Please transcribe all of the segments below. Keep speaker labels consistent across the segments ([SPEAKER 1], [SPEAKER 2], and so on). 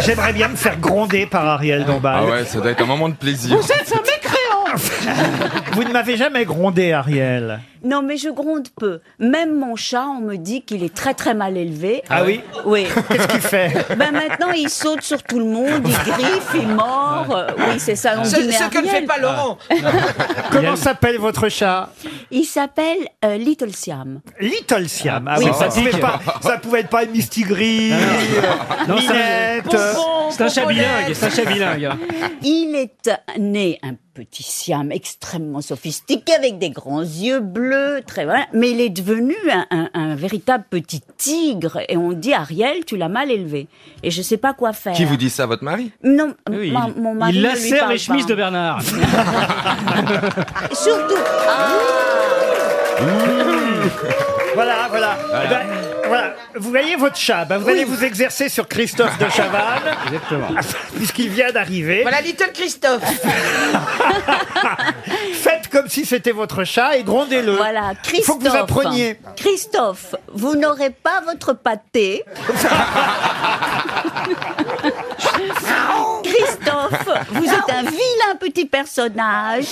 [SPEAKER 1] J'aimerais bien me faire gronder par Ariel Dombal.
[SPEAKER 2] Ah ouais, ça doit être un moment de plaisir.
[SPEAKER 3] êtes un
[SPEAKER 1] Vous ne m'avez jamais grondé, Ariel.
[SPEAKER 4] Non, mais je gronde peu. Même mon chat, on me dit qu'il est très très mal élevé.
[SPEAKER 1] Ah oui
[SPEAKER 4] Oui.
[SPEAKER 1] Qu'est-ce qu'il fait
[SPEAKER 4] Ben maintenant, il saute sur tout le monde, il griffe, il mord. Euh, Oui, c'est ça. on
[SPEAKER 3] Ce,
[SPEAKER 4] dit, mais
[SPEAKER 3] ce que ne
[SPEAKER 4] Ariel,
[SPEAKER 3] fait pas Laurent.
[SPEAKER 1] Comment s'appelle votre chat
[SPEAKER 4] Il s'appelle euh, Little Siam.
[SPEAKER 1] Little Siam. Ah
[SPEAKER 4] Oui.
[SPEAKER 1] oui, ça, pouvait
[SPEAKER 5] Sympathique.
[SPEAKER 1] pas, ça pouvait être pas une mistigris,
[SPEAKER 5] Non, c'est un-
[SPEAKER 1] minette.
[SPEAKER 5] C'est un chat bilingue, c'est un chat bilingue.
[SPEAKER 4] Il est né un petit Siam extrêmement sophistiqué avec des grands yeux bleus, très voilà. Mais il est devenu un, un- un véritable petit tigre et on dit Ariel, tu l'as mal élevé. Et je sais pas quoi faire.
[SPEAKER 2] Qui vous dit ça, votre mari
[SPEAKER 4] Non,
[SPEAKER 5] Oui,
[SPEAKER 4] ma-
[SPEAKER 5] il-
[SPEAKER 4] mon mari
[SPEAKER 5] il
[SPEAKER 4] ne lui
[SPEAKER 5] lacère
[SPEAKER 4] parle
[SPEAKER 5] les chemises
[SPEAKER 4] pas.
[SPEAKER 5] de Bernard.
[SPEAKER 4] Surtout. Ah
[SPEAKER 1] Voilà, voilà.
[SPEAKER 2] Ah
[SPEAKER 1] Eh ben, voilà. Vous voyez votre chat, ben, vous allez vous exercer sur Christophe de Chavannes,
[SPEAKER 5] Exactement.
[SPEAKER 1] puisqu'il vient d'arriver.
[SPEAKER 3] Voilà Little Christophe.
[SPEAKER 1] Faites comme si c'était votre chat et grondez-le.
[SPEAKER 4] Voilà, Christophe.
[SPEAKER 1] Faut que vous appreniez.
[SPEAKER 4] Christophe, vous n'aurez pas votre pâté.
[SPEAKER 1] Ah,
[SPEAKER 4] Christophe, vous êtes un vilain petit personnage.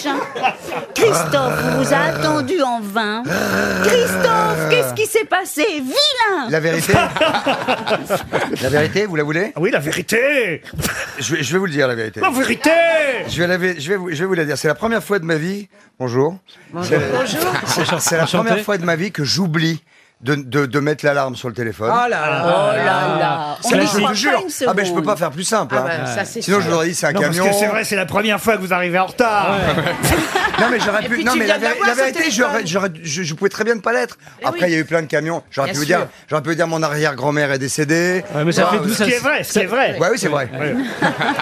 [SPEAKER 4] Christophe, on vous a attendu en vain. Christophe, qu'est-ce qui s'est passé
[SPEAKER 3] Ah.
[SPEAKER 4] Vilain
[SPEAKER 6] La vérité La vérité, vous la voulez
[SPEAKER 1] Ah Oui, la vérité
[SPEAKER 6] je vais, je vais vous le dire, la vérité.
[SPEAKER 1] La vérité
[SPEAKER 6] Je vais, la, vé- je vais, vous- je vais vous la dire. C'est la première fois de ma vie. Bonjour. Bonjour. C'est la
[SPEAKER 5] Enchanté.
[SPEAKER 6] première fois de ma vie que j'oublie de, de, de mettre l'alarme sur le téléphone.
[SPEAKER 3] Oh là là.
[SPEAKER 4] Oh là là On
[SPEAKER 6] Mais
[SPEAKER 4] ne
[SPEAKER 6] je vous
[SPEAKER 4] croit
[SPEAKER 6] le jure.
[SPEAKER 4] pas une seconde.
[SPEAKER 6] Ah, mais je peux pas faire plus simple.
[SPEAKER 3] Ah
[SPEAKER 6] hein.
[SPEAKER 3] bah, ça, c'est
[SPEAKER 6] Sinon,
[SPEAKER 3] sûr.
[SPEAKER 6] je vous aurais dit c'est un
[SPEAKER 1] Non, parce
[SPEAKER 6] camion.
[SPEAKER 1] que c'est vrai, c'est la première fois que vous arrivez en retard.
[SPEAKER 6] Non, mais j'aurais
[SPEAKER 3] Et
[SPEAKER 6] pu.
[SPEAKER 3] puis,
[SPEAKER 6] Non,
[SPEAKER 3] tu
[SPEAKER 6] mais
[SPEAKER 3] viens
[SPEAKER 6] la,
[SPEAKER 3] de l'avoir,
[SPEAKER 6] la
[SPEAKER 3] ce
[SPEAKER 6] vérité,
[SPEAKER 3] téléphone. Eh
[SPEAKER 6] j'aurais- j'aurais- je, je pouvais très bien ne pas l'être. Après, il
[SPEAKER 3] oui.
[SPEAKER 6] y a eu plein de camions. J'aurais
[SPEAKER 3] Bien
[SPEAKER 6] pu vous
[SPEAKER 3] sûr.
[SPEAKER 6] dire, j'aurais pu vous dire mon arrière-grand-mère est décédée.
[SPEAKER 5] Ouais, mais ça
[SPEAKER 6] Ah,
[SPEAKER 5] fait tout
[SPEAKER 1] Ce
[SPEAKER 5] ça.
[SPEAKER 1] qui est vrai, ce qui est vrai.
[SPEAKER 6] Ouais, oui, c'est vrai.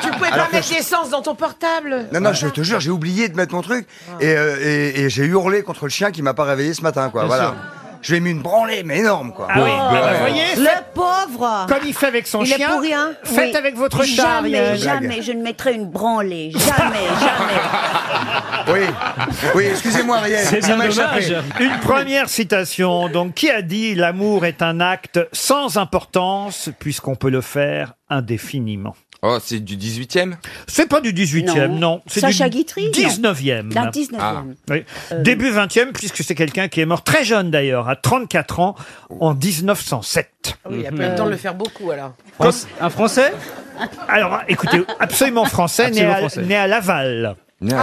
[SPEAKER 3] Tu pouvais
[SPEAKER 6] Alors
[SPEAKER 3] pas
[SPEAKER 6] que
[SPEAKER 3] mettre
[SPEAKER 6] je-
[SPEAKER 3] d'essence dans ton portable.
[SPEAKER 6] Non, non, je te jure, j'ai oublié de mettre mon truc et, euh, et, et j'ai hurlé contre le chien qui m'a pas réveillé ce matin, quoi. voilà. Je lui ai mis une branlée, mais énorme, quoi.
[SPEAKER 1] Ah oui, ah bah, voyez,
[SPEAKER 3] Le pauvre.
[SPEAKER 1] comme il fait avec son
[SPEAKER 3] Il est
[SPEAKER 1] chien,
[SPEAKER 3] pour rien.
[SPEAKER 1] faites
[SPEAKER 4] Oui.
[SPEAKER 1] avec votre chat,
[SPEAKER 4] Jamais,
[SPEAKER 1] Ariel.
[SPEAKER 4] jamais, je ne mettrai une branlée. Jamais, jamais.
[SPEAKER 6] Oui, oui, excusez-moi, Ariel.
[SPEAKER 5] C'est
[SPEAKER 6] ça
[SPEAKER 5] bien
[SPEAKER 6] m'a échappé.
[SPEAKER 5] dommage.
[SPEAKER 1] Une première citation, donc, qui a dit l'amour est un acte sans importance puisqu'on peut le faire indéfiniment.
[SPEAKER 2] Oh, c'est du 18 e
[SPEAKER 1] C'est pas du 18e, non.
[SPEAKER 4] Non.
[SPEAKER 1] C'est
[SPEAKER 4] Sacha
[SPEAKER 1] du
[SPEAKER 4] Guitry, non.
[SPEAKER 1] 19e.
[SPEAKER 4] La 19e.
[SPEAKER 1] Oui. Début 20e, puisque c'est quelqu'un qui est mort très jeune d'ailleurs, à 34 ans, en 1907.
[SPEAKER 3] Oui, il n'y a
[SPEAKER 1] Mhm.
[SPEAKER 3] pas eu le temps de le faire beaucoup alors.
[SPEAKER 5] France- Un français
[SPEAKER 1] Alors, écoutez, absolument français, né,
[SPEAKER 5] Absolument
[SPEAKER 1] à,
[SPEAKER 5] français.
[SPEAKER 1] né à Laval.
[SPEAKER 6] Ah, donc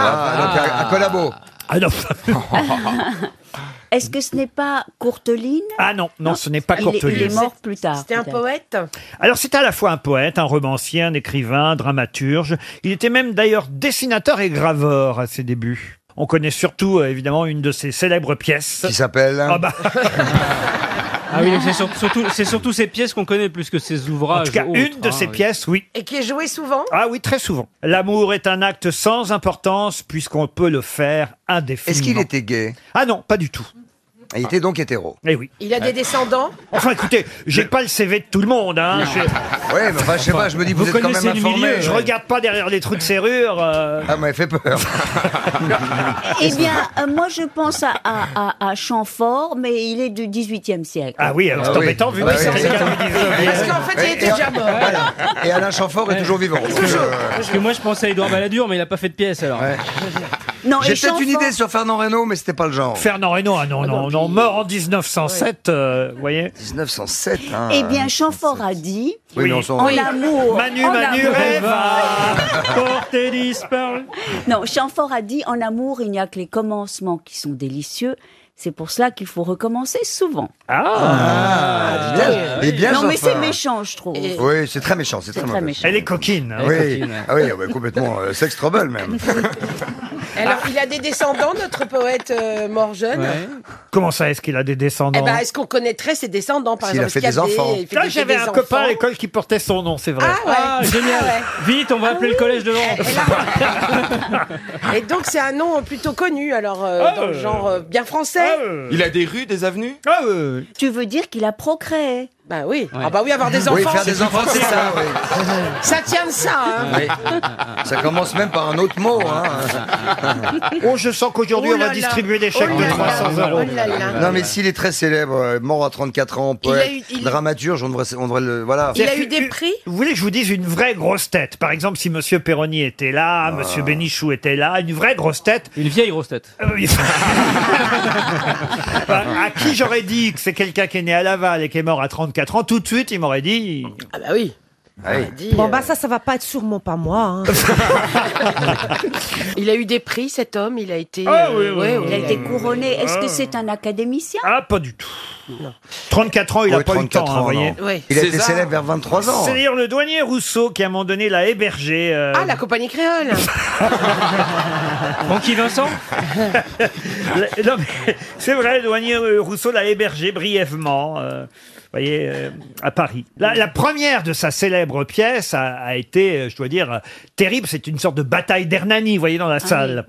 [SPEAKER 6] à, à collabo.
[SPEAKER 1] Ah non,
[SPEAKER 4] Est-ce que ce n'est pas Courteline
[SPEAKER 1] ah non, non, ce n'est pas
[SPEAKER 4] Il est- Il, est
[SPEAKER 1] Courteline.
[SPEAKER 4] mort plus tard.
[SPEAKER 3] C'était un
[SPEAKER 4] peut-être.
[SPEAKER 3] poète.
[SPEAKER 1] Alors, c'est à la fois un poète, un romancier, un écrivain, un dramaturge. Il était même d'ailleurs dessinateur et graveur à ses débuts. On connaît surtout, euh, évidemment, une de ses célèbres pièces.
[SPEAKER 6] Qui s'appelle
[SPEAKER 1] Ah bah,
[SPEAKER 5] Ah oui, donc c'est sur- surtout, c'est surtout ces pièces qu'on connaît plus que ces ouvrages.
[SPEAKER 1] en tout cas,
[SPEAKER 5] autres,
[SPEAKER 1] une de
[SPEAKER 5] hein,
[SPEAKER 1] ses
[SPEAKER 5] oui.
[SPEAKER 1] pièces, oui.
[SPEAKER 3] Et qui est joué souvent.
[SPEAKER 1] Ah oui, très souvent. L'amour est un acte sans importance puisqu'on peut le faire indéfiniment.
[SPEAKER 6] Est-ce qu'il était gay
[SPEAKER 1] Ah non, pas du tout.
[SPEAKER 6] Il était donc hétéro.
[SPEAKER 1] Eh oui.
[SPEAKER 3] Il a des descendants.
[SPEAKER 1] Enfin, écoutez, j'ai pas le CV de tout le monde. Hein. Je,
[SPEAKER 6] Ouais, mais enfin, je sais pas, je me dis,
[SPEAKER 5] Vous
[SPEAKER 6] vous, êtes quand même
[SPEAKER 5] connaissez le milieu,
[SPEAKER 6] informé.
[SPEAKER 1] je regarde pas derrière les trous de serrure. euh.
[SPEAKER 6] Ah, m'avait fait peur.
[SPEAKER 4] Eh bien, euh, moi, je pense à, à, à- à Chamfort, mais il est du 18e siècle.
[SPEAKER 1] Ah oui, alors c'est
[SPEAKER 6] Ah oui.
[SPEAKER 1] embêtant vu
[SPEAKER 6] Ah
[SPEAKER 1] que c'est
[SPEAKER 6] oui,
[SPEAKER 1] quelqu'un du 19e.
[SPEAKER 3] Parce qu'en fait, il était
[SPEAKER 6] Et-
[SPEAKER 3] déjà mort.
[SPEAKER 6] Voilà. Et Alain Chamfort est toujours vivant.
[SPEAKER 3] Toujours.
[SPEAKER 5] Parce que moi, je pensais à Édouard Balladur, mais il a pas fait de pièce alors.
[SPEAKER 4] Non,
[SPEAKER 6] J'ai
[SPEAKER 4] et
[SPEAKER 6] peut-être une
[SPEAKER 4] Chamfort-
[SPEAKER 6] idée sur Fernand Reynaud, mais c'était pas le genre.
[SPEAKER 1] Fernand Reynaud, ah non, non, non, mort en 1907, euh, vous voyez
[SPEAKER 6] 1907, hein.
[SPEAKER 4] Eh bien, Chamfort a dit
[SPEAKER 6] Oui, mais on s'en-
[SPEAKER 4] En l'amour.
[SPEAKER 1] Manu,
[SPEAKER 4] en
[SPEAKER 1] Manu,
[SPEAKER 4] l'amour-
[SPEAKER 1] Reva
[SPEAKER 5] Portez disparu.
[SPEAKER 4] Non, Chamfort a dit En amour, il n'y a que les commencements qui sont délicieux. C'est pour cela qu'il faut recommencer souvent.
[SPEAKER 6] Ah, bien, et bien
[SPEAKER 4] non, mais c'est
[SPEAKER 6] Chamfort.
[SPEAKER 4] méchant, je trouve.
[SPEAKER 3] Et-
[SPEAKER 6] Oui, c'est très méchant,
[SPEAKER 4] C'est
[SPEAKER 6] c'est très
[SPEAKER 4] très
[SPEAKER 6] mauvais.
[SPEAKER 4] méchant.
[SPEAKER 1] Elle est coquine. hein.
[SPEAKER 6] Oui,
[SPEAKER 5] coquine, ouais.
[SPEAKER 6] ah oui, ah ouais, complètement euh, sex trouble même.
[SPEAKER 3] Alors, il a des descendants, notre poète euh, mort jeune.
[SPEAKER 5] Ouais.
[SPEAKER 1] Comment ça, est-ce qu'il a des descendants
[SPEAKER 3] Eh ben, est-ce qu'on connaîtrait ses descendants, par
[SPEAKER 6] S'il a
[SPEAKER 3] exemple
[SPEAKER 6] fait
[SPEAKER 3] est-ce qu'il
[SPEAKER 6] des
[SPEAKER 3] y
[SPEAKER 6] enfants.
[SPEAKER 3] il fait
[SPEAKER 1] Là,
[SPEAKER 3] des-
[SPEAKER 1] j'avais
[SPEAKER 3] des
[SPEAKER 1] un copain à
[SPEAKER 3] enfants
[SPEAKER 1] l'école qui portait son nom, c'est vrai.
[SPEAKER 3] Ah ouais.
[SPEAKER 5] Ah, génial. Vite, on va appeler le collège de Laurent.
[SPEAKER 3] Et donc, c'est un nom plutôt connu, alors, euh,
[SPEAKER 1] Ah,
[SPEAKER 3] dans le
[SPEAKER 1] euh.
[SPEAKER 3] genre euh, bien français.
[SPEAKER 1] Ah, euh,
[SPEAKER 2] Il a des rues, des avenues
[SPEAKER 1] ah, euh,
[SPEAKER 4] Tu veux dire qu'il a procréé
[SPEAKER 7] Bah oui. Ah bah oui, avoir des enfants.
[SPEAKER 6] Oui, faire des enfants, c'est ça, oui.
[SPEAKER 7] Ça tient de ça. Hein.
[SPEAKER 6] Oui. Ça commence même par un autre mot. Hein.
[SPEAKER 1] Oh, je sens qu'aujourd'hui,
[SPEAKER 7] Oh
[SPEAKER 1] on va
[SPEAKER 7] là là.
[SPEAKER 1] distribuer des chèques
[SPEAKER 7] Oh
[SPEAKER 1] de
[SPEAKER 7] là là.
[SPEAKER 1] 300 euros.
[SPEAKER 7] Oh là là.
[SPEAKER 6] Non, mais s'il est très célèbre, euh, mort à 34 ans,
[SPEAKER 7] Il a
[SPEAKER 6] poète,
[SPEAKER 7] eu- il-
[SPEAKER 6] dramaturge, on devrait, on devrait le. Voilà.
[SPEAKER 7] Il a
[SPEAKER 1] Ah. C'est-à-dire
[SPEAKER 7] eu
[SPEAKER 1] que- euh,
[SPEAKER 7] des prix
[SPEAKER 1] Vous voulez que je vous dise une vraie grosse tête Par exemple, si Monsieur Perroni était là, Monsieur Bénichou était là, une vraie grosse tête.
[SPEAKER 8] Ah. Une vieille grosse tête.
[SPEAKER 1] euh, il- à qui j'aurais dit que c'est quelqu'un qui est né à Laval et qui est mort à 34 ans, tout de suite, il m'aurait dit.
[SPEAKER 7] Ah bah oui.
[SPEAKER 6] Ah oui.
[SPEAKER 7] On a dit,
[SPEAKER 9] Bon,
[SPEAKER 7] euh,
[SPEAKER 9] bah ça, ça va pas être sûrement pas moi. hein.
[SPEAKER 7] Il a eu des prix, cet homme. Il a été.
[SPEAKER 1] Ah oui, oui,
[SPEAKER 7] ouais,
[SPEAKER 1] oui,
[SPEAKER 4] Il a
[SPEAKER 7] ouais.
[SPEAKER 4] été couronné. Est-ce que c'est un académicien
[SPEAKER 1] Ah, pas du tout. 34 ans, il
[SPEAKER 6] Ouais,
[SPEAKER 1] a pas eu le
[SPEAKER 6] 34
[SPEAKER 1] temps, hein,
[SPEAKER 6] ans,
[SPEAKER 1] voyez.
[SPEAKER 6] non.
[SPEAKER 7] Ouais.
[SPEAKER 6] Il a été
[SPEAKER 10] César.
[SPEAKER 6] célèbre vers 23
[SPEAKER 7] euh,
[SPEAKER 6] ans.
[SPEAKER 1] C'est d'ailleurs le douanier Rousseau qui, à un moment donné, l'a hébergé. euh,
[SPEAKER 7] Ah, la compagnie créole.
[SPEAKER 8] Francky Vincent
[SPEAKER 1] la- non, mais c'est vrai, le douanier euh, Rousseau l'a hébergé brièvement. euh, vous voyez, euh, à Paris. La, la première de sa célèbre pièce a, a été, euh, je dois dire, euh, terrible. C'est une sorte de bataille d'Hernani, vous voyez,
[SPEAKER 7] Ah
[SPEAKER 1] dans la salle.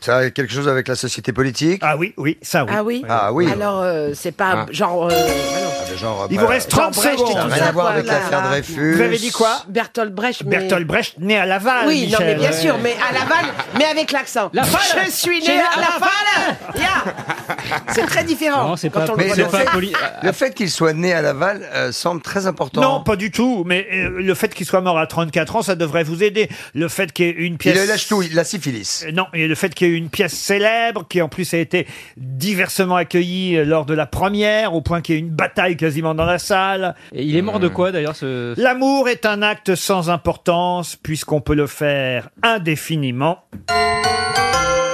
[SPEAKER 6] Ça a quelque chose avec la société politique
[SPEAKER 1] Ah oui, oui, ça oui.
[SPEAKER 7] Ah oui.
[SPEAKER 6] Ah oui.
[SPEAKER 7] Alors, euh, c'est
[SPEAKER 10] Ah.
[SPEAKER 7] pas genre. euh,
[SPEAKER 6] Ah, le genre,
[SPEAKER 1] Il
[SPEAKER 6] bah,
[SPEAKER 1] vous reste
[SPEAKER 7] Jean
[SPEAKER 1] 30
[SPEAKER 7] Brecht et tout
[SPEAKER 1] secondes.
[SPEAKER 6] ça n'a
[SPEAKER 7] ça,
[SPEAKER 6] Rien à voir
[SPEAKER 7] quoi,
[SPEAKER 6] avec
[SPEAKER 7] là.
[SPEAKER 6] l'affaire Dreyfus.
[SPEAKER 1] Vous avez dit quoi
[SPEAKER 7] Bertolt Brecht. mais-
[SPEAKER 1] Bertolt Brecht, né à Laval.
[SPEAKER 7] Oui, non, mais
[SPEAKER 1] Michel.
[SPEAKER 7] bien sûr, mais à Laval, mais avec l'accent.
[SPEAKER 8] Laval
[SPEAKER 7] Je suis né à Laval. Ya. C'est très différent.
[SPEAKER 8] Non, c'est
[SPEAKER 7] quand
[SPEAKER 8] pas-
[SPEAKER 7] on le
[SPEAKER 6] mais
[SPEAKER 7] voit
[SPEAKER 6] c'est
[SPEAKER 7] dans-
[SPEAKER 6] pas-
[SPEAKER 8] poli-
[SPEAKER 6] Le fait qu'il soit né à Laval euh, semble très important.
[SPEAKER 1] Non, pas du tout. Mais euh, le fait qu'il soit mort à 34 ans, ça devrait vous aider. Le fait qu'il y ait une
[SPEAKER 6] Il
[SPEAKER 1] pièce.
[SPEAKER 6] lâche tout, il- la syphilis.
[SPEAKER 1] Euh, Non, et le fait qu'il y ait eu une pièce célèbre, qui en plus a été diversement accueillie euh, lors de la première, au point qu'il y ait eu une bataille quasiment dans la salle.
[SPEAKER 8] Et il est mort de quoi d'ailleurs ce.
[SPEAKER 1] L'amour est un acte sans importance, puisqu'on peut le faire indéfiniment.
[SPEAKER 7] Oh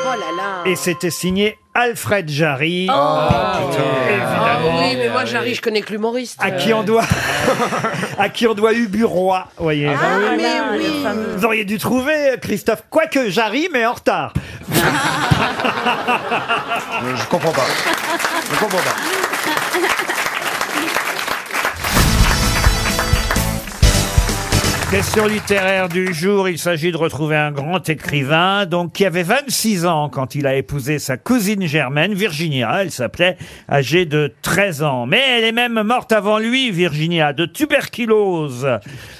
[SPEAKER 7] là là.
[SPEAKER 1] Et c'était signé Alfred Jarry,
[SPEAKER 7] Oh. Ah oui, mais moi, j'arrive, je connais que l'humoriste.
[SPEAKER 1] à qui on doit, à qui on doit Uburoi, voyez.
[SPEAKER 7] Ah, mais
[SPEAKER 4] Voilà, le
[SPEAKER 7] oui.
[SPEAKER 4] fameux.
[SPEAKER 1] Vous auriez dû trouver, euh, Christophe, quoique Jarry, mais en retard.
[SPEAKER 6] Euh, Je comprends pas. Je comprends pas.
[SPEAKER 1] Question littéraire du jour, il s'agit de retrouver un grand écrivain donc qui avait 26 ans quand il a épousé sa cousine germaine Virginia, elle s'appelait, âgée de 13 ans. Mais elle est même morte avant lui, Virginia, de tuberculose. Euh,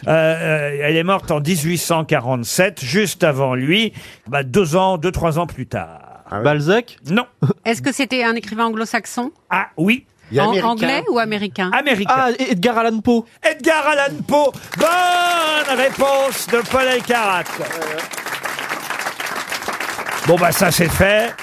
[SPEAKER 1] euh, elle est morte en 1847, juste avant lui, bah, deux ans, deux, trois ans plus tard.
[SPEAKER 8] Balzac
[SPEAKER 1] Non.
[SPEAKER 11] Est-ce que c'était un écrivain anglo-saxon
[SPEAKER 1] Ah oui,
[SPEAKER 11] En- Anglais ou américain
[SPEAKER 1] américain.
[SPEAKER 8] Ah, Edgar Allan Poe
[SPEAKER 1] Edgar Allan Poe. Bonne réponse de Paul Elkarat. Bon bah ça c'est fait.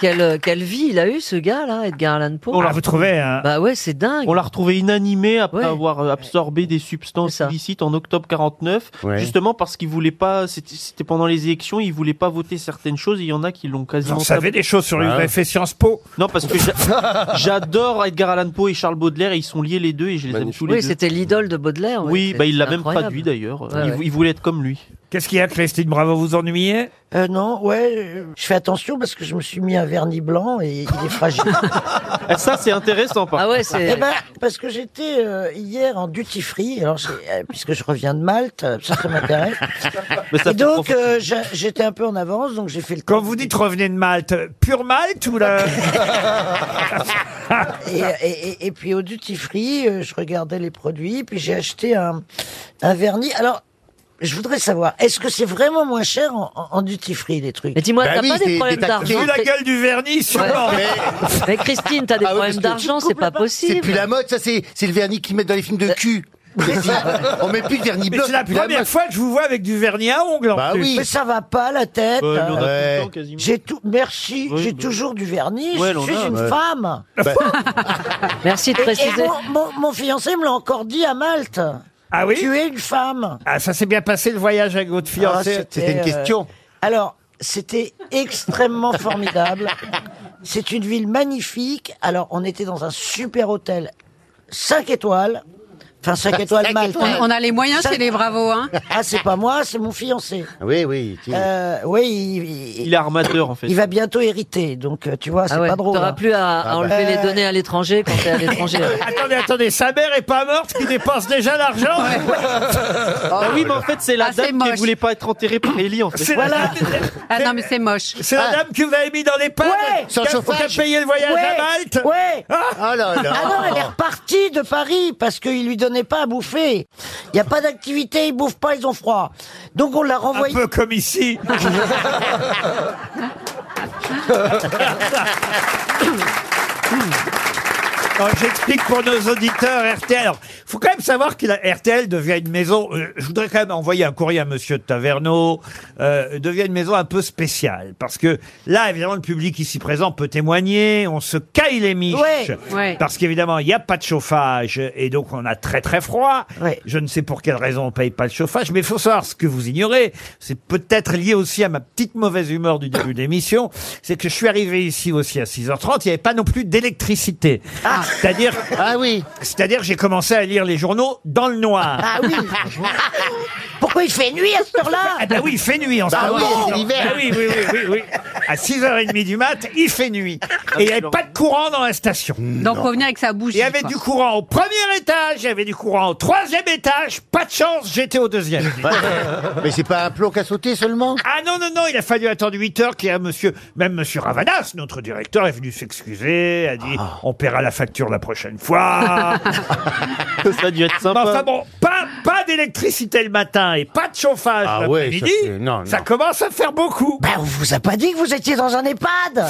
[SPEAKER 12] Quelle, quelle vie il a eu ce gars-là, Edgar Allan Poe
[SPEAKER 1] On l'a retrouvé. hein.
[SPEAKER 12] Bah ouais, c'est dingue.
[SPEAKER 5] On l'a retrouvé inanimé après
[SPEAKER 12] Ouais.
[SPEAKER 5] avoir absorbé des
[SPEAKER 12] C'est
[SPEAKER 5] substances
[SPEAKER 12] ça.
[SPEAKER 5] illicites en octobre 49, justement parce qu'il voulait pas. C'était c'était pendant les élections, il voulait pas voter certaines choses. et Il y en a qui l'ont
[SPEAKER 1] Vous en
[SPEAKER 5] quasiment.
[SPEAKER 1] savez
[SPEAKER 5] saboté.
[SPEAKER 1] des choses sur les ouais. Sciences Po.
[SPEAKER 5] Non, parce que j'a- j'adore Edgar Allan Poe et Charles Baudelaire. et Ils sont liés les deux et je les aime tous les
[SPEAKER 12] Oui,
[SPEAKER 5] deux.
[SPEAKER 12] c'était l'idole de Baudelaire. ouais.
[SPEAKER 5] Oui,
[SPEAKER 12] C'est-
[SPEAKER 5] bah il l'a
[SPEAKER 12] c'est
[SPEAKER 5] même
[SPEAKER 12] incroyable.
[SPEAKER 5] traduit d'ailleurs.
[SPEAKER 12] Ouais,
[SPEAKER 5] il,
[SPEAKER 12] ouais.
[SPEAKER 5] il voulait être comme lui.
[SPEAKER 1] Qu'est-ce qu'il y a, Christine Bravo Vous ennuyez
[SPEAKER 13] Euh, non, ouais, euh, je fais attention parce que je me suis mis un vernis blanc et il est fragile.
[SPEAKER 5] Et Ah, ça, c'est intéressant. Par
[SPEAKER 12] Ah ouais,
[SPEAKER 13] eh
[SPEAKER 12] c'est.
[SPEAKER 13] ben, parce que j'étais euh, hier en duty free, alors j'ai- euh, puisque je reviens de Malte, euh, ça, ça m'intéresse.
[SPEAKER 5] Mais ça
[SPEAKER 13] Et
[SPEAKER 5] fait
[SPEAKER 13] donc,
[SPEAKER 5] profiter.
[SPEAKER 13] euh, j'a- j'étais un peu en avance, donc j'ai fait le
[SPEAKER 1] Quand
[SPEAKER 13] tour
[SPEAKER 1] vous
[SPEAKER 13] du-
[SPEAKER 1] dites revenez de Malte, pure Malte ou la...
[SPEAKER 13] Et, et- et- et puis au duty free, euh, je regardais les produits, puis j'ai acheté un, un vernis. Alors, je voudrais savoir, est-ce que c'est vraiment moins cher en, en- en duty free les trucs
[SPEAKER 12] Mais dis-moi, t'as pas Bah des problèmes
[SPEAKER 1] Vu
[SPEAKER 12] d'argent
[SPEAKER 1] la
[SPEAKER 12] c'est-
[SPEAKER 1] gueule du vernis, sûrement.
[SPEAKER 12] Mais Ah Christine, t'as des problèmes d'argent, c'est pas possible. C'est plus la mode,
[SPEAKER 1] Mais c'est la première fois que je vous vois avec du vernis à
[SPEAKER 12] Bah
[SPEAKER 1] ongles en plus.
[SPEAKER 13] Mais ça va pas la tête.
[SPEAKER 5] Ouais, mais on a
[SPEAKER 13] hein.
[SPEAKER 5] tout le temps quasiment.
[SPEAKER 13] J'ai tout, merci,
[SPEAKER 5] Oui,
[SPEAKER 13] j'ai
[SPEAKER 5] bah.
[SPEAKER 13] toujours du vernis,
[SPEAKER 5] Ouais,
[SPEAKER 13] je
[SPEAKER 5] l'on
[SPEAKER 13] suis
[SPEAKER 5] a,
[SPEAKER 13] une
[SPEAKER 5] ouais.
[SPEAKER 13] femme.
[SPEAKER 12] Merci de
[SPEAKER 13] Et- Et,
[SPEAKER 12] préciser.
[SPEAKER 13] mon, mon- mon fiancé me l'a encore dit à Malte.
[SPEAKER 1] Ah oui
[SPEAKER 13] Tu es une femme.
[SPEAKER 1] Ah ça s'est bien passé le voyage avec votre fiancé.
[SPEAKER 13] Ah, euh, Alors, c'était extrêmement formidable. C'est une ville magnifique. Alors, on était dans un super hôtel 5 étoiles. Enfin, 5 étoiles
[SPEAKER 14] Cinq
[SPEAKER 13] mal.
[SPEAKER 14] étoiles. On- on a les moyens chez les bravos, hein.
[SPEAKER 13] Ah, c'est pas moi, c'est mon fiancé.
[SPEAKER 15] Oui, oui.
[SPEAKER 13] Euh, oui, il, il-
[SPEAKER 15] Il est armateur en fait.
[SPEAKER 13] il va bientôt hériter, donc euh, tu vois, c'est
[SPEAKER 15] Ah ouais,
[SPEAKER 13] pas drôle.
[SPEAKER 15] t'auras
[SPEAKER 13] hein.
[SPEAKER 15] plus à- à
[SPEAKER 13] Ah bah.
[SPEAKER 15] enlever les données
[SPEAKER 16] à l'étranger quand t'es à l'étranger.
[SPEAKER 1] attendez, attendez, sa mère est pas morte, qui dépense déjà l'argent
[SPEAKER 15] Ah oui, mais en fait, c'est la
[SPEAKER 14] Ah, c'est
[SPEAKER 15] dame qui
[SPEAKER 14] moche.
[SPEAKER 15] voulait pas être enterrée par Ellie en fait.
[SPEAKER 1] C'est la
[SPEAKER 15] Voilà.
[SPEAKER 14] Ah non, mais c'est moche.
[SPEAKER 1] C'est la
[SPEAKER 14] Ah.
[SPEAKER 1] dame que vous avez mis dans les pommes
[SPEAKER 13] Ouais
[SPEAKER 1] Qui a- Qui a payé le voyage
[SPEAKER 13] Ouais
[SPEAKER 1] à Malte
[SPEAKER 13] Ouais
[SPEAKER 1] Ah
[SPEAKER 13] Ah non, elle est repartie de Paris parce qu'il lui donnait pas à bouffer. Il n'y a pas d'activité, ils bouffent pas, ils ont froid. Donc on l'a
[SPEAKER 1] Un
[SPEAKER 13] renvoyée.
[SPEAKER 1] peu comme ici Oh, J'explique pour nos auditeurs RTL. Alors, faut quand même savoir que la RTL devient une maison. euh, je voudrais quand même envoyer un courrier à Monsieur de Taverneau. euh, devient une maison un peu spéciale parce que là, évidemment, le public ici présent peut témoigner. On se caille les miches
[SPEAKER 13] Ouais.
[SPEAKER 14] Ouais.
[SPEAKER 1] parce qu'évidemment, il n'y a pas de chauffage et donc on a très très froid.
[SPEAKER 13] Ouais.
[SPEAKER 1] Je ne sais pour quelle raison on paye pas le chauffage, mais il faut savoir ce que vous ignorez. C'est peut-être lié aussi à ma petite mauvaise humeur du début de l'émission. C'est que je suis arrivé ici aussi à 6h30, il n'y avait pas non plus d'électricité. C'est-à-dire,
[SPEAKER 13] Ah oui.
[SPEAKER 1] c'est-à-dire, j'ai commencé à lire les journaux dans le noir.
[SPEAKER 13] Ah oui. Pourquoi il fait nuit à cette
[SPEAKER 1] Ah
[SPEAKER 13] heure-là
[SPEAKER 1] bah oui, il fait nuit en ce moment.
[SPEAKER 13] oui, c'est l'hiver.
[SPEAKER 1] Ah oui, oui, oui, oui, oui. À 6h30 du mat, il fait nuit.
[SPEAKER 17] Ah
[SPEAKER 1] Et il n'y avait pas de courant dans la station.
[SPEAKER 17] Hmm,
[SPEAKER 14] Donc, faut venir avec sa bouche.
[SPEAKER 1] Il y avait du courant au premier étage, il y avait du courant au troisième étage. Pas de chance, j'étais au deuxième.
[SPEAKER 17] Mais c'est pas un plomb qu'à sauter seulement
[SPEAKER 1] Ah non, non, non, il a fallu attendre 8 heures qu'il y ait un monsieur, même monsieur Ravanas, notre directeur, est venu s'excuser, a dit
[SPEAKER 17] Ah.
[SPEAKER 1] on paiera la facture la prochaine fois.
[SPEAKER 15] Ça a dû être
[SPEAKER 1] Mais
[SPEAKER 15] sympa.
[SPEAKER 1] enfin bon, pas, pas d'électricité le matin et pas de chauffage
[SPEAKER 17] Ah ouais, ça,
[SPEAKER 1] l'après-midi,
[SPEAKER 17] c'est- non,
[SPEAKER 1] ça
[SPEAKER 17] non.
[SPEAKER 1] commence à faire beaucoup.
[SPEAKER 13] Ben, on vous a pas dit que vous étiez dans un EHPAD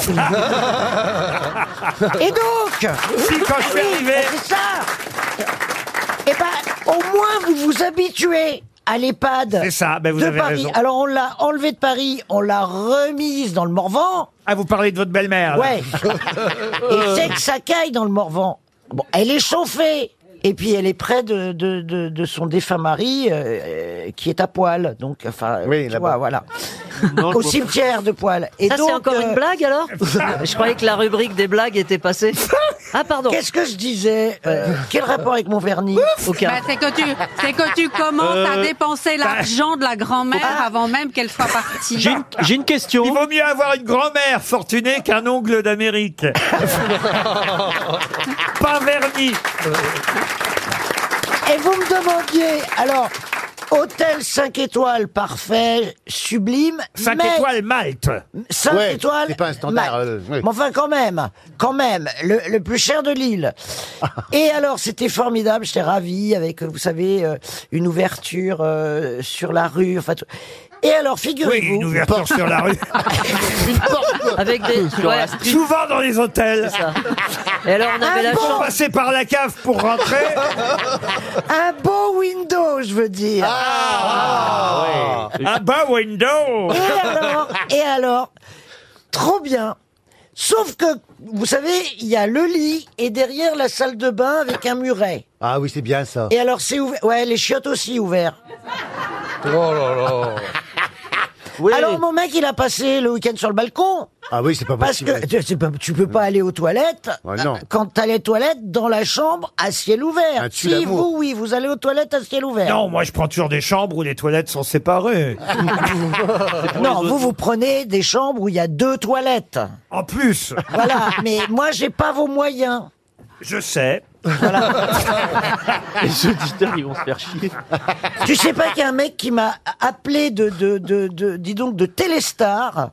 [SPEAKER 13] Et donc
[SPEAKER 1] Si, quand je suis
[SPEAKER 13] Oui,
[SPEAKER 1] arrivé-
[SPEAKER 13] ben, C'est ça Eh ben, au moins, vous vous habituez à l'EHPAD
[SPEAKER 1] C'est ça, ben, vous
[SPEAKER 13] de
[SPEAKER 1] avez
[SPEAKER 13] Paris.
[SPEAKER 1] raison.
[SPEAKER 13] Alors, on l'a enlevée de Paris, on l'a remise dans le Morvan.
[SPEAKER 1] Ah, vous parlez de votre belle-mère là.
[SPEAKER 13] Ouais. Et c'est que ça caille dans le Morvan. Bon, elle est chauffée. Et puis elle est près de, de, de, de son défunt mari euh, qui est à poil. Donc, enfin,
[SPEAKER 17] Oui,
[SPEAKER 13] tu
[SPEAKER 17] là-bas.
[SPEAKER 13] vois, voilà.
[SPEAKER 15] Non, je
[SPEAKER 13] Au
[SPEAKER 15] vois-
[SPEAKER 13] cimetière de poil. Et
[SPEAKER 16] Ça,
[SPEAKER 13] donc,
[SPEAKER 16] c'est encore
[SPEAKER 13] euh,
[SPEAKER 16] une blague alors Je croyais que la rubrique des blagues était passée. Ah, pardon.
[SPEAKER 13] Qu'est-ce que je disais Euh, Quel rapport avec mon vernis
[SPEAKER 16] Aucun.
[SPEAKER 14] Bah, c'est que tu, c'est que tu commences
[SPEAKER 1] Euh,
[SPEAKER 14] à dépenser
[SPEAKER 1] bah.
[SPEAKER 14] l'argent de la
[SPEAKER 1] Ah.
[SPEAKER 14] grand-mère avant même qu'elle soit partie.
[SPEAKER 15] J'ai une, j'ai une question.
[SPEAKER 1] Il vaut mieux avoir une grand-mère fortunée qu'un ongle d'Amérique. Pas verni.
[SPEAKER 13] Et vous me demandiez, alors, hôtel 5 étoiles parfait, sublime,
[SPEAKER 1] 5
[SPEAKER 13] mais-
[SPEAKER 1] étoiles Malte.
[SPEAKER 13] 5
[SPEAKER 17] Ouais,
[SPEAKER 13] étoiles.
[SPEAKER 17] c'est pas un standard,
[SPEAKER 13] max.
[SPEAKER 17] euh, oui.
[SPEAKER 13] Mais enfin, quand même, quand même, le, le plus cher de l'île. Et alors, c'était formidable, j'étais ravi avec, vous savez, euh, une ouverture euh, sur la rue. Enfin, tout. Et alors,
[SPEAKER 1] Oui,
[SPEAKER 13] figurez-vous.
[SPEAKER 1] une ouverture sur la rue. Ah
[SPEAKER 16] Avec des. ouais.
[SPEAKER 1] Souvent dans les hôtels.
[SPEAKER 16] Et alors, on avait la
[SPEAKER 1] Bon,
[SPEAKER 16] chance.
[SPEAKER 1] passer par la cave pour rentrer.
[SPEAKER 13] Un beau window, je veux dire.
[SPEAKER 1] ah bah window.
[SPEAKER 13] Et alors, et alors, trop bien. Sauf que, vous savez, il y a le lit et derrière la salle de bain avec un muret.
[SPEAKER 17] Ah oui, c'est bien ça.
[SPEAKER 13] Et alors, c'est ouvert. Ouais, les chiottes aussi ouverts.
[SPEAKER 12] Oh
[SPEAKER 17] Oui.
[SPEAKER 13] Alors, mon mec, il a passé le week-end sur le balcon.
[SPEAKER 17] Ah oui, c'est pas
[SPEAKER 13] Parce
[SPEAKER 17] possible.
[SPEAKER 13] que tu- c'est pas- tu peux pas aller aux toilettes. Euh,
[SPEAKER 17] Ah, non.
[SPEAKER 13] Quand t'as les toilettes dans la chambre à ciel ouvert.
[SPEAKER 17] Ah, tu
[SPEAKER 13] si
[SPEAKER 17] l'amour.
[SPEAKER 13] vous, oui, vous allez aux toilettes à ciel ouvert.
[SPEAKER 1] Non, moi je prends toujours des chambres où les toilettes sont séparées.
[SPEAKER 13] Non, vous, vous prenez des chambres où il y a deux toilettes.
[SPEAKER 16] Ah.
[SPEAKER 1] En plus,
[SPEAKER 13] Voilà. mais moi, j'ai pas vos moyens.
[SPEAKER 1] je sais.
[SPEAKER 15] Les auditeurs, ils vont se faire chier.
[SPEAKER 13] Tu sais pas qu'il y a un mec qui m'a appelé de, de, de, de, dis donc, de Téléstar,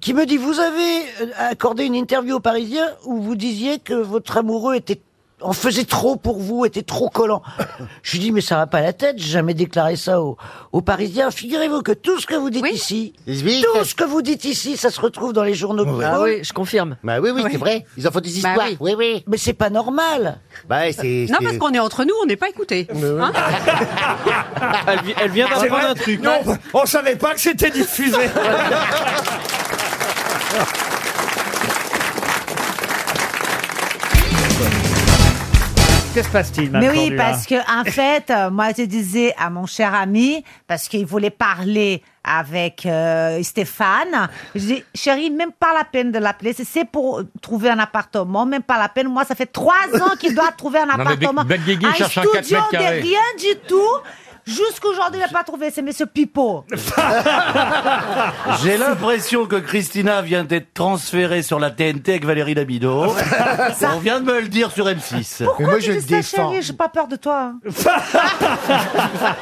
[SPEAKER 13] qui me dit, vous avez euh, accordé une interview aux Parisiens où vous disiez que votre amoureux était en faisait trop pour vous, était trop collant. Je lui dis, mais ça va pas à la tête, j'ai jamais déclaré ça aux, aux Parisiens. Figurez-vous que tout ce que vous dites
[SPEAKER 14] Oui.
[SPEAKER 13] ici,
[SPEAKER 17] Ils se vivent.
[SPEAKER 13] tout ce que vous dites ici, ça se retrouve dans les journaux de
[SPEAKER 16] Ah
[SPEAKER 13] football.
[SPEAKER 16] oui, je confirme.
[SPEAKER 17] Bah oui, oui, c'est vrai. Ils en font des
[SPEAKER 14] Ah Bah
[SPEAKER 17] histoires.
[SPEAKER 14] oui.
[SPEAKER 17] oui. oui,
[SPEAKER 13] Mais c'est pas normal.
[SPEAKER 17] Bah c'est.
[SPEAKER 14] Non,
[SPEAKER 17] c'est-
[SPEAKER 14] parce qu'on est entre nous, on n'est pas écoutés. Hein
[SPEAKER 15] Elle, vi- elle vient
[SPEAKER 1] C'est
[SPEAKER 15] d'apprendre
[SPEAKER 1] vrai
[SPEAKER 15] un truc.
[SPEAKER 1] Non, on savait pas que c'était diffusé. Que se passe-t-il
[SPEAKER 18] Mais
[SPEAKER 1] Mme
[SPEAKER 18] oui,
[SPEAKER 1] Cordula
[SPEAKER 18] parce que en fait, euh, moi je disais à mon cher ami, parce qu'il voulait parler avec euh, Stéphane, je dis, chérie, même pas la peine de l'appeler, c'est- c'est pour trouver un appartement, même pas la peine. Moi, ça fait trois ans qu'il doit trouver un
[SPEAKER 19] Non, mais
[SPEAKER 18] appartement.
[SPEAKER 19] Beg- Beguegui cherche un
[SPEAKER 18] studio
[SPEAKER 19] 4 mètres
[SPEAKER 18] de
[SPEAKER 19] carrés.
[SPEAKER 18] rien du tout. Jusqu'aujourd'hui, il n'a pas trouvé, c'est Monsieur Pipo.
[SPEAKER 12] J'ai l'impression que Christina vient d'être transférée sur la TNT avec Valérie Damido. On vient de me le dire sur M6.
[SPEAKER 18] Pourquoi tu dis ça, chérie J'ai pas peur de toi. hein.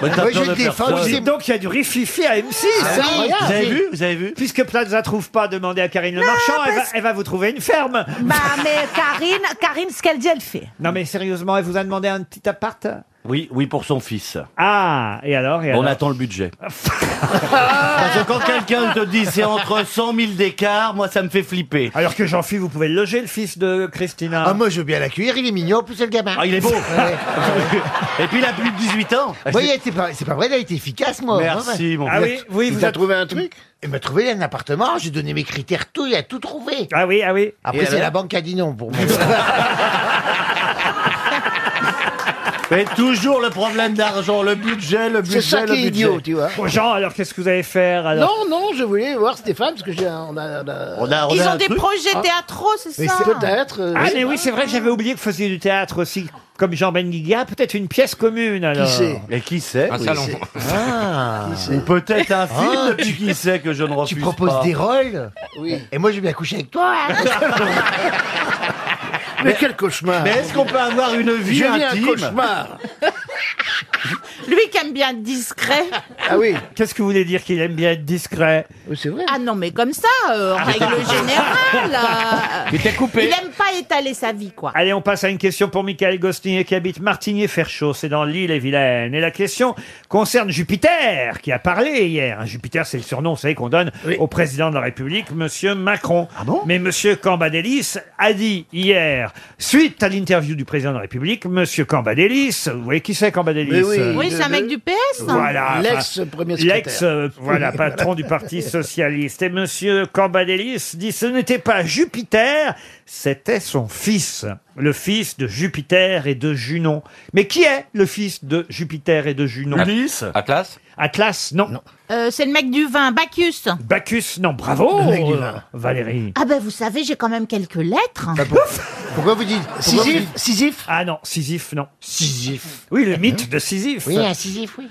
[SPEAKER 12] Mais t'as peur de personne.
[SPEAKER 1] Dites donc, il y a du rififi à M6.
[SPEAKER 12] Ah
[SPEAKER 1] hein.
[SPEAKER 12] oui, Vous avez vu Vous avez vu
[SPEAKER 1] Puisque Plaza trouve pas, demandez à Karine Le Marchand, elle va, elle va vous trouver une ferme.
[SPEAKER 18] Bah, mais Karine, Karine, ce qu'elle dit, elle fait.
[SPEAKER 1] Non mais sérieusement, elle vous a demandé un petit appart
[SPEAKER 12] Oui, oui, pour son fils.
[SPEAKER 1] Ah, et alors, et
[SPEAKER 12] On
[SPEAKER 1] alors
[SPEAKER 12] attend le budget. Parce que quand quelqu'un te dit c'est entre 100 000 d'écart, moi ça me fait flipper.
[SPEAKER 1] Alors que jean philippe vous pouvez le loger, le fils de Christina.
[SPEAKER 17] Ah, moi, je veux bien l'accueillir, il est mignon, en plus c'est le gamin.
[SPEAKER 12] Ah, il est beau.
[SPEAKER 17] Ouais.
[SPEAKER 12] Et puis il a plus de 18 ans.
[SPEAKER 17] Oui, il était pas- c'est pas vrai, il a été efficace, moi.
[SPEAKER 12] Merci,
[SPEAKER 17] hein.
[SPEAKER 12] mon
[SPEAKER 17] Il a-
[SPEAKER 12] frère. Ah oui, oui,
[SPEAKER 17] il
[SPEAKER 12] vous
[SPEAKER 17] t'a
[SPEAKER 12] êtes-
[SPEAKER 17] trouvé un truc Il m'a trouvé un appartement, j'ai donné mes critères, tout, il a tout trouvé.
[SPEAKER 1] Ah oui, ah oui.
[SPEAKER 17] Après,
[SPEAKER 12] Et
[SPEAKER 17] c'est
[SPEAKER 12] alors
[SPEAKER 17] la banque qui a dit non pour moi.
[SPEAKER 12] Mais toujours le problème d'argent, le budget, le budget,
[SPEAKER 17] C'est ça qui
[SPEAKER 12] le
[SPEAKER 17] est
[SPEAKER 12] budget.
[SPEAKER 17] idiot, tu vois.
[SPEAKER 1] Bon, Jean, alors qu'est-ce que vous allez faire alors
[SPEAKER 17] Non, non, je voulais voir Stéphane, parce que j'ai un- on a- on a-
[SPEAKER 12] On a- on
[SPEAKER 1] Ils
[SPEAKER 17] a
[SPEAKER 1] ont
[SPEAKER 17] un
[SPEAKER 1] des
[SPEAKER 17] truc.
[SPEAKER 1] projets
[SPEAKER 17] Hein
[SPEAKER 18] théâtraux, c'est
[SPEAKER 17] Mais
[SPEAKER 18] ça
[SPEAKER 17] c'est- Peut-être. euh,
[SPEAKER 1] Ah mais oui, c'est vrai, j'avais oublié que vous faisiez du théâtre aussi, comme Jean Benguigua, peut-être une pièce commune alors.
[SPEAKER 17] sait
[SPEAKER 12] Et qui sait
[SPEAKER 1] Un
[SPEAKER 12] oui,
[SPEAKER 1] salon.
[SPEAKER 12] c'est-
[SPEAKER 17] Ah.
[SPEAKER 12] Ou peut-être un film
[SPEAKER 17] Ah.
[SPEAKER 12] depuis qui sait que je ne refuse
[SPEAKER 17] Tu
[SPEAKER 12] pas.
[SPEAKER 17] proposes des rôles
[SPEAKER 12] Oui.
[SPEAKER 17] Et moi, je vais bien coucher avec toi. hein. mais, quel cauchemar
[SPEAKER 12] Mais est-ce qu'on peut avoir une vie
[SPEAKER 17] J'ai mis
[SPEAKER 12] intime
[SPEAKER 17] un cauchemar
[SPEAKER 7] Lui qui aime bien être discret.
[SPEAKER 17] Ah oui
[SPEAKER 1] Qu'est-ce que vous voulez dire qu'il aime bien être discret
[SPEAKER 17] C'est vrai.
[SPEAKER 7] Ah non, mais comme ça, euh, en règle générale. euh,
[SPEAKER 1] Il t'a coupé.
[SPEAKER 7] Il aime pas étaler sa vie, quoi.
[SPEAKER 1] Allez, on passe à une question pour Michael Gostinien qui habite Martigny-Ferchaud, c'est dans l'île et Vilaine. Et la question concerne Jupiter, qui a parlé hier. hein. Jupiter, c'est le surnom, vous savez, qu'on donne au président de la République, Monsieur Macron.
[SPEAKER 17] Ah
[SPEAKER 1] Mais Monsieur Cambadélis a dit hier, suite à l'interview du président de la République, Monsieur Cambadélis, vous voyez qui c'est Cambadélis euh,
[SPEAKER 7] oui, c'est un mec du PS. hein.
[SPEAKER 1] Voilà.
[SPEAKER 17] L'ex-premier
[SPEAKER 1] enfin,
[SPEAKER 17] secrétaire.
[SPEAKER 1] L'ex, euh, voilà,
[SPEAKER 17] Oui.
[SPEAKER 1] patron du Parti Socialiste. Et monsieur Cambadélis dit ce n'était pas Jupiter, c'était son fils. Le fils de Jupiter et de Junon. Mais qui est le fils de Jupiter et de Junon
[SPEAKER 12] Ulysse
[SPEAKER 1] Atlas Atlas, non.
[SPEAKER 7] Euh, c'est le mec du vin, Bacchus.
[SPEAKER 1] Bacchus, non. Bravo,
[SPEAKER 7] Le mec du
[SPEAKER 1] euh,
[SPEAKER 7] vin.
[SPEAKER 1] Valérie.
[SPEAKER 7] Ah ben, vous savez, j'ai quand même quelques lettres.
[SPEAKER 1] Bah,
[SPEAKER 17] Pourquoi vous dites
[SPEAKER 1] Sisyphe Sisyphe Ah non, Sisyphe, non. Sisyphe. Oui, le mythe de Sisyphe.
[SPEAKER 17] Oui,
[SPEAKER 7] ah,
[SPEAKER 17] un Sisyphe, oui.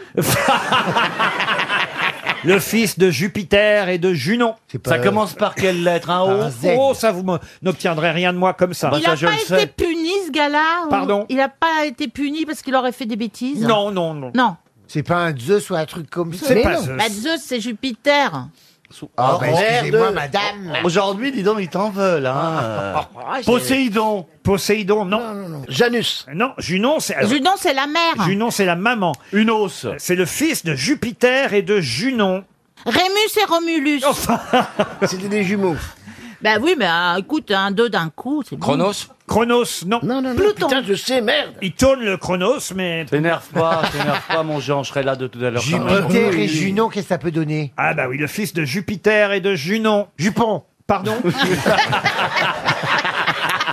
[SPEAKER 1] Le fils de Jupiter et de Junon.
[SPEAKER 12] Ça commence par quelle lettre Un O
[SPEAKER 1] Oh, oh, ça vous me- n'obtiendrez rien de moi comme Bah, ça.
[SPEAKER 7] il n'a pas été puni, ce gars-là. ou-
[SPEAKER 1] Pardon
[SPEAKER 7] Il n'a pas été puni parce qu'il aurait fait des bêtises.
[SPEAKER 1] Non, non, non.
[SPEAKER 7] Non.
[SPEAKER 17] C'est pas un Zeus ou un truc comme ça.
[SPEAKER 7] Mais
[SPEAKER 17] Mais
[SPEAKER 7] non.
[SPEAKER 17] non.
[SPEAKER 7] Bah, Zeus, c'est Jupiter.
[SPEAKER 17] Ah, bah, excusez-moi,
[SPEAKER 12] Merde.
[SPEAKER 17] madame.
[SPEAKER 12] Aujourd'hui, dis donc, ils t'en veulent. Hein.
[SPEAKER 7] Ah,
[SPEAKER 12] Poséidon.
[SPEAKER 1] Poséidon, non. Janus. Non, Junon, c'est. alors,
[SPEAKER 7] Junon, c'est la mère.
[SPEAKER 1] Junon, c'est la maman.
[SPEAKER 12] Unos.
[SPEAKER 1] C'est le fils de Jupiter et de Junon.
[SPEAKER 7] Rémus et Romulus.
[SPEAKER 1] C'était des jumeaux.
[SPEAKER 7] Bah oui, mais euh, écoute, un deux d'un coup, c'est bon.
[SPEAKER 1] Chronos, non.
[SPEAKER 17] Non, non, non. Putain, je sais, merde.
[SPEAKER 1] Il tourne le Chronos, mais.
[SPEAKER 12] T'énerve pas, t'énerve pas, mon Jean, je serai là de tout à l'heure.
[SPEAKER 17] Jupiter et Junon, qu'est-ce que ça peut donner
[SPEAKER 1] Ah, bah oui, le fils de Jupiter et de Junon.
[SPEAKER 17] Jupon.
[SPEAKER 1] Pardon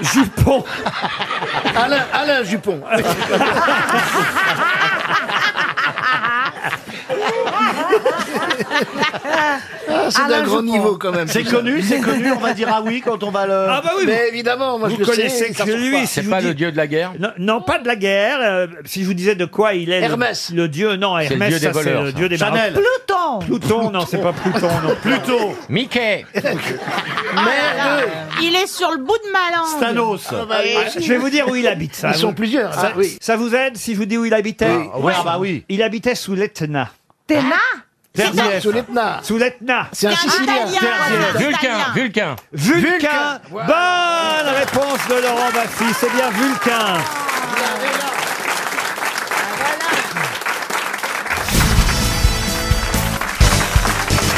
[SPEAKER 1] Jupon.
[SPEAKER 17] Euh, Alain, Alain Jupon. Ah,
[SPEAKER 12] c'est
[SPEAKER 17] d'un grand niveau, quand même.
[SPEAKER 12] C'est connu, c'est connu, on va dire ah oui quand on va le.
[SPEAKER 1] Ah bah oui,
[SPEAKER 17] Mais
[SPEAKER 1] vous-
[SPEAKER 17] évidemment, moi, je
[SPEAKER 1] vous
[SPEAKER 17] le sais,
[SPEAKER 1] connaissez
[SPEAKER 17] ça
[SPEAKER 1] que
[SPEAKER 17] change
[SPEAKER 1] lui.
[SPEAKER 17] pas.
[SPEAKER 1] si
[SPEAKER 17] C'est
[SPEAKER 1] je vous
[SPEAKER 17] pas le
[SPEAKER 1] dis-
[SPEAKER 17] dieu de la guerre
[SPEAKER 1] non, non, pas de la guerre. euh, si je vous disais de quoi il est. le-
[SPEAKER 17] Hermès.
[SPEAKER 1] Le, dieu, non,
[SPEAKER 17] C'est le
[SPEAKER 1] Hermès,
[SPEAKER 17] dieu des
[SPEAKER 1] ça, c'est
[SPEAKER 17] voleurs,
[SPEAKER 1] le
[SPEAKER 17] ça.
[SPEAKER 1] dieu des
[SPEAKER 17] Chanel.
[SPEAKER 1] marins.
[SPEAKER 18] Pluton.
[SPEAKER 1] Pluton, non, c'est pas Pluton, non. Pluton.
[SPEAKER 17] Mickey.
[SPEAKER 7] Ah là là, Il est sur le bout de ma langue.
[SPEAKER 1] Stanos.
[SPEAKER 7] Ah bah oui.
[SPEAKER 1] je vais vous dire où il habite, ça.
[SPEAKER 17] Ils sont
[SPEAKER 1] vous-
[SPEAKER 17] plusieurs,
[SPEAKER 1] Ça,
[SPEAKER 17] ah oui.
[SPEAKER 1] ça vous aide si je vous dis où il habitait
[SPEAKER 17] Ah, ouais, ah bah oui.
[SPEAKER 1] Il habitait sous l'Etna.
[SPEAKER 18] Téna
[SPEAKER 1] Terzieff.
[SPEAKER 17] Sous l'Etna.
[SPEAKER 1] Sous l'Etna.
[SPEAKER 17] C'est un C'est un Sicilien. Italien,
[SPEAKER 1] Terzieff.
[SPEAKER 17] voilà, c'est
[SPEAKER 19] Vulcain, Vulcain.
[SPEAKER 1] Vulcain. Bonne réponse de Laurent Baffy. C'est bien Vulcain.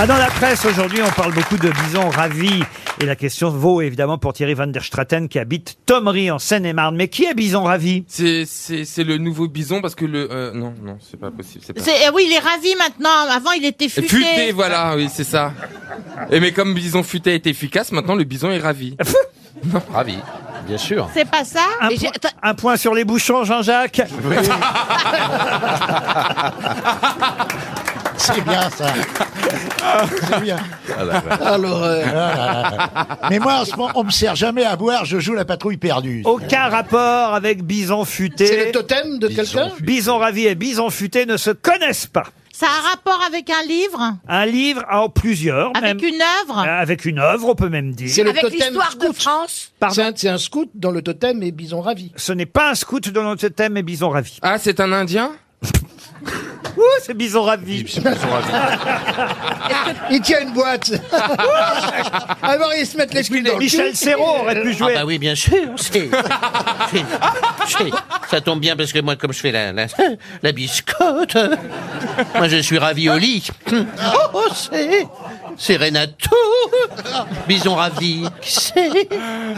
[SPEAKER 1] Ah, dans la presse aujourd'hui, on parle beaucoup de bison ravi. Et la question vaut évidemment pour Thierry van der Straten qui habite Thomery en Seine-et-Marne. Mais qui est bison ravi
[SPEAKER 2] C'est c'est c'est le nouveau bison parce que le euh, non non c'est pas possible c'est pas.
[SPEAKER 7] C'est- eh oui, il est ravi maintenant. Avant, il était futé.
[SPEAKER 2] Futé voilà oui c'est ça. Et mais comme bison futé est efficace maintenant le bison est ravi. ravi.
[SPEAKER 1] Bien sûr.
[SPEAKER 7] C'est pas ça
[SPEAKER 1] Un, point- un point sur les bouchons, Jean-Jacques
[SPEAKER 17] C'est bien ça. C'est bien. Ah,
[SPEAKER 1] euh,
[SPEAKER 17] l'horreur. Ah, là, là. Mais moi, en ce moment, on me sert jamais à boire, je joue la patrouille perdue.
[SPEAKER 1] Aucun rapport avec Bison Futé.
[SPEAKER 17] C'est le totem de Bison quelqu'un
[SPEAKER 1] Bison Ravi et Bison Futé ne se connaissent pas.
[SPEAKER 7] Ça a un rapport avec un livre
[SPEAKER 1] Un livre en plusieurs.
[SPEAKER 7] Avec une œuvre
[SPEAKER 1] Euh, Avec une œuvre, on peut même dire.
[SPEAKER 17] C'est le totem scout. C'est un, c'est un scout dans le totem et bison ravi.
[SPEAKER 1] Ce n'est pas un scout de notre thème et Bison Ravi.
[SPEAKER 2] Ah, c'est un Indien
[SPEAKER 1] Ouh, c'est Bison Ravi.
[SPEAKER 17] Il tient une boîte. Alors ils se mettent les dans le
[SPEAKER 1] Michel
[SPEAKER 17] cul.
[SPEAKER 1] Serrault aurait pu jouer.
[SPEAKER 19] Ah bah oui, bien sûr, c'est... c'est- c'est- Ça tombe bien parce que moi, comme je fais la, la, la biscotte, euh, moi je suis ravioli. Oh, oh, c'est... C'est Renato. Bison ravi. C'est...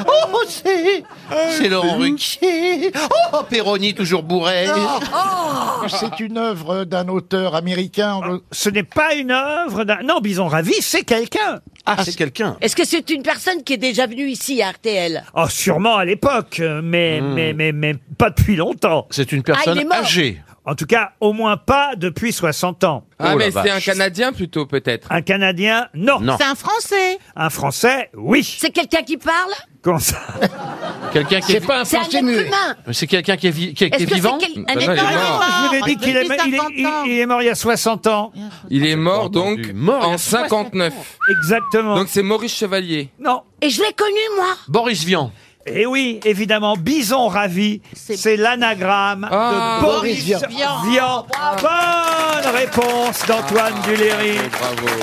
[SPEAKER 19] Oh, c'est... C'est Laurent Ruquier. Oh, Perroni toujours bourré.
[SPEAKER 17] Ah. C'est une œuvre d'un auteur américain.
[SPEAKER 1] Ce n'est pas une œuvre d'un... Non, Bison Ravi, c'est quelqu'un.
[SPEAKER 19] Ah, c'est quelqu'un.
[SPEAKER 20] Est-ce que c'est une personne qui est déjà venue ici à RTL
[SPEAKER 1] Oh, sûrement à l'époque, mais, mais, mais, mais pas depuis longtemps.
[SPEAKER 12] C'est une
[SPEAKER 20] personne Ah, il est mort. âgée.
[SPEAKER 1] En tout cas, au moins pas depuis 60 ans.
[SPEAKER 2] Ah, mais c'est un Canadien plutôt, peut-être.
[SPEAKER 1] Un Canadien, non.
[SPEAKER 7] C'est un Français
[SPEAKER 1] Un Français, oui.
[SPEAKER 20] C'est quelqu'un qui parle
[SPEAKER 1] Comment ça
[SPEAKER 12] Quelqu'un qui
[SPEAKER 1] C'est
[SPEAKER 12] est
[SPEAKER 1] pas un
[SPEAKER 20] C'est un être humain
[SPEAKER 12] Mais C'est quelqu'un qui est, vi- qui est- qui
[SPEAKER 20] Est-ce
[SPEAKER 12] est
[SPEAKER 20] que c'est
[SPEAKER 12] vivant Bah,
[SPEAKER 20] quel-
[SPEAKER 1] un
[SPEAKER 20] être humain Ah,
[SPEAKER 1] Je vous ai
[SPEAKER 20] Depuis
[SPEAKER 1] dit qu'il est, il est-
[SPEAKER 20] 50
[SPEAKER 1] il-
[SPEAKER 20] ans.
[SPEAKER 1] il est mort il y a 60 ans.
[SPEAKER 2] Il est mort donc en 59.
[SPEAKER 1] Exactement.
[SPEAKER 2] Donc c'est Maurice Chevalier.
[SPEAKER 1] Non.
[SPEAKER 20] Et je l'ai connu, moi
[SPEAKER 12] Boris Vian.
[SPEAKER 1] Et Eh oui, évidemment, Bison Ravi, c'est l'anagramme
[SPEAKER 12] Ah,
[SPEAKER 1] de Boris,
[SPEAKER 12] Boris
[SPEAKER 1] Vian. Bonne réponse d'Antoine
[SPEAKER 12] Ah,
[SPEAKER 1] Duléry.
[SPEAKER 2] Bravo.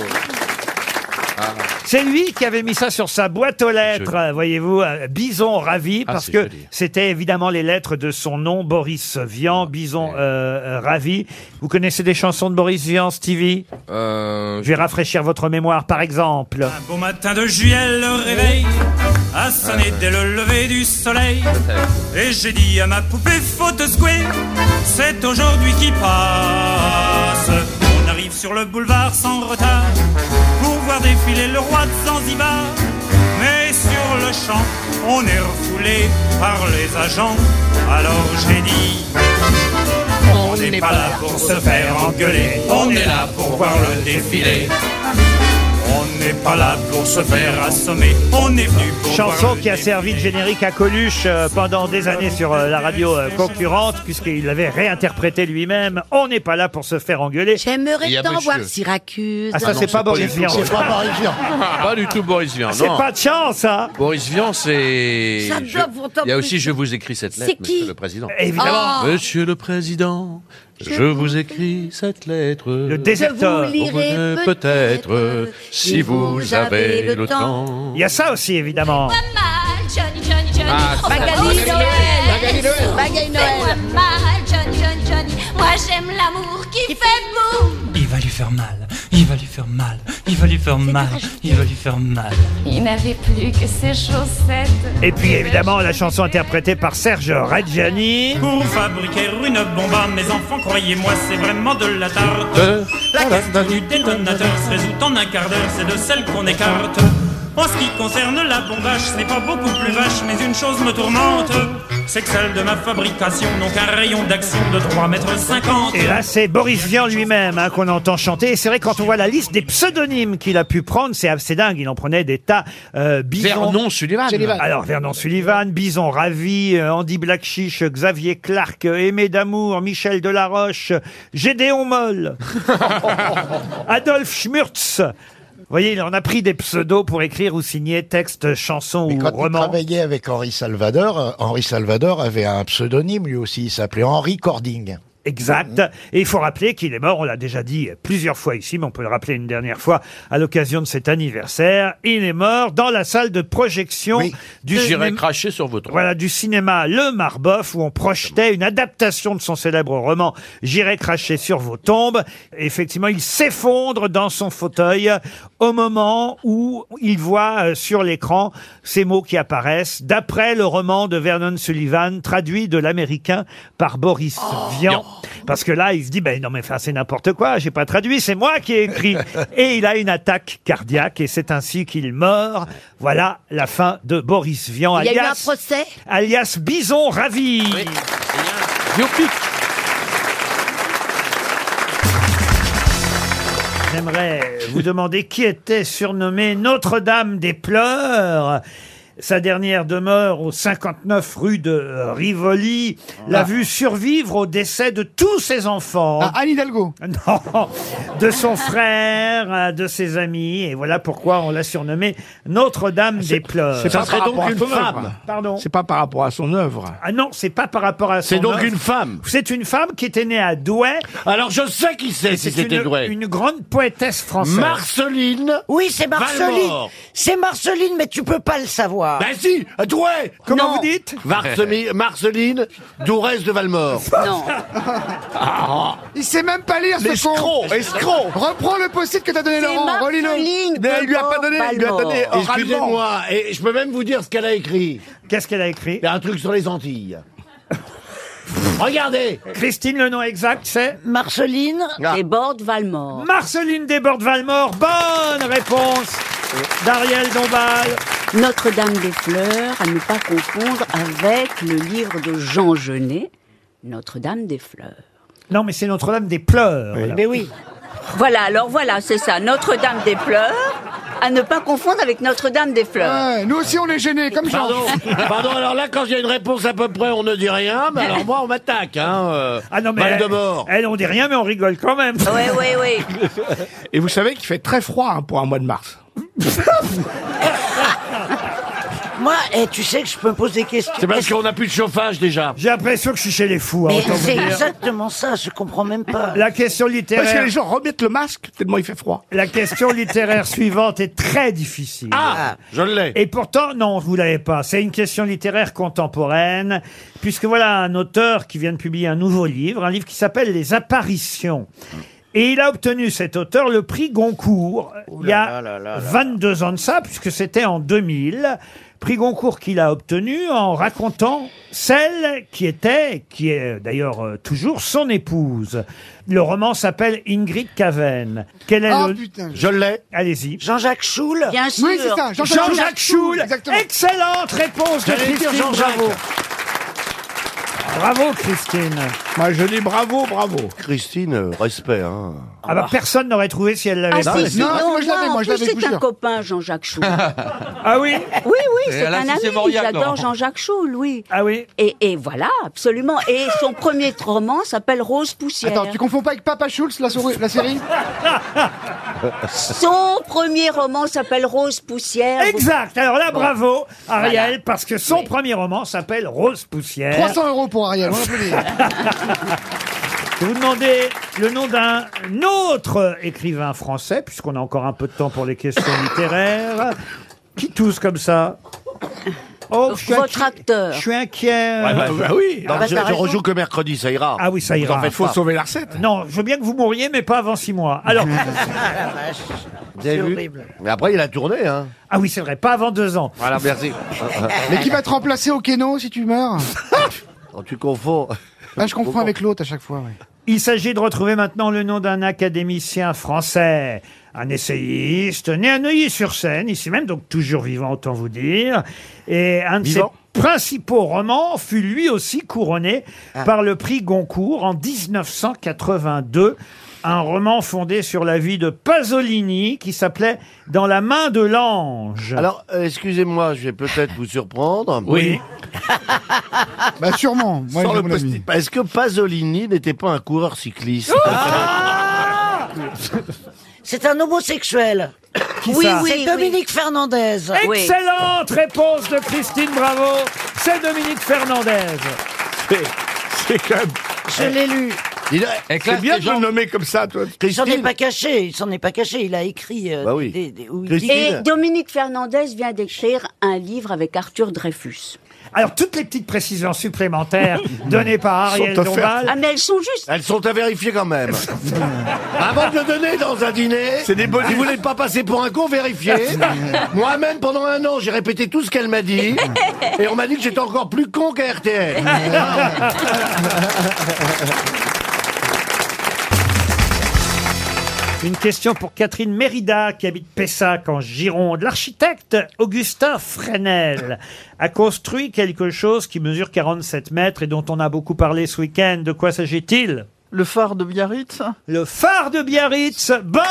[SPEAKER 1] C'est lui qui avait mis ça sur sa boîte aux lettres, euh, voyez-vous, euh, Bison Ravi,
[SPEAKER 12] Ah,
[SPEAKER 1] parce
[SPEAKER 12] c'est
[SPEAKER 1] que
[SPEAKER 12] joli.
[SPEAKER 1] c'était évidemment les lettres de son nom, Boris Vian,
[SPEAKER 12] Ah,
[SPEAKER 1] Bison euh, euh, Ravi. Vous connaissez des chansons de Boris Vian, Stevie
[SPEAKER 12] Euh,
[SPEAKER 1] Je vais rafraîchir votre mémoire, par exemple.
[SPEAKER 21] Beau matin de juillet, le réveil a sonné dès le lever du soleil. Et j'ai dit à ma poupée, faut te secouer, c'est aujourd'hui qui passe. On arrive sur le boulevard sans retard pour voir défiler le roi de Zanzibar. Mais sur le champ, on est refoulé par les agents. Alors j'ai dit. On n'est pas là pour se faire engueuler, on est là pour voir le défilé. On n'est pas là pour se faire assommer, on est venu pour
[SPEAKER 1] Chanson
[SPEAKER 21] voir le
[SPEAKER 1] qui a servi de générique à Coluche euh, pendant des années sur euh, la radio euh, concurrente, puisqu'il l'avait réinterprété lui-même. On n'est pas là pour se faire engueuler.
[SPEAKER 20] J'aimerais tant voir Syracuse.
[SPEAKER 1] Ah, ça, c'est pas Boris Vian.
[SPEAKER 12] Pas du tout Boris Vian,
[SPEAKER 1] Ah, C'est
[SPEAKER 12] non.
[SPEAKER 1] pas de chance, hein
[SPEAKER 12] Boris Vian, c'est.
[SPEAKER 20] J'adore
[SPEAKER 12] Je-
[SPEAKER 20] vous entendre
[SPEAKER 12] Il y a
[SPEAKER 20] plus
[SPEAKER 12] aussi
[SPEAKER 20] de-
[SPEAKER 12] Je vous écris cette
[SPEAKER 20] C'est
[SPEAKER 12] lettre,
[SPEAKER 20] qui
[SPEAKER 12] monsieur le président.
[SPEAKER 20] Évidemment. Ah.
[SPEAKER 12] Monsieur le président, je, vous écris cette lettre. Le
[SPEAKER 1] déserteur.
[SPEAKER 20] Je vous lirai
[SPEAKER 12] peut-être si vous avez le temps.
[SPEAKER 1] Il y a ça aussi, évidemment.
[SPEAKER 22] Johnny, Johnny, Johnny.
[SPEAKER 12] Ah, ça,
[SPEAKER 22] Magali
[SPEAKER 12] c'est
[SPEAKER 22] Noël.
[SPEAKER 12] Magali Noël.
[SPEAKER 22] Magali Noël. Fais-moi mal, Johnny, Johnny, Johnny. Moi, j'aime l'amour qui fait boum.
[SPEAKER 21] Il va lui faire mal, il va lui faire mal, il va lui faire mal, il va lui faire mal.
[SPEAKER 22] Il n'avait plus que ses chaussettes.
[SPEAKER 1] Et puis, évidemment, la chanson interprétée par Serge Reggiani.
[SPEAKER 21] Pour fabriquer une bombe à mes enfants, croyez-moi, c'est vraiment de la tarte. La question du détonateur se résout en un quart d'heure, c'est de celle qu'on écarte. En ce qui concerne la bombage, ce n'est pas beaucoup plus vache, mais une chose me tourmente, c'est que celle de ma fabrication n'ont qu'un rayon d'action de 3 mètres 50.
[SPEAKER 1] Et là, c'est Boris Vian lui-même hein, qu'on entend chanter. Et c'est vrai, quand on voit la liste des pseudonymes qu'il a pu prendre, c'est assez dingue. Il en prenait des tas. Euh, Bison,
[SPEAKER 12] Vernon Sullivan. Sullivan.
[SPEAKER 1] Alors, Vernon Sullivan, Bison Ravi, euh, Andy Blackchiche, Xavier Clark, euh, Aimé d'Amour, Michel Delaroche, euh, Gédéon Moll, Adolphe Schmurtz. Vous voyez, il en a pris des pseudos pour écrire ou signer texte, chanson ou
[SPEAKER 17] Quand il
[SPEAKER 1] roman.
[SPEAKER 17] travaillait avec Henri Salvador, euh, Henri Salvador avait un pseudonyme lui aussi, il s'appelait Henri Cording.
[SPEAKER 1] Exact. Et il faut rappeler qu'il est mort, on l'a déjà dit plusieurs fois ici, mais on peut le rappeler une dernière fois à l'occasion de cet anniversaire. Il est mort dans la salle de projection du,
[SPEAKER 12] J'irai
[SPEAKER 1] cinéma,
[SPEAKER 12] cracher sur votre.
[SPEAKER 1] voilà, du cinéma Le Marbeuf, où on projetait une adaptation de son célèbre roman J'irai cracher sur vos tombes. Et effectivement, il s'effondre dans son fauteuil au moment où il voit euh, sur l'écran ces mots qui apparaissent, d'après le roman de Vernon Sullivan, traduit de l'américain par Boris Vian. Parce que là, il se dit, ben non, mais enfin, c'est n'importe quoi, j'ai pas traduit, c'est moi qui ai écrit. Et il a une attaque cardiaque, et c'est ainsi qu'il meurt. Voilà la fin de Boris Vian,
[SPEAKER 20] Il y a eu un
[SPEAKER 1] Oh, alias,
[SPEAKER 20] procès
[SPEAKER 1] alias Bison Ravi. J'aimerais vous demander qui était surnommé Notre-Dame des Pleurs. Sa dernière demeure au 59 rue de euh, Rivoli
[SPEAKER 17] Ah.
[SPEAKER 1] l'a vu survivre au décès de tous ses enfants. Anne Hidalgo Non, de son frère, euh, de ses amis, et voilà pourquoi on l'a surnommé Notre-Dame des Pleurs.
[SPEAKER 17] Ah, C'est pas par rapport à son œuvre.
[SPEAKER 1] Pardon
[SPEAKER 17] C'est pas par rapport à son œuvre.
[SPEAKER 1] Ah non, c'est pas par rapport à son
[SPEAKER 17] C'est donc
[SPEAKER 1] œuvre.
[SPEAKER 17] une femme.
[SPEAKER 1] C'est une femme qui était née à Douai.
[SPEAKER 12] Alors je sais qui c'est
[SPEAKER 1] Et
[SPEAKER 12] si
[SPEAKER 1] c'est
[SPEAKER 12] c'était
[SPEAKER 1] une-
[SPEAKER 12] Douai.
[SPEAKER 1] Une grande poétesse française.
[SPEAKER 12] Marceline.
[SPEAKER 13] Oui, c'est Marceline.
[SPEAKER 12] Valmore.
[SPEAKER 13] C'est Marceline, mais tu peux pas le savoir.
[SPEAKER 12] Ben si, Douai
[SPEAKER 1] Comment vous dites
[SPEAKER 12] Marcemi- Marceline Dourès de Valmore.
[SPEAKER 16] Non.
[SPEAKER 12] Ah.
[SPEAKER 23] Il sait même pas lire ce con.
[SPEAKER 12] L'escroc, escroc.
[SPEAKER 23] Reprends le post-it que t'as donné
[SPEAKER 16] C'est
[SPEAKER 23] Laurent, relis-le.
[SPEAKER 16] Marceline
[SPEAKER 23] Mais il lui a pas donné, il lui a donné
[SPEAKER 16] Balmore.
[SPEAKER 23] oralement.
[SPEAKER 12] Excusez-moi, et je peux même vous dire ce qu'elle a écrit.
[SPEAKER 1] Qu'est-ce qu'elle a écrit
[SPEAKER 12] Il y a un truc sur les Antilles. Regardez
[SPEAKER 1] Christine, le nom exact, c'est
[SPEAKER 13] Marceline
[SPEAKER 17] Ah.
[SPEAKER 4] Desbordes-Valmore.
[SPEAKER 1] Marceline Desbordes-Valmore. Bonne réponse d'Ariel Dombal.
[SPEAKER 4] Notre-Dame des Fleurs, à ne pas confondre avec le livre de Jean Genet, Notre-Dame des Fleurs.
[SPEAKER 1] Non, mais c'est Notre-Dame des Pleurs. là.
[SPEAKER 13] Mais oui.
[SPEAKER 4] Voilà, alors voilà, c'est ça, Notre-Dame des Fleurs, à ne pas confondre avec Notre-Dame des Fleurs.
[SPEAKER 23] Ouais, nous aussi on est gênés, comme Jean.
[SPEAKER 12] Pardon, pardon, alors là, quand il y a une réponse à peu près, on ne dit rien, mais alors moi, on m'attaque, hein. euh,
[SPEAKER 1] Ah non, mais
[SPEAKER 12] balle de
[SPEAKER 1] elle-
[SPEAKER 12] mort.
[SPEAKER 1] Elle, on dit rien, mais on rigole quand même.
[SPEAKER 4] Oui, oui, oui.
[SPEAKER 17] Et vous savez qu'il fait très froid hein, pour un mois de mars.
[SPEAKER 13] Moi, et tu sais que je peux me poser des questions.
[SPEAKER 12] C'est parce
[SPEAKER 13] Est-ce-
[SPEAKER 12] qu'on n'a plus de chauffage déjà.
[SPEAKER 1] J'ai l'impression que je suis chez les fous. hein,
[SPEAKER 13] Mais
[SPEAKER 1] autant vous
[SPEAKER 13] c'est
[SPEAKER 1] dire.
[SPEAKER 13] exactement ça, je comprends même pas.
[SPEAKER 1] La question
[SPEAKER 17] Parce que
[SPEAKER 1] littéraire.
[SPEAKER 17] les gens remettent le masque tellement il fait froid.
[SPEAKER 1] La question littéraire suivante est très difficile.
[SPEAKER 12] Ah, je l'ai.
[SPEAKER 1] Et pourtant, non, vous l'avez pas. C'est une question littéraire contemporaine, puisque voilà un auteur qui vient de publier un nouveau livre, un livre qui s'appelle Les Apparitions. Et il a obtenu, cet auteur, le prix Goncourt, il y a 22 ans de ça, puisque c'était en 2000. Prix Goncourt qu'il a obtenu en racontant celle qui était, qui est d'ailleurs euh, toujours son épouse. Le roman s'appelle Ingrid Caven. Quel est
[SPEAKER 23] Ah,
[SPEAKER 1] le-
[SPEAKER 23] putain.
[SPEAKER 12] Je l'ai.
[SPEAKER 1] Allez-y.
[SPEAKER 13] Jean-Jacques Schoul
[SPEAKER 4] Bien sûr.
[SPEAKER 23] Oui, c'est ça, Jean-Jacques
[SPEAKER 1] Jean-Jacques Choul.
[SPEAKER 23] Exactement.
[SPEAKER 1] Excellente réponse de
[SPEAKER 12] J'allais dire
[SPEAKER 1] Christine
[SPEAKER 12] Jean Jacques.
[SPEAKER 1] Bravo. Bravo Christine.
[SPEAKER 17] Moi, je dis bravo, bravo.
[SPEAKER 12] Christine, euh, respect, hein.
[SPEAKER 1] Ah bah, personne n'aurait trouvé si elle l'avait
[SPEAKER 4] Ah
[SPEAKER 1] pas.
[SPEAKER 4] si, si,
[SPEAKER 23] non,
[SPEAKER 4] non,
[SPEAKER 23] moi, je
[SPEAKER 4] moi,
[SPEAKER 23] l'avais,
[SPEAKER 4] en
[SPEAKER 23] moi, je
[SPEAKER 4] plus,
[SPEAKER 23] l'avais, je vous
[SPEAKER 4] c'est un
[SPEAKER 23] jure.
[SPEAKER 4] copain, Jean-Jacques Choul.
[SPEAKER 1] Ah oui.
[SPEAKER 4] Oui, oui, c'est
[SPEAKER 2] là,
[SPEAKER 4] un
[SPEAKER 2] c'est
[SPEAKER 4] ami.
[SPEAKER 2] Sévoriac,
[SPEAKER 4] J'adore
[SPEAKER 2] Laurent.
[SPEAKER 4] Jean-Jacques Choul, oui.
[SPEAKER 1] Ah oui.
[SPEAKER 4] Et, et voilà, absolument. Et son premier roman s'appelle Rose Poussière.
[SPEAKER 23] Attends, tu confonds pas avec Papa Schultz, la, souris- la série
[SPEAKER 4] Son premier roman s'appelle Rose Poussière.
[SPEAKER 1] Exact. Alors là, bravo Ariel,
[SPEAKER 4] Voilà.
[SPEAKER 1] parce que son
[SPEAKER 4] Oui.
[SPEAKER 1] premier roman s'appelle Rose Poussière.
[SPEAKER 23] 300 euros pour Ariel, hein, on l'applaudit.
[SPEAKER 1] Je vais vous demander le nom d'un autre écrivain français, puisqu'on a encore un peu de temps pour les questions littéraires. Qui tousse comme ça Oh, je suis
[SPEAKER 4] Votre
[SPEAKER 1] inqui-
[SPEAKER 4] acteur.
[SPEAKER 1] Je suis inquiet.
[SPEAKER 12] Ouais, bah,
[SPEAKER 17] Ah, oui.
[SPEAKER 12] Non,
[SPEAKER 13] bah,
[SPEAKER 12] je,
[SPEAKER 13] t'as
[SPEAKER 12] je
[SPEAKER 13] raison.
[SPEAKER 12] rejoue que mercredi, ça ira.
[SPEAKER 1] Ah oui, ça
[SPEAKER 12] Vous en
[SPEAKER 1] ira.
[SPEAKER 12] faites
[SPEAKER 17] Faut
[SPEAKER 12] pas.
[SPEAKER 17] sauver la recette.
[SPEAKER 1] Non, je veux bien que vous mouriez, mais pas avant six mois. Alors,
[SPEAKER 13] Ah,
[SPEAKER 12] Vous avez vu Mais après, il a tourné, hein.
[SPEAKER 1] ah oui, c'est vrai, pas avant deux ans.
[SPEAKER 12] Voilà, merci.
[SPEAKER 23] Mais qui va te remplacer au Keno si tu meurs
[SPEAKER 12] Oh, tu confonds.
[SPEAKER 23] Là, je confonds avec l'autre à chaque fois. ouais.
[SPEAKER 1] Il s'agit de retrouver maintenant le nom d'un académicien français, un essayiste, né à Neuilly-sur-Seine, ici même, donc toujours vivant, autant vous dire. Et un de
[SPEAKER 12] Vivant.
[SPEAKER 1] ses principaux romans fut lui aussi couronné
[SPEAKER 12] Ah.
[SPEAKER 1] par le prix Goncourt en 1982. Un roman fondé sur la vie de Pasolini qui s'appelait Dans la main de l'ange.
[SPEAKER 12] Alors, euh, excusez-moi, je vais peut-être vous surprendre.
[SPEAKER 1] oui.
[SPEAKER 23] Bah sûrement, moi,
[SPEAKER 12] Sans
[SPEAKER 23] il est
[SPEAKER 12] le
[SPEAKER 23] mon ami.
[SPEAKER 12] post-it. Est-ce que Pasolini n'était pas un coureur cycliste
[SPEAKER 1] Ah
[SPEAKER 13] C'est un homosexuel.
[SPEAKER 4] oui,
[SPEAKER 1] ça
[SPEAKER 4] oui,
[SPEAKER 13] C'est
[SPEAKER 4] oui.
[SPEAKER 13] Dominique Fernandez.
[SPEAKER 4] Oui.
[SPEAKER 1] Excellente réponse de Christine Bravo. C'est Dominique Fernandez.
[SPEAKER 17] C'est quand même.
[SPEAKER 13] Je
[SPEAKER 12] Eh.
[SPEAKER 13] l'ai lu.
[SPEAKER 12] Il a-
[SPEAKER 17] C'est bien de le nommer comme ça, toi.
[SPEAKER 13] Il s'en est
[SPEAKER 12] Christine,
[SPEAKER 13] pas caché, il s'en est pas caché, il a écrit. euh,
[SPEAKER 12] Bah oui.
[SPEAKER 13] des- des- où il
[SPEAKER 12] Christine.
[SPEAKER 13] dit-
[SPEAKER 4] Et Dominique Fernandez vient d'écrire un livre avec Arthur Dreyfus.
[SPEAKER 1] Alors, toutes les petites précisions supplémentaires données par Ariel
[SPEAKER 17] Sont offertes.
[SPEAKER 1] Dombal.
[SPEAKER 4] Ah, mais elles sont justes.
[SPEAKER 12] elles sont à vérifier quand même. Avant de le donner dans un dîner,
[SPEAKER 17] C'est des bonnes-
[SPEAKER 12] si vous voulez pas passer pour un con, vérifiez. Moi-même, pendant un an, j'ai répété tout ce qu'elle m'a dit. Et on m'a dit que j'étais encore plus con qu'à RTL.
[SPEAKER 1] Une question pour Catherine Mérida, qui habite Pessac, en Gironde. L'architecte Augustin Fresnel a construit quelque chose qui mesure 47 mètres et dont on a beaucoup parlé ce week-end. De quoi s'agit-il Le phare de Biarritz Le phare de Biarritz Bonne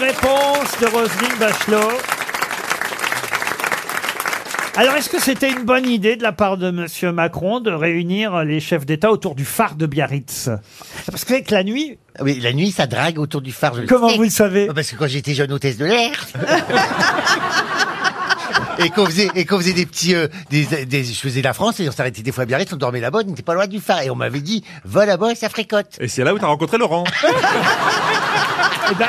[SPEAKER 1] réponse de Roselyne Bachelot. Alors, est-ce que c'était une bonne idée de la part de Monsieur Macron de réunir les chefs d'État autour du phare de Biarritz Parce que, avec la nuit...
[SPEAKER 12] Oui, la nuit, ça drague autour du phare. je le
[SPEAKER 1] Comment
[SPEAKER 12] sais.
[SPEAKER 1] vous le savez
[SPEAKER 12] oh, Parce que quand j'étais jeune hôtesse de l'air... Et qu'on faisait, et qu'on faisait des petits, euh, des, des- je faisais la France et on s'arrêtait des fois à Biarritz, on dormait là-bas, on n'était pas loin du phare et on m'avait dit, va là-bas et ça fricote.
[SPEAKER 24] Et c'est là où t'as rencontré Laurent.
[SPEAKER 1] Eh ben,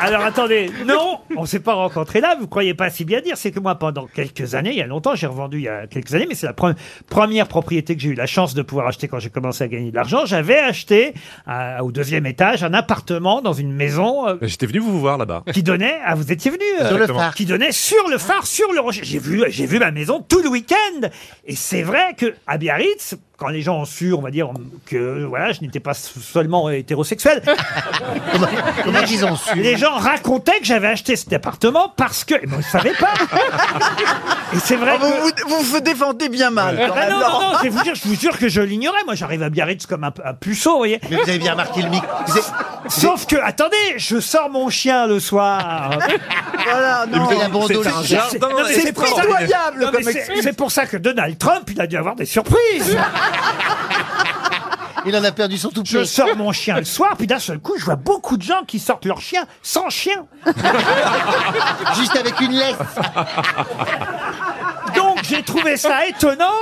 [SPEAKER 1] Alors attendez, non, on s'est pas rencontrés là, vous croyez pas si bien dire, c'est que moi pendant quelques années, il y a longtemps, j'ai revendu il y a quelques années, mais c'est la pre- première propriété que j'ai eu la chance de pouvoir acheter quand j'ai commencé à gagner de l'argent, j'avais acheté à- au deuxième étage un appartement dans une maison euh,
[SPEAKER 24] J'étais venu vous voir là-bas.
[SPEAKER 1] qui donnait, ah vous étiez venu,
[SPEAKER 24] Sur le phare.
[SPEAKER 1] qui donnait sur le phare, sur le rocher. J'ai vu, j'ai vu ma maison tout le week-end. Et c'est vrai que à Biarritz, quand les gens ont su, on va dire que voilà, je n'étais pas seulement hétérosexuel.
[SPEAKER 12] comment ils ont su
[SPEAKER 1] Les gens racontaient que j'avais acheté cet appartement parce que, mais on ne savait pas. Et c'est vrai. que...
[SPEAKER 8] vous, vous vous défendez bien mal. quand
[SPEAKER 1] Ah
[SPEAKER 8] même,
[SPEAKER 1] non, non,
[SPEAKER 8] Laurent.
[SPEAKER 1] non, je, vais vous dire, je vous jure que je l'ignorais. Moi, j'arrive à Biarritz comme un, un puceau, vous voyez.
[SPEAKER 12] Mais vous avez bien remarqué le micro.
[SPEAKER 1] Sauf que, attendez, je sors mon chien le soir.
[SPEAKER 8] Voilà, non.
[SPEAKER 12] Mais vous avez abandonné le
[SPEAKER 1] C'est-
[SPEAKER 12] jardin.
[SPEAKER 1] c'est- non, mais
[SPEAKER 8] C'est
[SPEAKER 1] c'est pour ça-
[SPEAKER 8] pitoyable
[SPEAKER 1] Non, mais
[SPEAKER 8] comme
[SPEAKER 1] c'est-
[SPEAKER 8] excuse.
[SPEAKER 1] C'est pour ça que Donald Trump, il a dû avoir des surprises.
[SPEAKER 12] Il en a perdu son tout
[SPEAKER 1] Je sors mon chien le soir, puis d'un seul coup, je vois beaucoup de gens qui sortent leur chien sans chien.
[SPEAKER 12] Juste avec une laisse.
[SPEAKER 1] Donc, j'ai trouvé ça étonnant.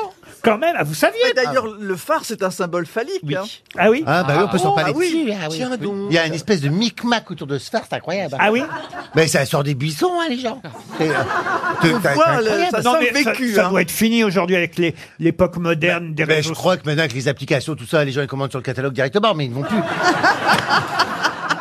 [SPEAKER 1] Quand même, ah, vous saviez
[SPEAKER 8] Mais D'ailleurs, le phare, c'est un symbole phallique. hein.
[SPEAKER 1] Ah oui
[SPEAKER 12] Ah bah oui, on peut
[SPEAKER 8] Ah,
[SPEAKER 12] s'en parler
[SPEAKER 8] ah oui.
[SPEAKER 12] dessus. ah oui.
[SPEAKER 8] Tiens
[SPEAKER 12] Oui.
[SPEAKER 8] donc.
[SPEAKER 12] Il y a une espèce de micmac autour de ce phare, c'est incroyable.
[SPEAKER 1] Ah oui
[SPEAKER 12] Mais ça sort des buissons, hein, les gens. C'est, euh, c'est- On c'est voit, incroyable.
[SPEAKER 8] le- ça
[SPEAKER 1] Non,
[SPEAKER 8] sent
[SPEAKER 1] mais
[SPEAKER 8] le vécu.
[SPEAKER 1] ça
[SPEAKER 8] hein.
[SPEAKER 1] doit être fini aujourd'hui avec les- l'époque moderne des
[SPEAKER 12] Ben,
[SPEAKER 1] réseaux
[SPEAKER 12] je crois que maintenant avec les applications, tout ça, les gens ils commandent sur le catalogue directement, mais ils ne vont plus.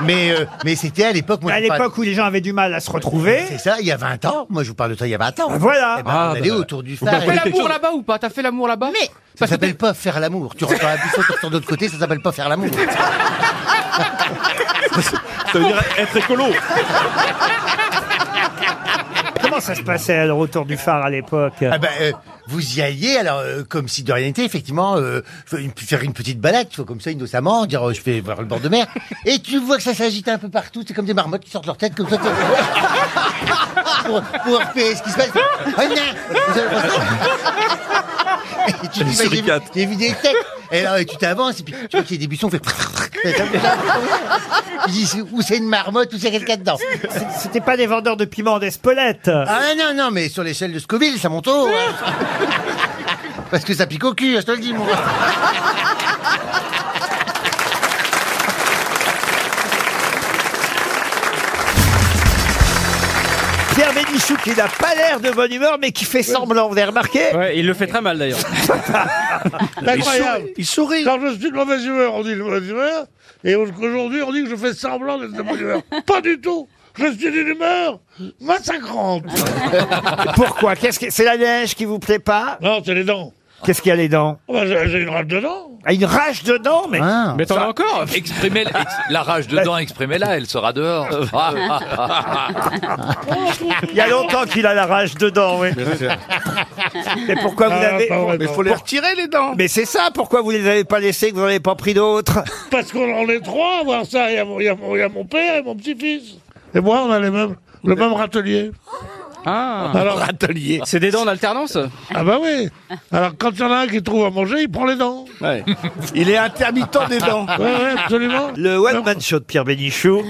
[SPEAKER 12] mais euh, mais c'était à l'époque. moi,
[SPEAKER 1] À
[SPEAKER 12] je vous parle-
[SPEAKER 1] l'époque où les gens avaient du mal à se retrouver.
[SPEAKER 12] C'est ça, il y a 20 ans. Moi, je vous parle de ça il y a 20 ans.
[SPEAKER 1] Ah, voilà.
[SPEAKER 12] Eh ben,
[SPEAKER 24] Ah,
[SPEAKER 12] on allait
[SPEAKER 24] bah,
[SPEAKER 12] autour du
[SPEAKER 24] Vous
[SPEAKER 12] phare.
[SPEAKER 24] faites quelque chose.
[SPEAKER 5] là-bas ou pas T'as fait l'amour là-bas Mais
[SPEAKER 12] Ça s'appelle pas faire l'amour. Tu rentres dans la buisson, tu ressors de l'autre côté, ça s'appelle pas faire l'amour.
[SPEAKER 24] Ça veut dire être écolo.
[SPEAKER 1] Comment ça se passait alors autour du phare à l'époque
[SPEAKER 12] Ah ben, euh, vous y alliez, alors, euh, comme si de rien n'était, effectivement, euh, f- une- faire une petite balade, tu vois, comme ça, innocemment, dire, euh, je vais voir le bord de mer, et tu vois que ça s'agite un peu partout, c'est comme des marmottes qui sortent leur tête, comme ça, t'es- pour, pour repérer ce qui se passe. Oh, non, vous avez- Et tu
[SPEAKER 24] Une
[SPEAKER 12] dis, bah, j'ai vu-
[SPEAKER 24] suricate.
[SPEAKER 12] j'ai vu des têtes. Et là, et tu t'avances, et puis tu vois qu'il y a des buissons, on fait... Tu dis, c'est- ou c'est une marmotte, ou c'est quelqu'un dedans.
[SPEAKER 1] C'était pas des vendeurs de piment d'Espelette.
[SPEAKER 12] Ah non, non, mais sur l'échelle de Scoville, ça monte haut. hein. Parce que ça pique au
[SPEAKER 1] hein,
[SPEAKER 12] cul, je te le dis, moi.
[SPEAKER 1] Pierre Bénichou qui n'a pas l'air de bonne humeur mais qui fait semblant, vous avez remarqué
[SPEAKER 4] Ouais, il le fait très mal d'ailleurs.
[SPEAKER 25] Incroyable.
[SPEAKER 12] Il sourit.
[SPEAKER 25] Quand je suis de mauvaise humeur, on dit de mauvaise humeur. Et aujourd'hui, on dit que je fais semblant d'être de bonne humeur. Pas du tout. Je suis d'une humeur massacrante.
[SPEAKER 1] Pourquoi Ah, Qu'est-ce que c'est la neige qui vous plaît pas
[SPEAKER 25] Non, c'est les dents.
[SPEAKER 1] Qu'est-ce qu'il y a les dents
[SPEAKER 25] Oh, bah, j'ai j'ai une rage de dents.
[SPEAKER 1] Ah, Une rage de dents, mais.
[SPEAKER 12] Ah.
[SPEAKER 26] Mais t'en
[SPEAKER 1] Ça- Bah,
[SPEAKER 26] as encore
[SPEAKER 5] Exprimez la rage dedans, exprimez-la, elle sera dehors.
[SPEAKER 1] euh,
[SPEAKER 5] Ah,
[SPEAKER 1] Il y a longtemps qu'il a la rage de dents, oui. Mais pourquoi vous
[SPEAKER 25] Ah,
[SPEAKER 1] avez
[SPEAKER 25] pas vrai, Mais pas faut vrai. les retirer, les dents.
[SPEAKER 1] Mais c'est ça. Pourquoi vous les avez pas laissés que vous n'en avez pas pris d'autres
[SPEAKER 25] Parce qu'on en est trois à voir ça. Il y a mon- il y, a mon- il y a mon père et mon petit-fils. Et moi, on a les mêmes, le même râtelier.
[SPEAKER 4] Ah,
[SPEAKER 25] Alors-
[SPEAKER 4] râtelier. C'est des dents en alternance
[SPEAKER 25] Ah bah oui. Alors quand il y en a un qui trouve à manger, il prend les dents.
[SPEAKER 1] Il est intermittent
[SPEAKER 25] des dents. Ouais, ouais, absolument.
[SPEAKER 1] Le one man show de Pierre Bénichou.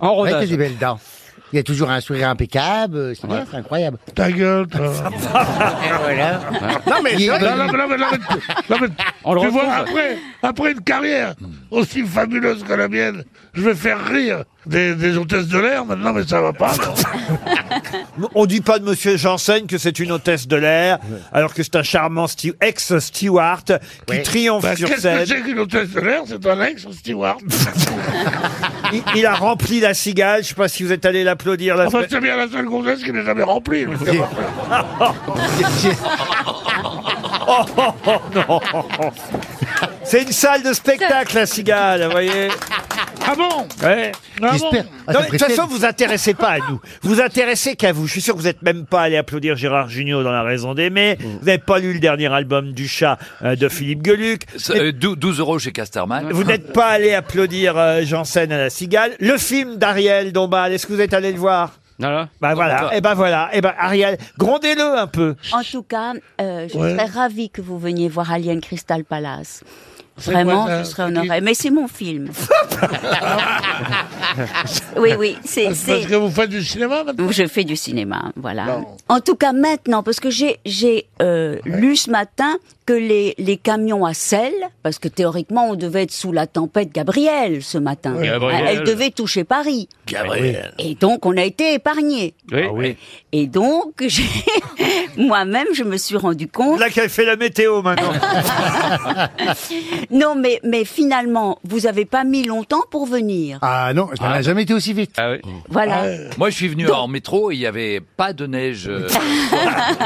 [SPEAKER 4] En
[SPEAKER 12] Ouais,
[SPEAKER 4] rodage.
[SPEAKER 12] t'as des belles dents. Il y a toujours un sourire impeccable, euh, c'est bien, c'est incroyable.
[SPEAKER 25] Ta gueule, toi.
[SPEAKER 12] Voilà.
[SPEAKER 25] Non mais,
[SPEAKER 12] Il est-
[SPEAKER 25] non, non, mais- non, mais- non, mais- non,
[SPEAKER 4] le
[SPEAKER 25] mais- tu
[SPEAKER 4] retrouve.
[SPEAKER 25] vois, après, après une carrière aussi fabuleuse que la mienne, je vais faire rire des, des hôtesses de l'air maintenant, mais ça va pas. non.
[SPEAKER 1] On dit pas de Monsieur Janssen que c'est une hôtesse de l'air, alors que c'est un charmant sti- ex-steward qui
[SPEAKER 12] Ouais.
[SPEAKER 1] triomphe
[SPEAKER 25] Bah,
[SPEAKER 1] sur
[SPEAKER 25] Qu'est-ce que
[SPEAKER 1] scène.
[SPEAKER 25] c'est qu'une hôtesse de l'air C'est un ex steward.
[SPEAKER 1] Il, il a rempli la cigale. Je sais pas si vous êtes allé l'applaudir. La
[SPEAKER 25] Enfin,
[SPEAKER 1] semaine-
[SPEAKER 25] Ah, bah, c'est bien la seule gonzesse qui n'est jamais remplie. mais c'est pas vrai.
[SPEAKER 1] Oh, oh, oh, non. C'est une salle de spectacle, la cigale, vous voyez.
[SPEAKER 25] Ah bon
[SPEAKER 1] Ouais.
[SPEAKER 25] Ah bon Ah,
[SPEAKER 1] Non,
[SPEAKER 25] ça
[SPEAKER 1] mais de toute
[SPEAKER 25] préfère.
[SPEAKER 1] façon, vous intéressez pas à nous. Vous intéressez qu'à vous. Je suis sûr que vous n'êtes même pas allé applaudir Gérard Jugnot dans La Raison d'aimer.
[SPEAKER 27] Mm.
[SPEAKER 1] Vous n'avez pas lu le dernier album du chat euh, de Philippe Gueluc.
[SPEAKER 27] Ça, euh, dou- 12 euros chez Casterman.
[SPEAKER 1] Vous n'êtes pas allé applaudir euh, Janssen à la Cigale. Le film d'Ariel Dombal, est-ce que vous êtes allé le voir Bah voilà,
[SPEAKER 27] Encore.
[SPEAKER 6] Eh
[SPEAKER 1] et ben voilà, et ben Ariel, grondez-le un peu.
[SPEAKER 4] En tout cas, euh, je
[SPEAKER 1] Ouais.
[SPEAKER 4] serais ravie que vous veniez voir Alien Crystal Palace.
[SPEAKER 1] C'est
[SPEAKER 4] Vraiment,
[SPEAKER 1] quoi, ça
[SPEAKER 4] je serais honorée. Mais c'est mon film. oui, oui, c'est.
[SPEAKER 25] Parce que vous faites du cinéma maintenant
[SPEAKER 4] Je fais du cinéma, voilà. En tout cas, maintenant, parce que j'ai j'ai euh, lu ce matin que les, les camions à sel, parce que théoriquement, on devait être sous la tempête Gabrielle ce matin.
[SPEAKER 27] Oui. Gabrielle.
[SPEAKER 4] Elle devait toucher Paris.
[SPEAKER 27] Gabriel.
[SPEAKER 4] Et donc, on a été épargnés.
[SPEAKER 27] Oui.
[SPEAKER 1] Ah
[SPEAKER 27] oui.
[SPEAKER 4] Et donc, j'ai- moi-même, je me suis rendu compte.
[SPEAKER 1] Là qu'elle fait la météo maintenant.
[SPEAKER 4] non, mais, mais finalement, vous avez pas mis longtemps pour venir.
[SPEAKER 27] Ah non, je n'ai jamais été aussi vite.
[SPEAKER 12] Mmh.
[SPEAKER 4] Voilà.
[SPEAKER 12] Ah.
[SPEAKER 27] Moi, je suis venu en métro, il n'y avait pas de neige euh,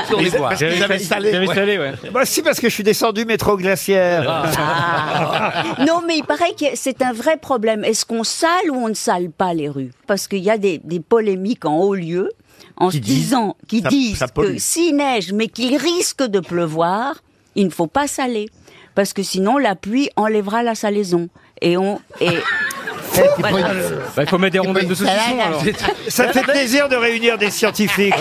[SPEAKER 27] sur les
[SPEAKER 1] Ils-
[SPEAKER 27] voies.
[SPEAKER 1] parce qu'ils Ils avaient salé, ils avaient ouais. salé,
[SPEAKER 27] ouais.
[SPEAKER 1] Bah si, parce que je suis descendu métro glaciaire.
[SPEAKER 5] Ah.
[SPEAKER 4] Non, mais il paraît que c'est un vrai problème. Est-ce qu'on sale ou on ne sale pas les rues Parce qu'il y a des, des polémiques en haut lieu, en se disant, qui
[SPEAKER 3] ça-
[SPEAKER 4] disent
[SPEAKER 3] ça pollue.
[SPEAKER 4] que s'il neige, mais qu'il risque de pleuvoir, il ne faut pas saler. Parce que sinon, la pluie enlèvera la salaison. Et on.
[SPEAKER 3] Eh,
[SPEAKER 4] Et... Voilà.
[SPEAKER 5] Bah, il faut mettre des rondelles de saucisson
[SPEAKER 4] salade.
[SPEAKER 5] alors.
[SPEAKER 1] Ça fait plaisir de réunir des scientifiques.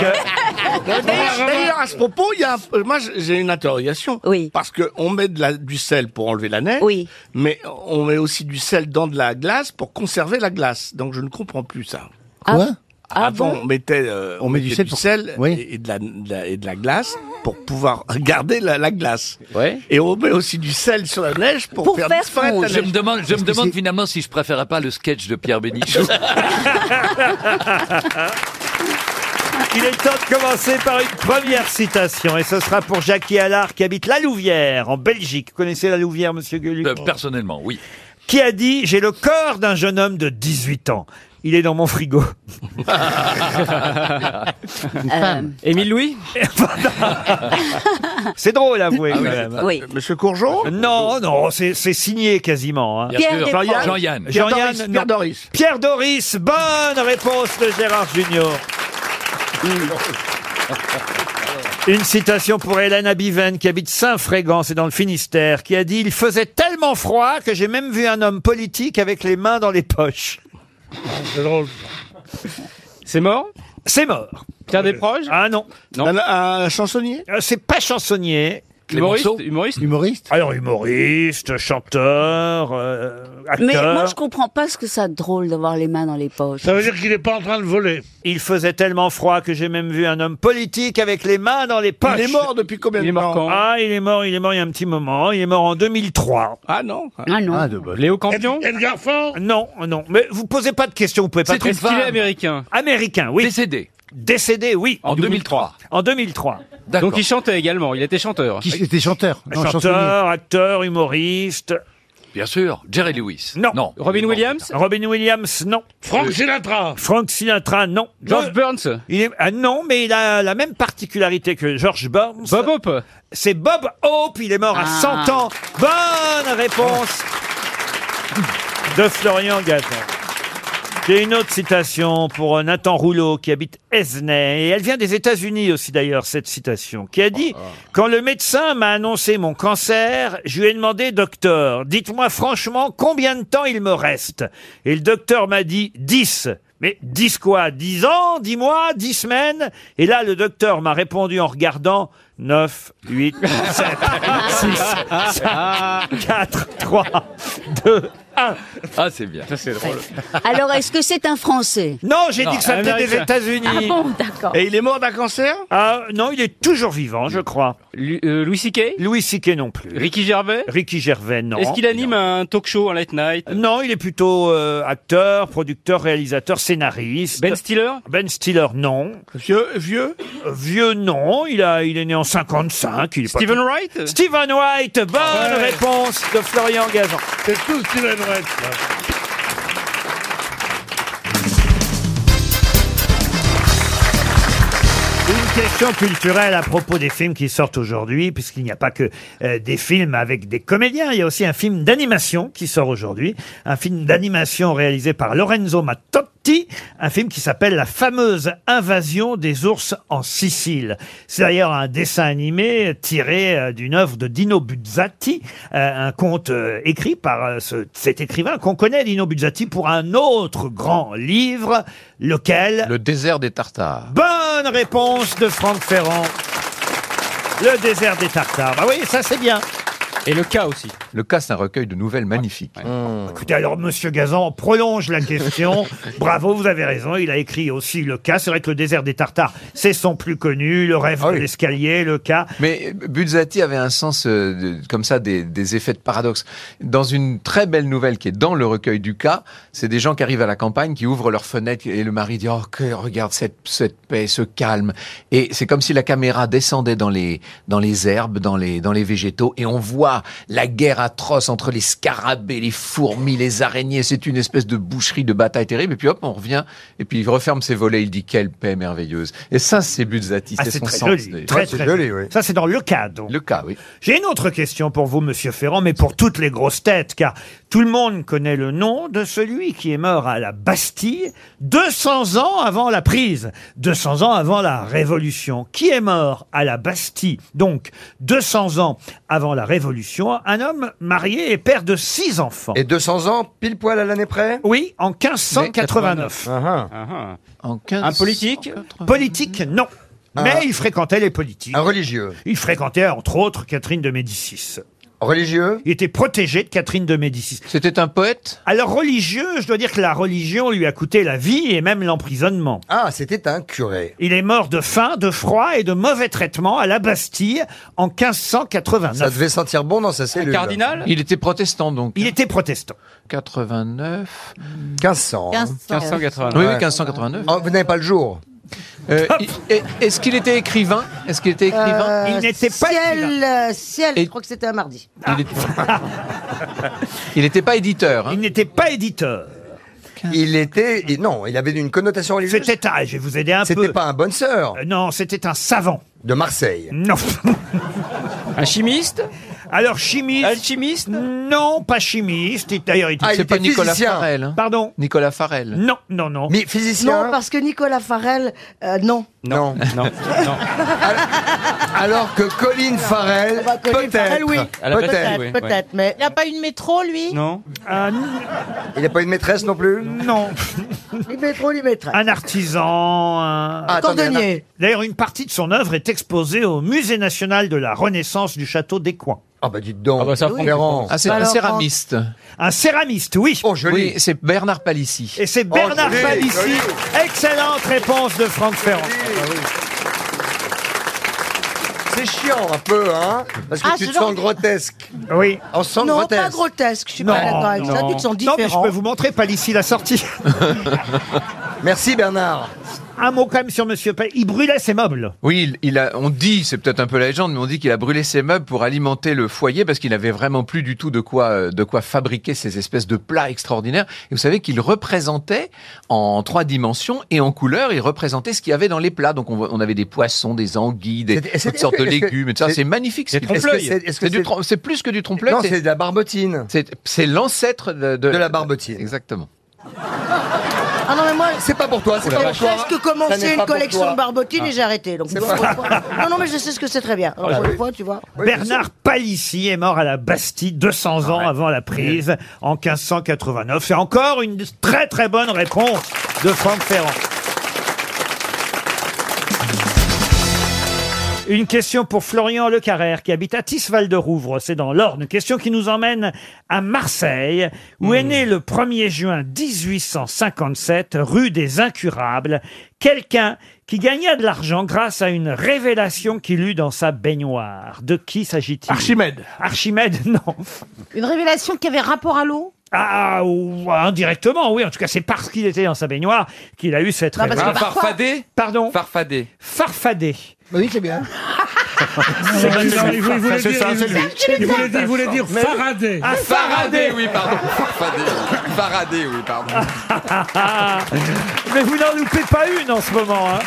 [SPEAKER 6] D'ailleurs, d'ailleurs, à ce propos, il y a un- moi j'ai- j'ai une interrogation.
[SPEAKER 4] Oui.
[SPEAKER 6] Parce qu'on met de la- du sel pour enlever la neige.
[SPEAKER 4] Oui.
[SPEAKER 6] Mais on met aussi du sel dans de la glace pour conserver la glace. Donc je ne comprends plus ça.
[SPEAKER 4] Quoi Ah
[SPEAKER 6] Avant, on mettait, euh, on
[SPEAKER 28] met du
[SPEAKER 6] mettait
[SPEAKER 28] sel
[SPEAKER 6] du
[SPEAKER 28] pour-
[SPEAKER 6] sel
[SPEAKER 28] Oui.
[SPEAKER 6] et, et de la, de la- et de la glace pour pouvoir garder la, la glace. Et on met aussi du sel sur la neige pour, faire, disparaître la
[SPEAKER 27] Je
[SPEAKER 6] neige.
[SPEAKER 27] me demande, je me demande finalement si je préférais pas le sketch de Pierre Bénichou.
[SPEAKER 1] Il est temps de commencer par une première citation, et ce sera pour Jackie Allard qui habite La Louvière, en Belgique. Vous connaissez La Louvière, monsieur Gueluc
[SPEAKER 5] Euh,
[SPEAKER 27] Personnellement, oui.
[SPEAKER 1] Qui a dit « J'ai le corps d'un jeune homme de 18 ans. Il est dans mon frigo. »
[SPEAKER 5] femme.
[SPEAKER 6] Euh,
[SPEAKER 1] Émile Louis C'est drôle, avouez.
[SPEAKER 6] Ah oui.
[SPEAKER 1] quand même. Euh,
[SPEAKER 6] Oui. Monsieur Courgeon
[SPEAKER 1] Non, non, c'est c'est signé quasiment. hein.
[SPEAKER 6] Bien Pierre sûr. Desproges. Jean-Yann. Pierre
[SPEAKER 1] Jean-Yann,
[SPEAKER 6] Doris,
[SPEAKER 1] non.
[SPEAKER 6] Pierre Doris.
[SPEAKER 1] Pierre Doris, bonne réponse de Gérard Junior. Une citation pour Hélène Abiven, qui habite Saint-Frégan, c'est dans le Finistère, qui a dit « Il faisait tellement froid que j'ai même vu un homme politique avec les mains dans les poches. » C'est drôle. C'est mort C'est mort. Pierre Desproges Ah non. Un, chansonnier C'est pas chansonnier.
[SPEAKER 5] Humoriste Clémenceau
[SPEAKER 1] humoriste Humoriste Alors humoriste, chanteur, euh, acteur.
[SPEAKER 4] Mais moi, je comprends pas ce que ça de drôle d'avoir les mains dans les poches.
[SPEAKER 1] Ça veut dire qu'il n'est pas en train de voler. Il faisait tellement froid que j'ai même vu un homme politique avec les mains dans les poches.
[SPEAKER 6] Il est mort depuis combien de temps
[SPEAKER 1] Ah, il est mort, il est mort il y a un petit moment. Il est mort en 2003.
[SPEAKER 6] Ah non.
[SPEAKER 1] Ah non.
[SPEAKER 6] Léo
[SPEAKER 1] Campion Edgar Faure Non, non. Mais vous posez pas de questions, vous pouvez pas
[SPEAKER 5] C'est une
[SPEAKER 1] trouver.
[SPEAKER 5] femme. Est-ce qu'il est américain
[SPEAKER 1] Américain, oui. Décédé. Décédé, oui. En
[SPEAKER 5] 2003.
[SPEAKER 1] En 2003.
[SPEAKER 5] Donc il chantait également, il était chanteur.
[SPEAKER 1] Qui- il
[SPEAKER 5] était chanteur
[SPEAKER 1] Chanteur, acteur, humoriste.
[SPEAKER 27] Bien sûr, Jerry Lewis.
[SPEAKER 1] Non.
[SPEAKER 5] Robin Williams
[SPEAKER 1] Robin Williams, non.
[SPEAKER 5] Frank
[SPEAKER 1] Sinatra. Frank Sinatra, non.
[SPEAKER 5] George
[SPEAKER 1] Le-
[SPEAKER 5] Burns
[SPEAKER 1] Il est, ah non, mais il a la même particularité que George Burns. Bob Hope. C'est Bob Hope. Il est mort à
[SPEAKER 21] Ah.
[SPEAKER 1] 100 ans. Bonne réponse de Florian Gazan. J'ai une autre citation pour euh, Nathan Rouleau qui habite Esnay. Et elle vient des États-Unis aussi d'ailleurs, cette citation, qui a dit Quand le médecin m'a annoncé mon cancer, je lui ai demandé Docteur, dites-moi franchement combien de temps il me reste Et le docteur m'a dit 10. Mais 10 quoi 10 ans 10 mois 10 semaines Et là, le docteur m'a répondu en regardant 9, 8, 7, 6, 5, 4, 3, 2, 1.
[SPEAKER 27] Ah, c'est bien. Ça, c'est drôle.
[SPEAKER 4] Alors, est-ce que c'est un Français
[SPEAKER 1] Non, j'ai dit que ça venait des États-Unis.
[SPEAKER 4] Ah bon, d'accord.
[SPEAKER 1] il est mort d'un cancer Ah non, il est toujours vivant, je crois. Louis C.K. Louis C.K. non plus. Ricky Gervais Ricky Gervais, Euh, non.
[SPEAKER 5] Est-ce qu'il anime un talk show, un late night
[SPEAKER 1] Non, il est plutôt euh, acteur, producteur, réalisateur, scénariste. Ben Stiller Ben Stiller, non. Vieux Vieux euh, Vieux, non. Il, a, il est né en 55. Il est pas
[SPEAKER 5] Stephen
[SPEAKER 1] tout-
[SPEAKER 5] Wright
[SPEAKER 1] Stephen White, bonne
[SPEAKER 5] Ah ouais.
[SPEAKER 1] réponse de Florian Gazan. C'est tout Stephen White. Une Une question culturelle à propos des films qui sortent aujourd'hui, puisqu'il n'y a pas que euh, des films avec des comédiens, il y a aussi un film d'animation qui sort aujourd'hui, un film d'animation réalisé par Lorenzo Mattotti, un film qui s'appelle La fameuse invasion des ours en Sicile. C'est d'ailleurs un dessin animé tiré euh, d'une œuvre de Dino Buzzati, euh, un conte euh, écrit par euh, ce- cet écrivain qu'on connaît, Dino Buzzati, pour un autre grand livre, lequel Le désert des Tartares. Bonne réponse de Franck Ferrand. Le désert des Tartares. Ah oui, ça c'est bien.
[SPEAKER 3] Et le cas aussi. Le cas, c'est un recueil de nouvelles magnifiques.
[SPEAKER 1] Écoutez, alors, Monsieur Gazan, on prolonge la question. Bravo, vous avez raison. Il a écrit aussi le cas. C'est vrai que le désert des Tartares, c'est son plus connu. Le rêve de l'escalier, le cas.
[SPEAKER 3] Mais Buzzati avait un sens euh, de- comme ça des, des effets de paradoxe. Dans une très belle nouvelle qui est dans le recueil du cas, c'est des gens qui arrivent à la campagne, qui ouvrent leurs fenêtres et le mari dit oh que regarde cette, cette paix, ce calme. Et c'est comme si la caméra descendait dans les dans les herbes, dans les dans les végétaux et on voit la guerre atroce entre les scarabées, les fourmis, les araignées. C'est une espèce de boucherie, de bataille terrible. Et puis hop, on revient et puis il referme ses volets. Il dit quelle paix merveilleuse. Et ça, c'est Buzzati,
[SPEAKER 1] Ah,
[SPEAKER 3] c'est
[SPEAKER 1] c'est
[SPEAKER 3] son
[SPEAKER 1] très
[SPEAKER 3] sens.
[SPEAKER 1] joli.
[SPEAKER 3] des-
[SPEAKER 1] Très, très joli. Ça, c'est dans le cas, donc.
[SPEAKER 3] Le cas, oui.
[SPEAKER 1] J'ai une autre question pour vous, Monsieur Ferrand, mais pour toutes les grosses têtes, car tout le monde connaît le nom de celui qui est mort à la Bastille 200 ans avant la prise, 200 ans avant la Révolution. Qui est mort à la Bastille, donc 200 ans avant la Révolution Un homme marié et père de six enfants. Et
[SPEAKER 29] 200 ans, pile poil à l'année près
[SPEAKER 1] Oui, en 1589.
[SPEAKER 6] Ah
[SPEAKER 3] Un politique
[SPEAKER 1] Politique, non. Mais
[SPEAKER 29] Un-
[SPEAKER 1] il fréquentait les politiques. Un religieux. Il fréquentait, entre autres, Catherine de Médicis. Religieux Il était protégé de Catherine de Médicis.
[SPEAKER 3] C'était un poète
[SPEAKER 1] Alors, religieux, je dois dire que la religion lui a coûté la vie et même l'emprisonnement. Ah, c'était un curé. Il est mort de faim, de froid et de mauvais traitements à la Bastille en 1589.
[SPEAKER 29] Ça devait sentir bon dans sa cellule.
[SPEAKER 3] Il était protestant donc. hein.
[SPEAKER 1] Il était protestant.
[SPEAKER 3] 89.
[SPEAKER 29] 1500.
[SPEAKER 3] 1589. Oui, oui, 1589.
[SPEAKER 29] Oh, vous n'avez pas le jour.
[SPEAKER 3] Euh, il- est- Est-ce qu'il était écrivain Est-ce qu'il était écrivain
[SPEAKER 14] Euh, ciel, euh, ciel,
[SPEAKER 3] Et-
[SPEAKER 14] je crois que c'était un mardi.
[SPEAKER 3] Il était- Il n'était pas éditeur.
[SPEAKER 1] Il n'était pas éditeur.
[SPEAKER 29] hein. Il était. il- Non, il avait une connotation religieuse.
[SPEAKER 1] C'était un. Je vais vous aider un Euh,
[SPEAKER 29] peu. C'était pas un bonne sœur.
[SPEAKER 1] non, c'était un savant.
[SPEAKER 29] De Marseille.
[SPEAKER 1] Non. Un chimiste Alors, chimiste. Alchimiste Non, pas chimiste. Et D'ailleurs, il
[SPEAKER 3] Ah, il C'est était pas Nicolas physicien. Farel, hein.
[SPEAKER 1] Pardon
[SPEAKER 3] Nicolas Farel.
[SPEAKER 1] Non, non, non.
[SPEAKER 29] Mais
[SPEAKER 14] Non, parce que Nicolas Farel, euh, non.
[SPEAKER 3] Non. Non. non.
[SPEAKER 29] Alors que Colin
[SPEAKER 3] Ah
[SPEAKER 29] Farrell,
[SPEAKER 3] bah,
[SPEAKER 29] peut-être.
[SPEAKER 7] Ah
[SPEAKER 14] Farrell,
[SPEAKER 12] Ah,
[SPEAKER 14] oui.
[SPEAKER 29] Elle a pas
[SPEAKER 14] Peut-être,
[SPEAKER 29] dit, oui,
[SPEAKER 14] peut-être,
[SPEAKER 29] ouais.
[SPEAKER 14] mais...
[SPEAKER 7] Il n'a pas une métro, lui Ah,
[SPEAKER 29] Non. Il n'a pas une maîtresse non plus
[SPEAKER 1] Non.
[SPEAKER 14] Il met trop, il mettra.
[SPEAKER 1] Un artisan, un
[SPEAKER 14] Ah, attendez, Cordonnier. un ar-
[SPEAKER 1] D'ailleurs, une partie de son œuvre est exposée au Musée national de la Renaissance du château d'Écouen.
[SPEAKER 29] Ah bah dites donc,
[SPEAKER 3] Ah, c'est un céramiste.
[SPEAKER 1] Un céramiste, oui.
[SPEAKER 29] Oh,
[SPEAKER 3] Oui, c'est Bernard Palissy.
[SPEAKER 1] Et c'est Bernard Palissy. Excellente réponse de Franck Ferrand.
[SPEAKER 29] Ah, bah, C'est chiant un peu, hein Parce que
[SPEAKER 14] Ah,
[SPEAKER 29] tu
[SPEAKER 14] ce
[SPEAKER 29] te
[SPEAKER 14] genre
[SPEAKER 29] sens
[SPEAKER 14] de-
[SPEAKER 29] grotesque.
[SPEAKER 1] Oui.
[SPEAKER 29] On se sent
[SPEAKER 14] non,
[SPEAKER 29] grotesque.
[SPEAKER 14] pas grotesque, je suis pas d'accord avec ça, tu te sens
[SPEAKER 1] Non, mais je
[SPEAKER 14] différent.
[SPEAKER 1] peux vous montrer Palissy la sortie.
[SPEAKER 29] Merci Bernard.
[SPEAKER 1] Un mot quand même sur Monsieur Palissy. Il brûlait ses meubles.
[SPEAKER 3] Oui, il, il a, on dit, c'est peut-être un peu la légende, mais on dit qu'il a brûlé ses meubles pour alimenter le foyer parce qu'il n'avait vraiment plus du tout de quoi, euh, de quoi fabriquer ces espèces de plats extraordinaires. Et vous savez qu'il représentait en trois dimensions et en couleur, il représentait ce qu'il y avait dans les plats. Donc on, voit- on avait des poissons, des anguilles, des,
[SPEAKER 29] C'était-
[SPEAKER 3] toutes
[SPEAKER 29] c'était-
[SPEAKER 3] sortes de
[SPEAKER 29] est-ce que-
[SPEAKER 3] légumes. et tout ça.
[SPEAKER 29] c'est-
[SPEAKER 3] C'est magnifique. ce
[SPEAKER 29] Des
[SPEAKER 3] qu'il fait.
[SPEAKER 29] trompe-l'œil. Est-ce que c'est- est-ce que
[SPEAKER 3] C'est du
[SPEAKER 29] c'est-
[SPEAKER 3] trom- C'est plus que du trompe-l'œil.
[SPEAKER 29] Non, c'est de la barbotine.
[SPEAKER 3] c'est- C'est l'ancêtre de,
[SPEAKER 29] De la barbotine.
[SPEAKER 3] Exactement.
[SPEAKER 14] Ah non, mais moi,
[SPEAKER 29] C'est pas pour toi, c'est
[SPEAKER 14] j'ai
[SPEAKER 29] pas pour toi.
[SPEAKER 14] presque
[SPEAKER 29] Ça n'est
[SPEAKER 14] commencé
[SPEAKER 29] pas
[SPEAKER 14] une
[SPEAKER 29] pour
[SPEAKER 14] collection
[SPEAKER 29] toi.
[SPEAKER 14] de barbotines
[SPEAKER 29] Ah.
[SPEAKER 14] et j'ai arrêté. Donc,
[SPEAKER 29] vrai.
[SPEAKER 14] non, non, mais je sais ce que c'est très bien. Alors,
[SPEAKER 1] Ah,
[SPEAKER 14] pour
[SPEAKER 1] oui.
[SPEAKER 14] une fois, tu vois.
[SPEAKER 1] Bernard Palissy est mort à la Bastille 200 ans avant la prise en 1589. C'est encore une très très bonne réponse de Franck Ferrand. Une question pour Florian Lecarrère qui habite à Tisval de Rouvre, c'est dans l'Orne. Question qui nous emmène à Marseille, où est né le 1er juin 1857, rue des Incurables, quelqu'un qui gagna de l'argent grâce à une révélation qu'il eut dans sa baignoire. De qui s'agit-il Archimède. Archimède, non.
[SPEAKER 7] Une révélation qui avait rapport à l'eau
[SPEAKER 1] Ah, ou indirectement, oui. En tout cas, c'est parce qu'il était dans sa baignoire qu'il a eu cette
[SPEAKER 2] Non, parce que
[SPEAKER 1] révélation.
[SPEAKER 2] parfois- Farfadet
[SPEAKER 1] Pardon
[SPEAKER 2] Farfadet.
[SPEAKER 1] Farfadet.
[SPEAKER 2] Bah oui, c'est bien.
[SPEAKER 1] C'est
[SPEAKER 2] pas
[SPEAKER 1] bizarre,
[SPEAKER 2] ça,
[SPEAKER 1] il voulait- il voulait
[SPEAKER 2] c'est
[SPEAKER 1] dire-
[SPEAKER 2] ça,
[SPEAKER 1] il
[SPEAKER 2] c'est
[SPEAKER 1] voulait-
[SPEAKER 2] lui. Ah,
[SPEAKER 1] il voulait dire- il voulait dire
[SPEAKER 2] Mais-
[SPEAKER 1] Faraday.
[SPEAKER 2] Ah, Faraday, oui, pardon. Faraday. Faraday, oui, pardon.
[SPEAKER 1] Mais vous n'en loupez pas une en ce moment. Hein.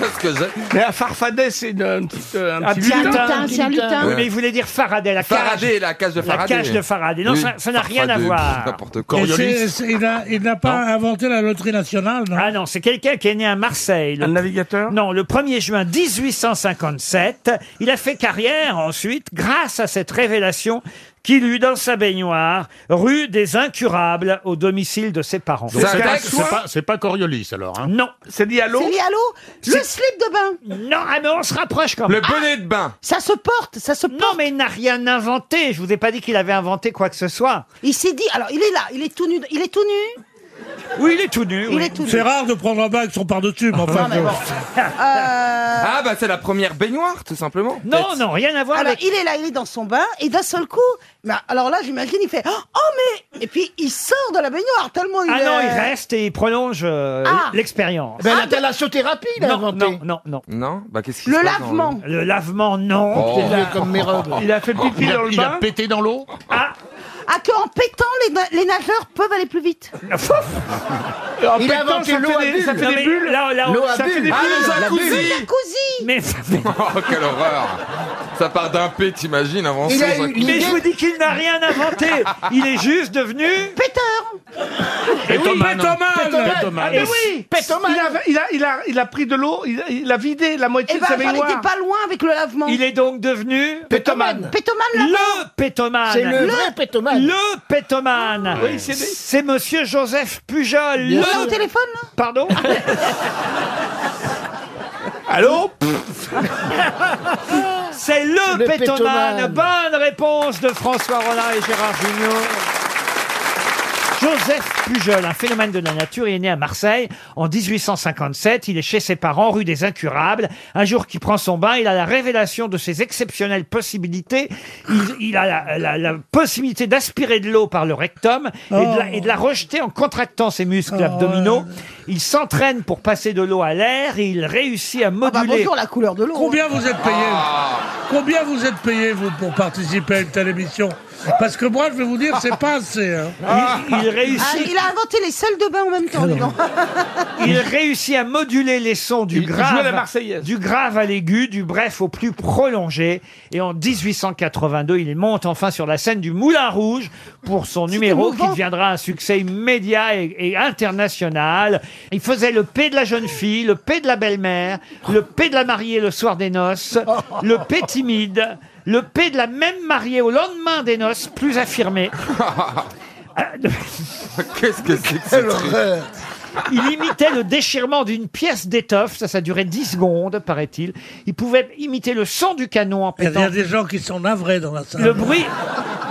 [SPEAKER 2] Parce que j'ai-
[SPEAKER 12] Mais à Farfadet, c'est une, un petit, euh, un petit lutin.
[SPEAKER 1] Oui, mais il voulait dire Faraday, la cage.
[SPEAKER 2] Faraday, la cage de Faraday.
[SPEAKER 1] La cage de Faraday. Non,
[SPEAKER 2] Oui,
[SPEAKER 1] ça ça n'a rien à
[SPEAKER 2] Faraday,
[SPEAKER 1] voir.
[SPEAKER 2] n'importe quoi. Et c'est- c'est-
[SPEAKER 1] il n'a pas inventé la loterie nationale, non Ah non, c'est quelqu'un qui est né à Marseille. Un navigateur Non, le 1er juin 1857. Il a fait carrière ensuite grâce à cette révélation qu'il eut dans sa baignoire, rue des Incurables, au domicile de ses parents.
[SPEAKER 3] Donc, c'est pas- c'est pas, c'est pas Coriolis alors. Hein.
[SPEAKER 7] Ah
[SPEAKER 1] Non.
[SPEAKER 3] C'est dit à
[SPEAKER 7] C'est lié à l'eau Le slip de bain
[SPEAKER 1] Non, ah mais on se rapproche quand même.
[SPEAKER 3] Le bonnet de bain.
[SPEAKER 1] Ça se porte, ça se porte. Non, mais il n'a rien inventé. Je vous ai pas dit qu'il avait inventé quoi que ce soit.
[SPEAKER 7] Il s'est dit, alors il est là, il est tout nu, il est tout nu
[SPEAKER 1] Oui, il est tout nu.
[SPEAKER 7] Il est tout nu.
[SPEAKER 25] C'est rare de prendre un bain avec son par-dessus, mais enfin.
[SPEAKER 7] mais
[SPEAKER 25] je-
[SPEAKER 7] bon. Euh,
[SPEAKER 30] Ah bah c'est la première baignoire tout simplement.
[SPEAKER 1] Non, non, rien à voir
[SPEAKER 7] alors,
[SPEAKER 30] avec...
[SPEAKER 7] il est là, il est dans son bain, et d'un seul coup, mais alors là, j'imagine, il fait Oh, mais Et puis, il sort de la baignoire tellement Oh, il
[SPEAKER 1] Ah
[SPEAKER 7] est-
[SPEAKER 1] non, il reste et il prolonge euh,
[SPEAKER 7] Ah.
[SPEAKER 1] l'expérience.
[SPEAKER 7] Ben,
[SPEAKER 1] Ah,
[SPEAKER 31] thérapie,
[SPEAKER 1] non, non, non, non.
[SPEAKER 30] Non, bah qu'est-ce qui
[SPEAKER 1] Le
[SPEAKER 30] se passe dans
[SPEAKER 1] lavement. Le lavement, non.
[SPEAKER 30] Oh. Il a-
[SPEAKER 31] comme mes robes.
[SPEAKER 30] Il a fait pipi
[SPEAKER 31] Il a- dans le il a bain
[SPEAKER 1] pété dans l'eau. Ah,
[SPEAKER 7] Ah, qu'en pétant, les, na- les nageurs peuvent aller plus vite.
[SPEAKER 1] En
[SPEAKER 7] Il a
[SPEAKER 1] pétant,
[SPEAKER 7] inventé
[SPEAKER 1] ça
[SPEAKER 7] l'eau
[SPEAKER 1] fait
[SPEAKER 7] à
[SPEAKER 1] des- ça
[SPEAKER 7] bulles.
[SPEAKER 1] fait des bulles. Là, là,
[SPEAKER 7] L'eau à
[SPEAKER 1] ça fait
[SPEAKER 7] bulles.
[SPEAKER 1] des
[SPEAKER 7] Ah,
[SPEAKER 1] bulles.
[SPEAKER 7] le jacuzzi. Le
[SPEAKER 1] Mais
[SPEAKER 2] Oh, quelle horreur Ça part d'un P, t'imagines, avant
[SPEAKER 1] Il
[SPEAKER 2] ça,
[SPEAKER 1] a
[SPEAKER 2] ça-
[SPEAKER 1] eu l'idée- Mais je vous dis qu'il n'a rien inventé. Il est juste devenu
[SPEAKER 12] Eh
[SPEAKER 25] Et oui,
[SPEAKER 1] Pétomane.
[SPEAKER 25] pétomane.
[SPEAKER 1] Pétomane.
[SPEAKER 25] Pétomane.
[SPEAKER 1] Ah, mais oui. Pétomane.
[SPEAKER 12] Il a, il, a, il, a, il a pris de l'eau, il, a- il a vidé la moitié
[SPEAKER 7] Eh
[SPEAKER 12] de
[SPEAKER 7] ben,
[SPEAKER 12] sa
[SPEAKER 7] j'en
[SPEAKER 12] baignoire.
[SPEAKER 7] étais pas loin avec le lavement.
[SPEAKER 1] Il est donc devenu
[SPEAKER 12] pétomane.
[SPEAKER 7] Pétomane là
[SPEAKER 1] le pétomane.
[SPEAKER 7] C'est le vrai
[SPEAKER 1] pétomane. Le pétomane.
[SPEAKER 12] Oui, c'est-
[SPEAKER 1] c'est monsieur Joseph Pujol.
[SPEAKER 7] Il
[SPEAKER 1] le-
[SPEAKER 7] est au téléphone, là
[SPEAKER 1] Pardon
[SPEAKER 12] Allô
[SPEAKER 1] C'est le,
[SPEAKER 12] Le
[SPEAKER 1] pétomane.
[SPEAKER 12] pétomane.
[SPEAKER 1] Bonne réponse de François Rollin et Gérard Junior. Joseph Pujol, un phénomène de la nature, il est né à Marseille en 1857. Il est chez ses parents, rue des Incurables. Un jour qu'il prend son bain, il a la révélation de ses exceptionnelles possibilités. Il, il a la, la- la possibilité d'aspirer de l'eau par le rectum et, de la, et
[SPEAKER 7] Oh.
[SPEAKER 1] de la rejeter en contractant ses muscles
[SPEAKER 7] Ah
[SPEAKER 1] abdominaux. Il s'entraîne pour passer de l'eau à l'air et il réussit à moduler.
[SPEAKER 7] Ah bah, bonjour, la couleur de l'eau. hein.
[SPEAKER 25] Combien vous êtes payé
[SPEAKER 12] Ah.
[SPEAKER 25] Combien vous êtes payé, vous, pour participer à une telle émission Parce que moi, je vais vous dire, c'est pas assez. hein.
[SPEAKER 1] Il- il réussit.
[SPEAKER 7] Ah, il a inventé les salles de bain en même temps, dis donc.
[SPEAKER 1] Il réussit à moduler les sons du
[SPEAKER 12] Il- il joue à la
[SPEAKER 1] grave,
[SPEAKER 12] Marseillaise.
[SPEAKER 1] du grave à l'aigu, du bref au plus prolongé. Et en 1882, il monte enfin sur la scène du Moulin Rouge pour son numéro qui
[SPEAKER 7] émouvant.
[SPEAKER 1] deviendra un succès immédiat et, et international. Il faisait le P de la jeune fille, le P de la belle-mère, le P de la mariée le soir des noces, le P timide, le P de la même mariée au lendemain des noces, plus affirmé.
[SPEAKER 2] Qu'est-ce que c'est que ce truc
[SPEAKER 1] Il imitait le déchirement d'une pièce d'étoffe, ça, ça durait 10 secondes, paraît-il. Il pouvait imiter le son du canon en
[SPEAKER 25] Il y
[SPEAKER 1] pétant.
[SPEAKER 25] a des gens qui sont navrés dans la salle.
[SPEAKER 1] Le bruit,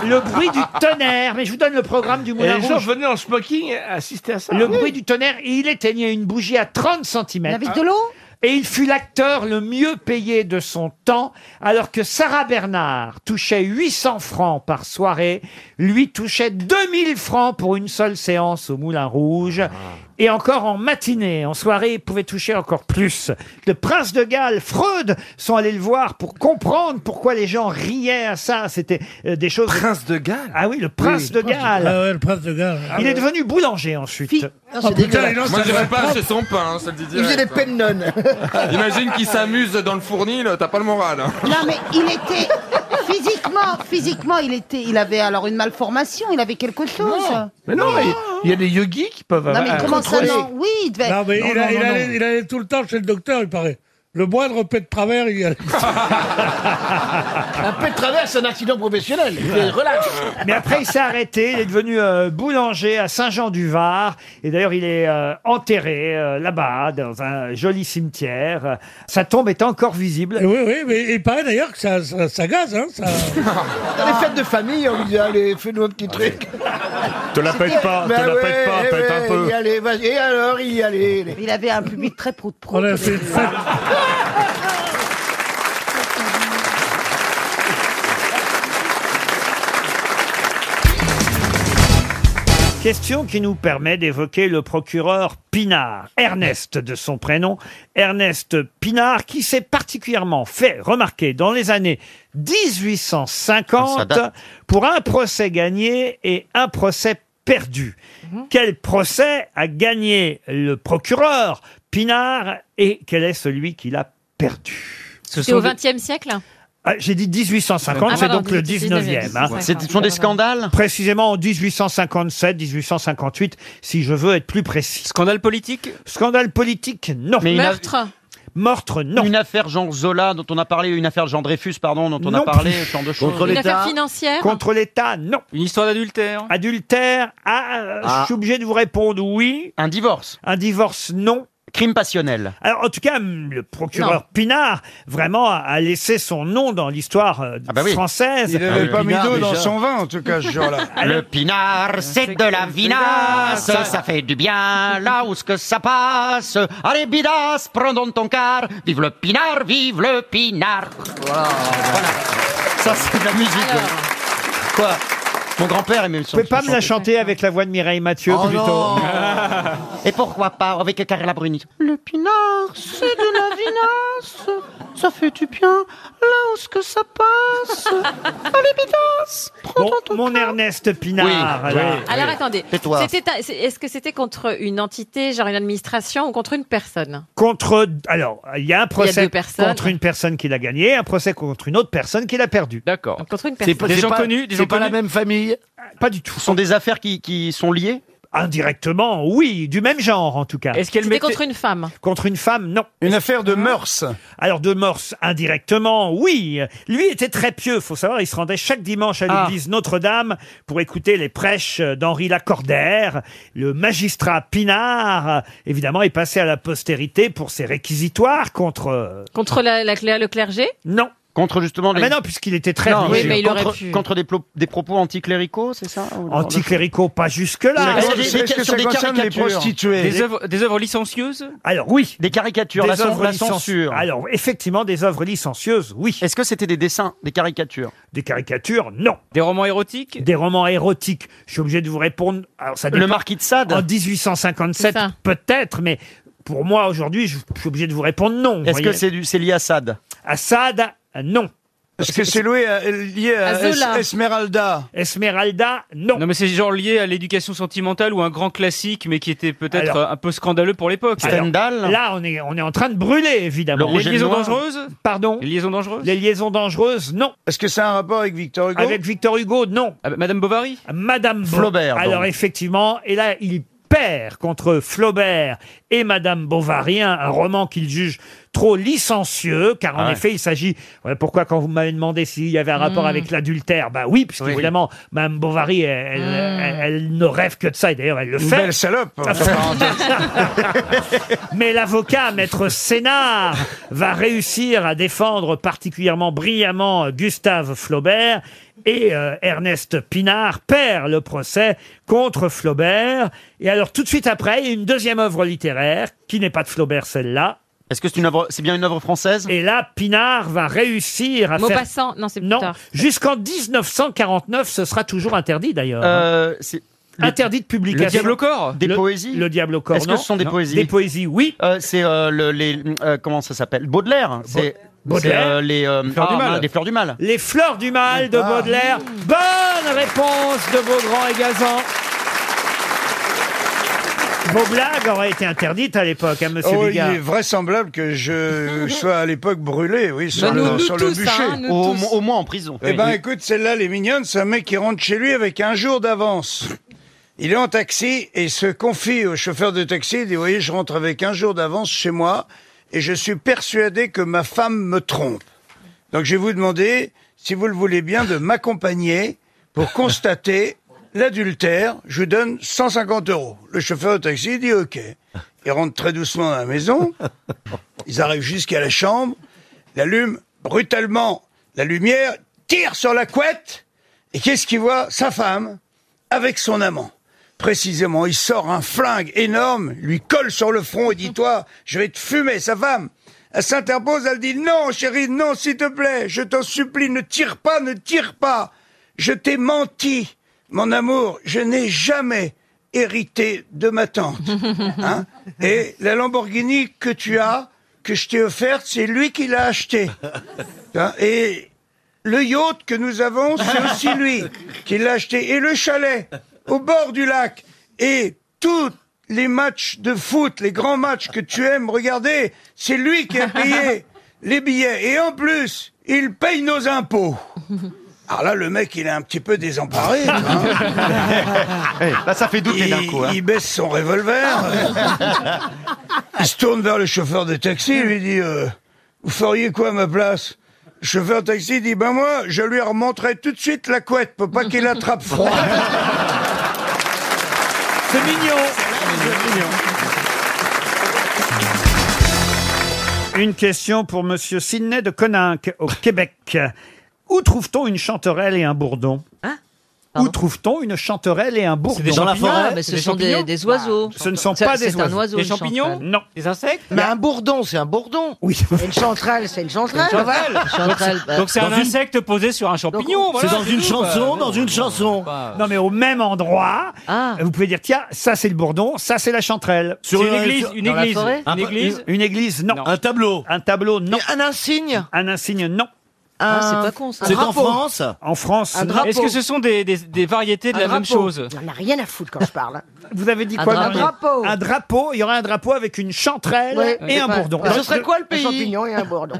[SPEAKER 1] le bruit du tonnerre. Mais je vous donne le programme du
[SPEAKER 12] Et
[SPEAKER 1] Moulin
[SPEAKER 12] les gens
[SPEAKER 1] Rouge.
[SPEAKER 12] venaient en smoking assister à ça.
[SPEAKER 1] Le
[SPEAKER 12] Oui.
[SPEAKER 1] bruit du tonnerre, et il éteignait une bougie à 30 cm.
[SPEAKER 7] Il avait de l'eau
[SPEAKER 1] Et il fut l'acteur le mieux payé de son temps, alors que Sarah Bernard touchait 800 francs par soirée, lui touchait 2000 francs pour une seule séance au Moulin Rouge, et encore en matinée, en soirée, il pouvait toucher encore plus. Le prince de Galles, Freud, sont allés le voir pour comprendre pourquoi les gens riaient à ça. C'était euh, des choses...
[SPEAKER 30] Prince de Galles
[SPEAKER 1] Ah oui, le prince de Galles.
[SPEAKER 25] Ah ouais, le prince de Galles.
[SPEAKER 1] Il est devenu boulanger ensuite. Ah,
[SPEAKER 25] Oh, putain, il en
[SPEAKER 2] Moi,
[SPEAKER 25] savait
[SPEAKER 2] j'irais pas
[SPEAKER 25] pas.
[SPEAKER 2] acheter son pain, hein, ça le dit
[SPEAKER 32] Il faisait des
[SPEAKER 2] direct, hein.
[SPEAKER 32] peines nonnes.
[SPEAKER 2] Imagine qu'il s'amuse dans le fournil, là, t'as pas le moral. hein.
[SPEAKER 7] Non, mais il était. Physiquement, physiquement, il était. Il avait alors une malformation, il avait quelque chose. Non,
[SPEAKER 12] Mais non, mais il y a des yogis qui peuvent avoir.
[SPEAKER 7] mais comment ça,
[SPEAKER 12] contrôler.
[SPEAKER 7] non Oui, il devait.
[SPEAKER 25] Non, mais
[SPEAKER 12] Non,
[SPEAKER 25] il,
[SPEAKER 12] non,
[SPEAKER 25] a- il
[SPEAKER 12] non,
[SPEAKER 25] allait,
[SPEAKER 12] non.
[SPEAKER 25] il allait tout le temps chez le docteur, il paraît. Le moindre pet de travers, il y allait.
[SPEAKER 31] Un peu de travers, c'est un accident professionnel. Relax.
[SPEAKER 1] Mais après, il s'est arrêté. Il est devenu euh, boulanger à Saint-Jean-du-Var. Et d'ailleurs, il est euh, enterré euh, là-bas, dans un joli cimetière. Euh, Sa tombe est encore visible.
[SPEAKER 25] oui, oui, mais il paraît d'ailleurs que ça, ça, ça gaze. Hein, ça...
[SPEAKER 32] Les fêtes de famille, on lui dit allez, fais-nous un petit truc.
[SPEAKER 3] Te la pète pas, te
[SPEAKER 32] Ben
[SPEAKER 3] la
[SPEAKER 32] ouais,
[SPEAKER 3] pète pas,
[SPEAKER 32] eh
[SPEAKER 3] pète un
[SPEAKER 32] ouais,
[SPEAKER 3] peu.
[SPEAKER 32] y allez, vas-y. Et alors, il y allait. les-
[SPEAKER 7] Il avait un public très prout-prout.
[SPEAKER 25] On a fait une fête.
[SPEAKER 1] Question qui nous permet d'évoquer le procureur Pinard, Ernest de son prénom, Ernest Pinard, qui s'est particulièrement fait remarquer dans les années 1850 pour un procès gagné et un procès perdu.
[SPEAKER 15] Mhm.
[SPEAKER 1] Quel procès a gagné le procureur Pinard et quel est celui qui l'a perdu Ce
[SPEAKER 15] C'est au XXe siècle
[SPEAKER 1] Ah, J'ai dit 1850,
[SPEAKER 15] Ah,
[SPEAKER 1] c'est
[SPEAKER 15] pardon,
[SPEAKER 1] donc le
[SPEAKER 15] 19e,
[SPEAKER 1] 19e. hein.
[SPEAKER 15] ouais. C'est- ce sont des
[SPEAKER 1] scandales Précisément en 1857, 1858, si je veux être plus précis. Scandale politique Scandale politique, non.
[SPEAKER 18] Mais une Meurtre aff-
[SPEAKER 1] Meurtre, non.
[SPEAKER 18] Une affaire Jean Zola dont on a parlé, une affaire Jean Dreyfus, pardon, dont on
[SPEAKER 1] Non
[SPEAKER 18] a parlé,
[SPEAKER 1] plus.
[SPEAKER 18] ce genre de choses.
[SPEAKER 1] Contre
[SPEAKER 15] Une affaire financière
[SPEAKER 1] Contre l'État, non.
[SPEAKER 18] Une histoire d'adultère
[SPEAKER 1] Adultère, ah, euh,
[SPEAKER 18] Ah.
[SPEAKER 1] je suis obligé de vous répondre oui.
[SPEAKER 18] Un divorce
[SPEAKER 1] Un divorce, non.
[SPEAKER 18] Crime passionnel
[SPEAKER 1] Alors, en tout cas, hum, le procureur Pinard, vraiment, a- a laissé son nom dans l'histoire euh,
[SPEAKER 18] bah oui.
[SPEAKER 1] française.
[SPEAKER 18] Il avait Ah, le pas mis Pinard, d'eau dans déjà. son
[SPEAKER 1] vin, en tout cas, ce jour-là.
[SPEAKER 18] Le pinard, Euh, c'est de la vinasse, ça fait du bien là où ce que ça passe. Allez, bidas, prends donc ton car, vive le pinard, vive le pinard. Ça, c'est de la musique. Quoi Mon grand-père aimait le
[SPEAKER 1] Vous pouvez pas me la chanter avec la voix de Mireille Mathieu,
[SPEAKER 18] Oh
[SPEAKER 1] plutôt
[SPEAKER 18] Et pourquoi pas avec Carla Bruni Le pinard, c'est de la vinasse, ça fait du bien là où ce que ça passe. Allez, bidas,
[SPEAKER 1] Bon, mon Ernest Pinard.
[SPEAKER 18] Oui,
[SPEAKER 1] là.
[SPEAKER 18] oui.
[SPEAKER 15] Alors attendez,
[SPEAKER 1] Tais-toi.
[SPEAKER 15] c'était un- c'est- est-ce que c'était contre une entité, genre une administration, ou contre une personne
[SPEAKER 1] Contre, alors, il y a
[SPEAKER 15] Il y
[SPEAKER 1] un
[SPEAKER 15] a
[SPEAKER 1] procès
[SPEAKER 15] deux personnes.
[SPEAKER 1] contre une personne qui l'a gagné, un procès contre une autre personne qui l'a perdu. Ah,
[SPEAKER 27] D'accord.
[SPEAKER 15] Contre une
[SPEAKER 18] C'est
[SPEAKER 15] personne.
[SPEAKER 18] pas- c'est pas- c'est pas la même famille
[SPEAKER 1] Pas du tout.
[SPEAKER 18] Ce sont des affaires qui, qui sont liées
[SPEAKER 1] Indirectement, oui, du même genre en tout cas. Est-ce
[SPEAKER 15] C'était contre une femme.
[SPEAKER 1] Contre une femme, non. Une affaire de mœurs. Alors de mœurs indirectement, oui. Lui était très pieux, faut savoir, il se rendait chaque dimanche
[SPEAKER 18] Ah.
[SPEAKER 1] à l'église Notre-Dame pour écouter les prêches d'Henri Lacordaire. Le magistrat Pinard, évidemment, est passé à la postérité pour ses réquisitoires contre...
[SPEAKER 15] Contre la, la clé- le clergé
[SPEAKER 1] Non.
[SPEAKER 18] Contre justement
[SPEAKER 1] Ah,
[SPEAKER 18] les...
[SPEAKER 1] mais non, puisqu'il était très
[SPEAKER 18] Non,
[SPEAKER 1] religieux.
[SPEAKER 18] oui, mais il
[SPEAKER 1] Contre-
[SPEAKER 18] aurait pu.
[SPEAKER 1] contre
[SPEAKER 18] des, plo- des propos anticléricaux, c'est ça ou-
[SPEAKER 1] Anticléricaux, pas jusque-là.
[SPEAKER 18] Est-ce que- Est-ce que sur ça des concerne les caricatures prostituées Des œuvres-
[SPEAKER 1] licencieuses Alors oui.
[SPEAKER 18] Des caricatures, la, cen-
[SPEAKER 1] œuvres
[SPEAKER 18] la
[SPEAKER 1] licen-
[SPEAKER 18] censure.
[SPEAKER 1] Alors effectivement, des œuvres licencieuses, oui.
[SPEAKER 18] Est-ce que c'était des dessins, des caricatures
[SPEAKER 1] Des caricatures, non. Des romans érotiques Des romans érotiques. Je suis obligé de vous répondre. Alors, ça
[SPEAKER 18] Le
[SPEAKER 1] dépend.
[SPEAKER 18] Marquis de Sade
[SPEAKER 1] En 1857,
[SPEAKER 18] C'est ça.
[SPEAKER 1] peut-être, mais pour moi, aujourd'hui, je je suis obligé de vous répondre non.
[SPEAKER 18] Est-ce que c'est du- c'est lié à Sade
[SPEAKER 1] Assad, non.
[SPEAKER 18] Est-ce que c'est loué à-
[SPEAKER 1] lié
[SPEAKER 18] à À Zola. Es-
[SPEAKER 1] Esmeralda Esmeralda, non.
[SPEAKER 5] Non, mais c'est genre lié à l'éducation sentimentale ou un grand classique, mais qui était peut-être
[SPEAKER 1] Alors-
[SPEAKER 5] euh, un peu scandaleux pour l'époque.
[SPEAKER 1] Alors, Là, on est, on est en train de brûler, évidemment.
[SPEAKER 5] Les liaisons dangereuses
[SPEAKER 1] Pardon
[SPEAKER 5] Les liaisons dangereuses
[SPEAKER 1] Les liaisons dangereuses, non.
[SPEAKER 5] Est-ce que ça a un rapport avec Victor Hugo
[SPEAKER 1] Avec Victor Hugo, non. Ah,
[SPEAKER 5] Madame Bovary
[SPEAKER 1] Madame Bo-
[SPEAKER 5] Flaubert, donc.
[SPEAKER 1] Alors effectivement, et là il perd contre Flaubert et Madame Bovary, un, un roman qu'il juge trop licencieux, car en
[SPEAKER 18] Ah ouais.
[SPEAKER 1] effet il s'agit. Voilà pourquoi quand vous m'avez demandé s'il y avait un rapport
[SPEAKER 18] Mm.
[SPEAKER 1] avec l'adultère, bah oui, puisque évidemment Madame Bovary, elle, elle- elle- elle ne rêve que de ça et d'ailleurs elle le
[SPEAKER 8] Une
[SPEAKER 1] fait.
[SPEAKER 8] belle salope.
[SPEAKER 1] Mais l'avocat, maître Sénard, va réussir à défendre particulièrement brillamment Gustave Flaubert et euh, Ernest Pinard perd le procès contre Flaubert. Et alors tout de suite après, il y a une deuxième œuvre littéraire qui n'est pas de Flaubert celle-là.
[SPEAKER 18] Est-ce que c'est une œuvre- c'est bien une œuvre française
[SPEAKER 1] Et là, Pinard va réussir à faire...
[SPEAKER 15] Maupassant, non, c'est plus
[SPEAKER 1] Non,
[SPEAKER 15] tard.
[SPEAKER 1] jusqu'en 1949, ce sera toujours interdit d'ailleurs. hein.
[SPEAKER 18] Euh, c'est-
[SPEAKER 1] Interdit de publication.
[SPEAKER 18] Le diable au corps Des poésies
[SPEAKER 1] Le diable au corps.
[SPEAKER 18] Est-ce que
[SPEAKER 1] non.
[SPEAKER 18] ce sont des
[SPEAKER 1] Non.
[SPEAKER 18] poésies
[SPEAKER 1] Des poésies, oui.
[SPEAKER 18] c'est euh, le- les euh, comment ça s'appelle Baudelaire. C'est
[SPEAKER 1] Baudelaire.
[SPEAKER 18] c'est, euh, les euh,
[SPEAKER 1] Fleurs du
[SPEAKER 18] ah,
[SPEAKER 1] Mal.
[SPEAKER 18] mince, les fleurs du mal.
[SPEAKER 1] Les fleurs du mal de
[SPEAKER 18] Ah.
[SPEAKER 1] Baudelaire. Bonne réponse de Beaugrand et Gazan. Vos blagues auraient été interdites à l'époque, hein, monsieur
[SPEAKER 8] Oh, il
[SPEAKER 1] Bigard.
[SPEAKER 8] est vraisemblable que je sois à l'époque brûlé, oui, sur
[SPEAKER 1] Mais
[SPEAKER 8] le,
[SPEAKER 1] nous- nous
[SPEAKER 8] sur le
[SPEAKER 1] tous, hein,
[SPEAKER 8] bûcher.
[SPEAKER 1] nous Au- tous. au
[SPEAKER 18] moins en prison.
[SPEAKER 8] Eh
[SPEAKER 18] Oui.
[SPEAKER 8] ben,
[SPEAKER 18] Oui.
[SPEAKER 8] écoute, celle-là, elle est mignonne. C'est un mec qui rentre chez lui avec un jour d'avance. Il est en taxi et se confie au chauffeur de taxi. Il dit, vous voyez, je rentre avec un jour d'avance chez moi et je suis persuadé que ma femme me trompe. Donc, je vais vous demander, si vous le voulez bien, de m'accompagner pour constater l'adultère. Je vous donne 150 euros. Le chauffeur de taxi dit OK. Il rentre très doucement dans la maison. Ils arrivent jusqu'à la chambre. Il allume brutalement la lumière, tire sur la couette. Et qu'est-ce qu'il voit Sa femme avec son amant. Précisément, il sort un flingue énorme, lui colle sur le front et dit Toi, je vais te fumer, sa femme. Elle s'interpose, elle dit Non, chérie, non, s'il te plaît, je t'en supplie, ne tire pas, ne tire pas. Je t'ai menti, mon amour, je n'ai jamais hérité de ma tante. Hein et la Lamborghini que tu as, que je t'ai offerte, c'est lui qui l'a achetée. Hein, Et le yacht que nous avons, c'est aussi lui qui l'a acheté. Et le chalet au bord du lac. Et tous les matchs de foot, les grands matchs que tu aimes regarder, c'est lui qui a payé les billets. Et en plus, il paye nos impôts. Alors là, le mec, il est un petit peu désemparé. tu vois.
[SPEAKER 12] Là, ça fait douter
[SPEAKER 8] Il-
[SPEAKER 12] d'un coup. hein.
[SPEAKER 8] Il baisse son revolver. Il se tourne vers le chauffeur de taxi et lui dit euh, Vous feriez quoi à ma place Le chauffeur de taxi dit Ben moi, je lui remonterai tout de suite la couette pour pas qu'il attrape froid.
[SPEAKER 1] C'est mignon. Une question pour Monsieur Sidney de Coninck, au Québec. Où trouve-t-on une chanterelle et un bourdon Où trouve-t-on une chanterelle et un bourdon
[SPEAKER 16] Hein des champignons. Ah, mais ce
[SPEAKER 1] C'est
[SPEAKER 16] sont des-
[SPEAKER 1] champignons Ah.
[SPEAKER 16] des oiseaux.
[SPEAKER 1] Ce ne sont
[SPEAKER 16] Ça,
[SPEAKER 1] pas
[SPEAKER 16] c'est
[SPEAKER 1] des
[SPEAKER 16] un
[SPEAKER 1] oiseaux.
[SPEAKER 16] oiseau, Des une champignons chanterelle.
[SPEAKER 1] Non. Des insectes
[SPEAKER 16] Mais
[SPEAKER 1] un bourdon, c'est un bourdon. Oui.
[SPEAKER 16] Une chanterelle, c'est une chanterelle.
[SPEAKER 5] Donc- Donc c'est un insecte posé sur un champignon. voilà, tout, quoi.
[SPEAKER 1] dans une chanson. Non, mais au même endroit, vous pouvez dire tiens, ça c'est le bourdon, ça c'est la chanterelle.
[SPEAKER 5] Sur C'est une une- église, sur- une dans la église, forêt une
[SPEAKER 1] Un-
[SPEAKER 5] église
[SPEAKER 1] une église, non. Un tableau, un tableau, non. un insigne, un insigne, non.
[SPEAKER 5] Ah, c'est pas con, ça. C'est en France
[SPEAKER 1] En France. non.
[SPEAKER 5] Est-ce que ce sont des, des- des variétés de la même chose
[SPEAKER 1] On n'a rien à foutre quand je parle. Vous avez dit quoi
[SPEAKER 5] Un
[SPEAKER 1] Marie Un drapeau. Il y aurait un drapeau avec une chanterelle
[SPEAKER 5] Ouais,
[SPEAKER 1] et
[SPEAKER 5] c'est
[SPEAKER 1] un
[SPEAKER 5] pas-
[SPEAKER 1] bourdon.
[SPEAKER 5] Mais ce serait
[SPEAKER 1] quoi
[SPEAKER 16] le pays
[SPEAKER 1] Un
[SPEAKER 16] champignon et un bourdon.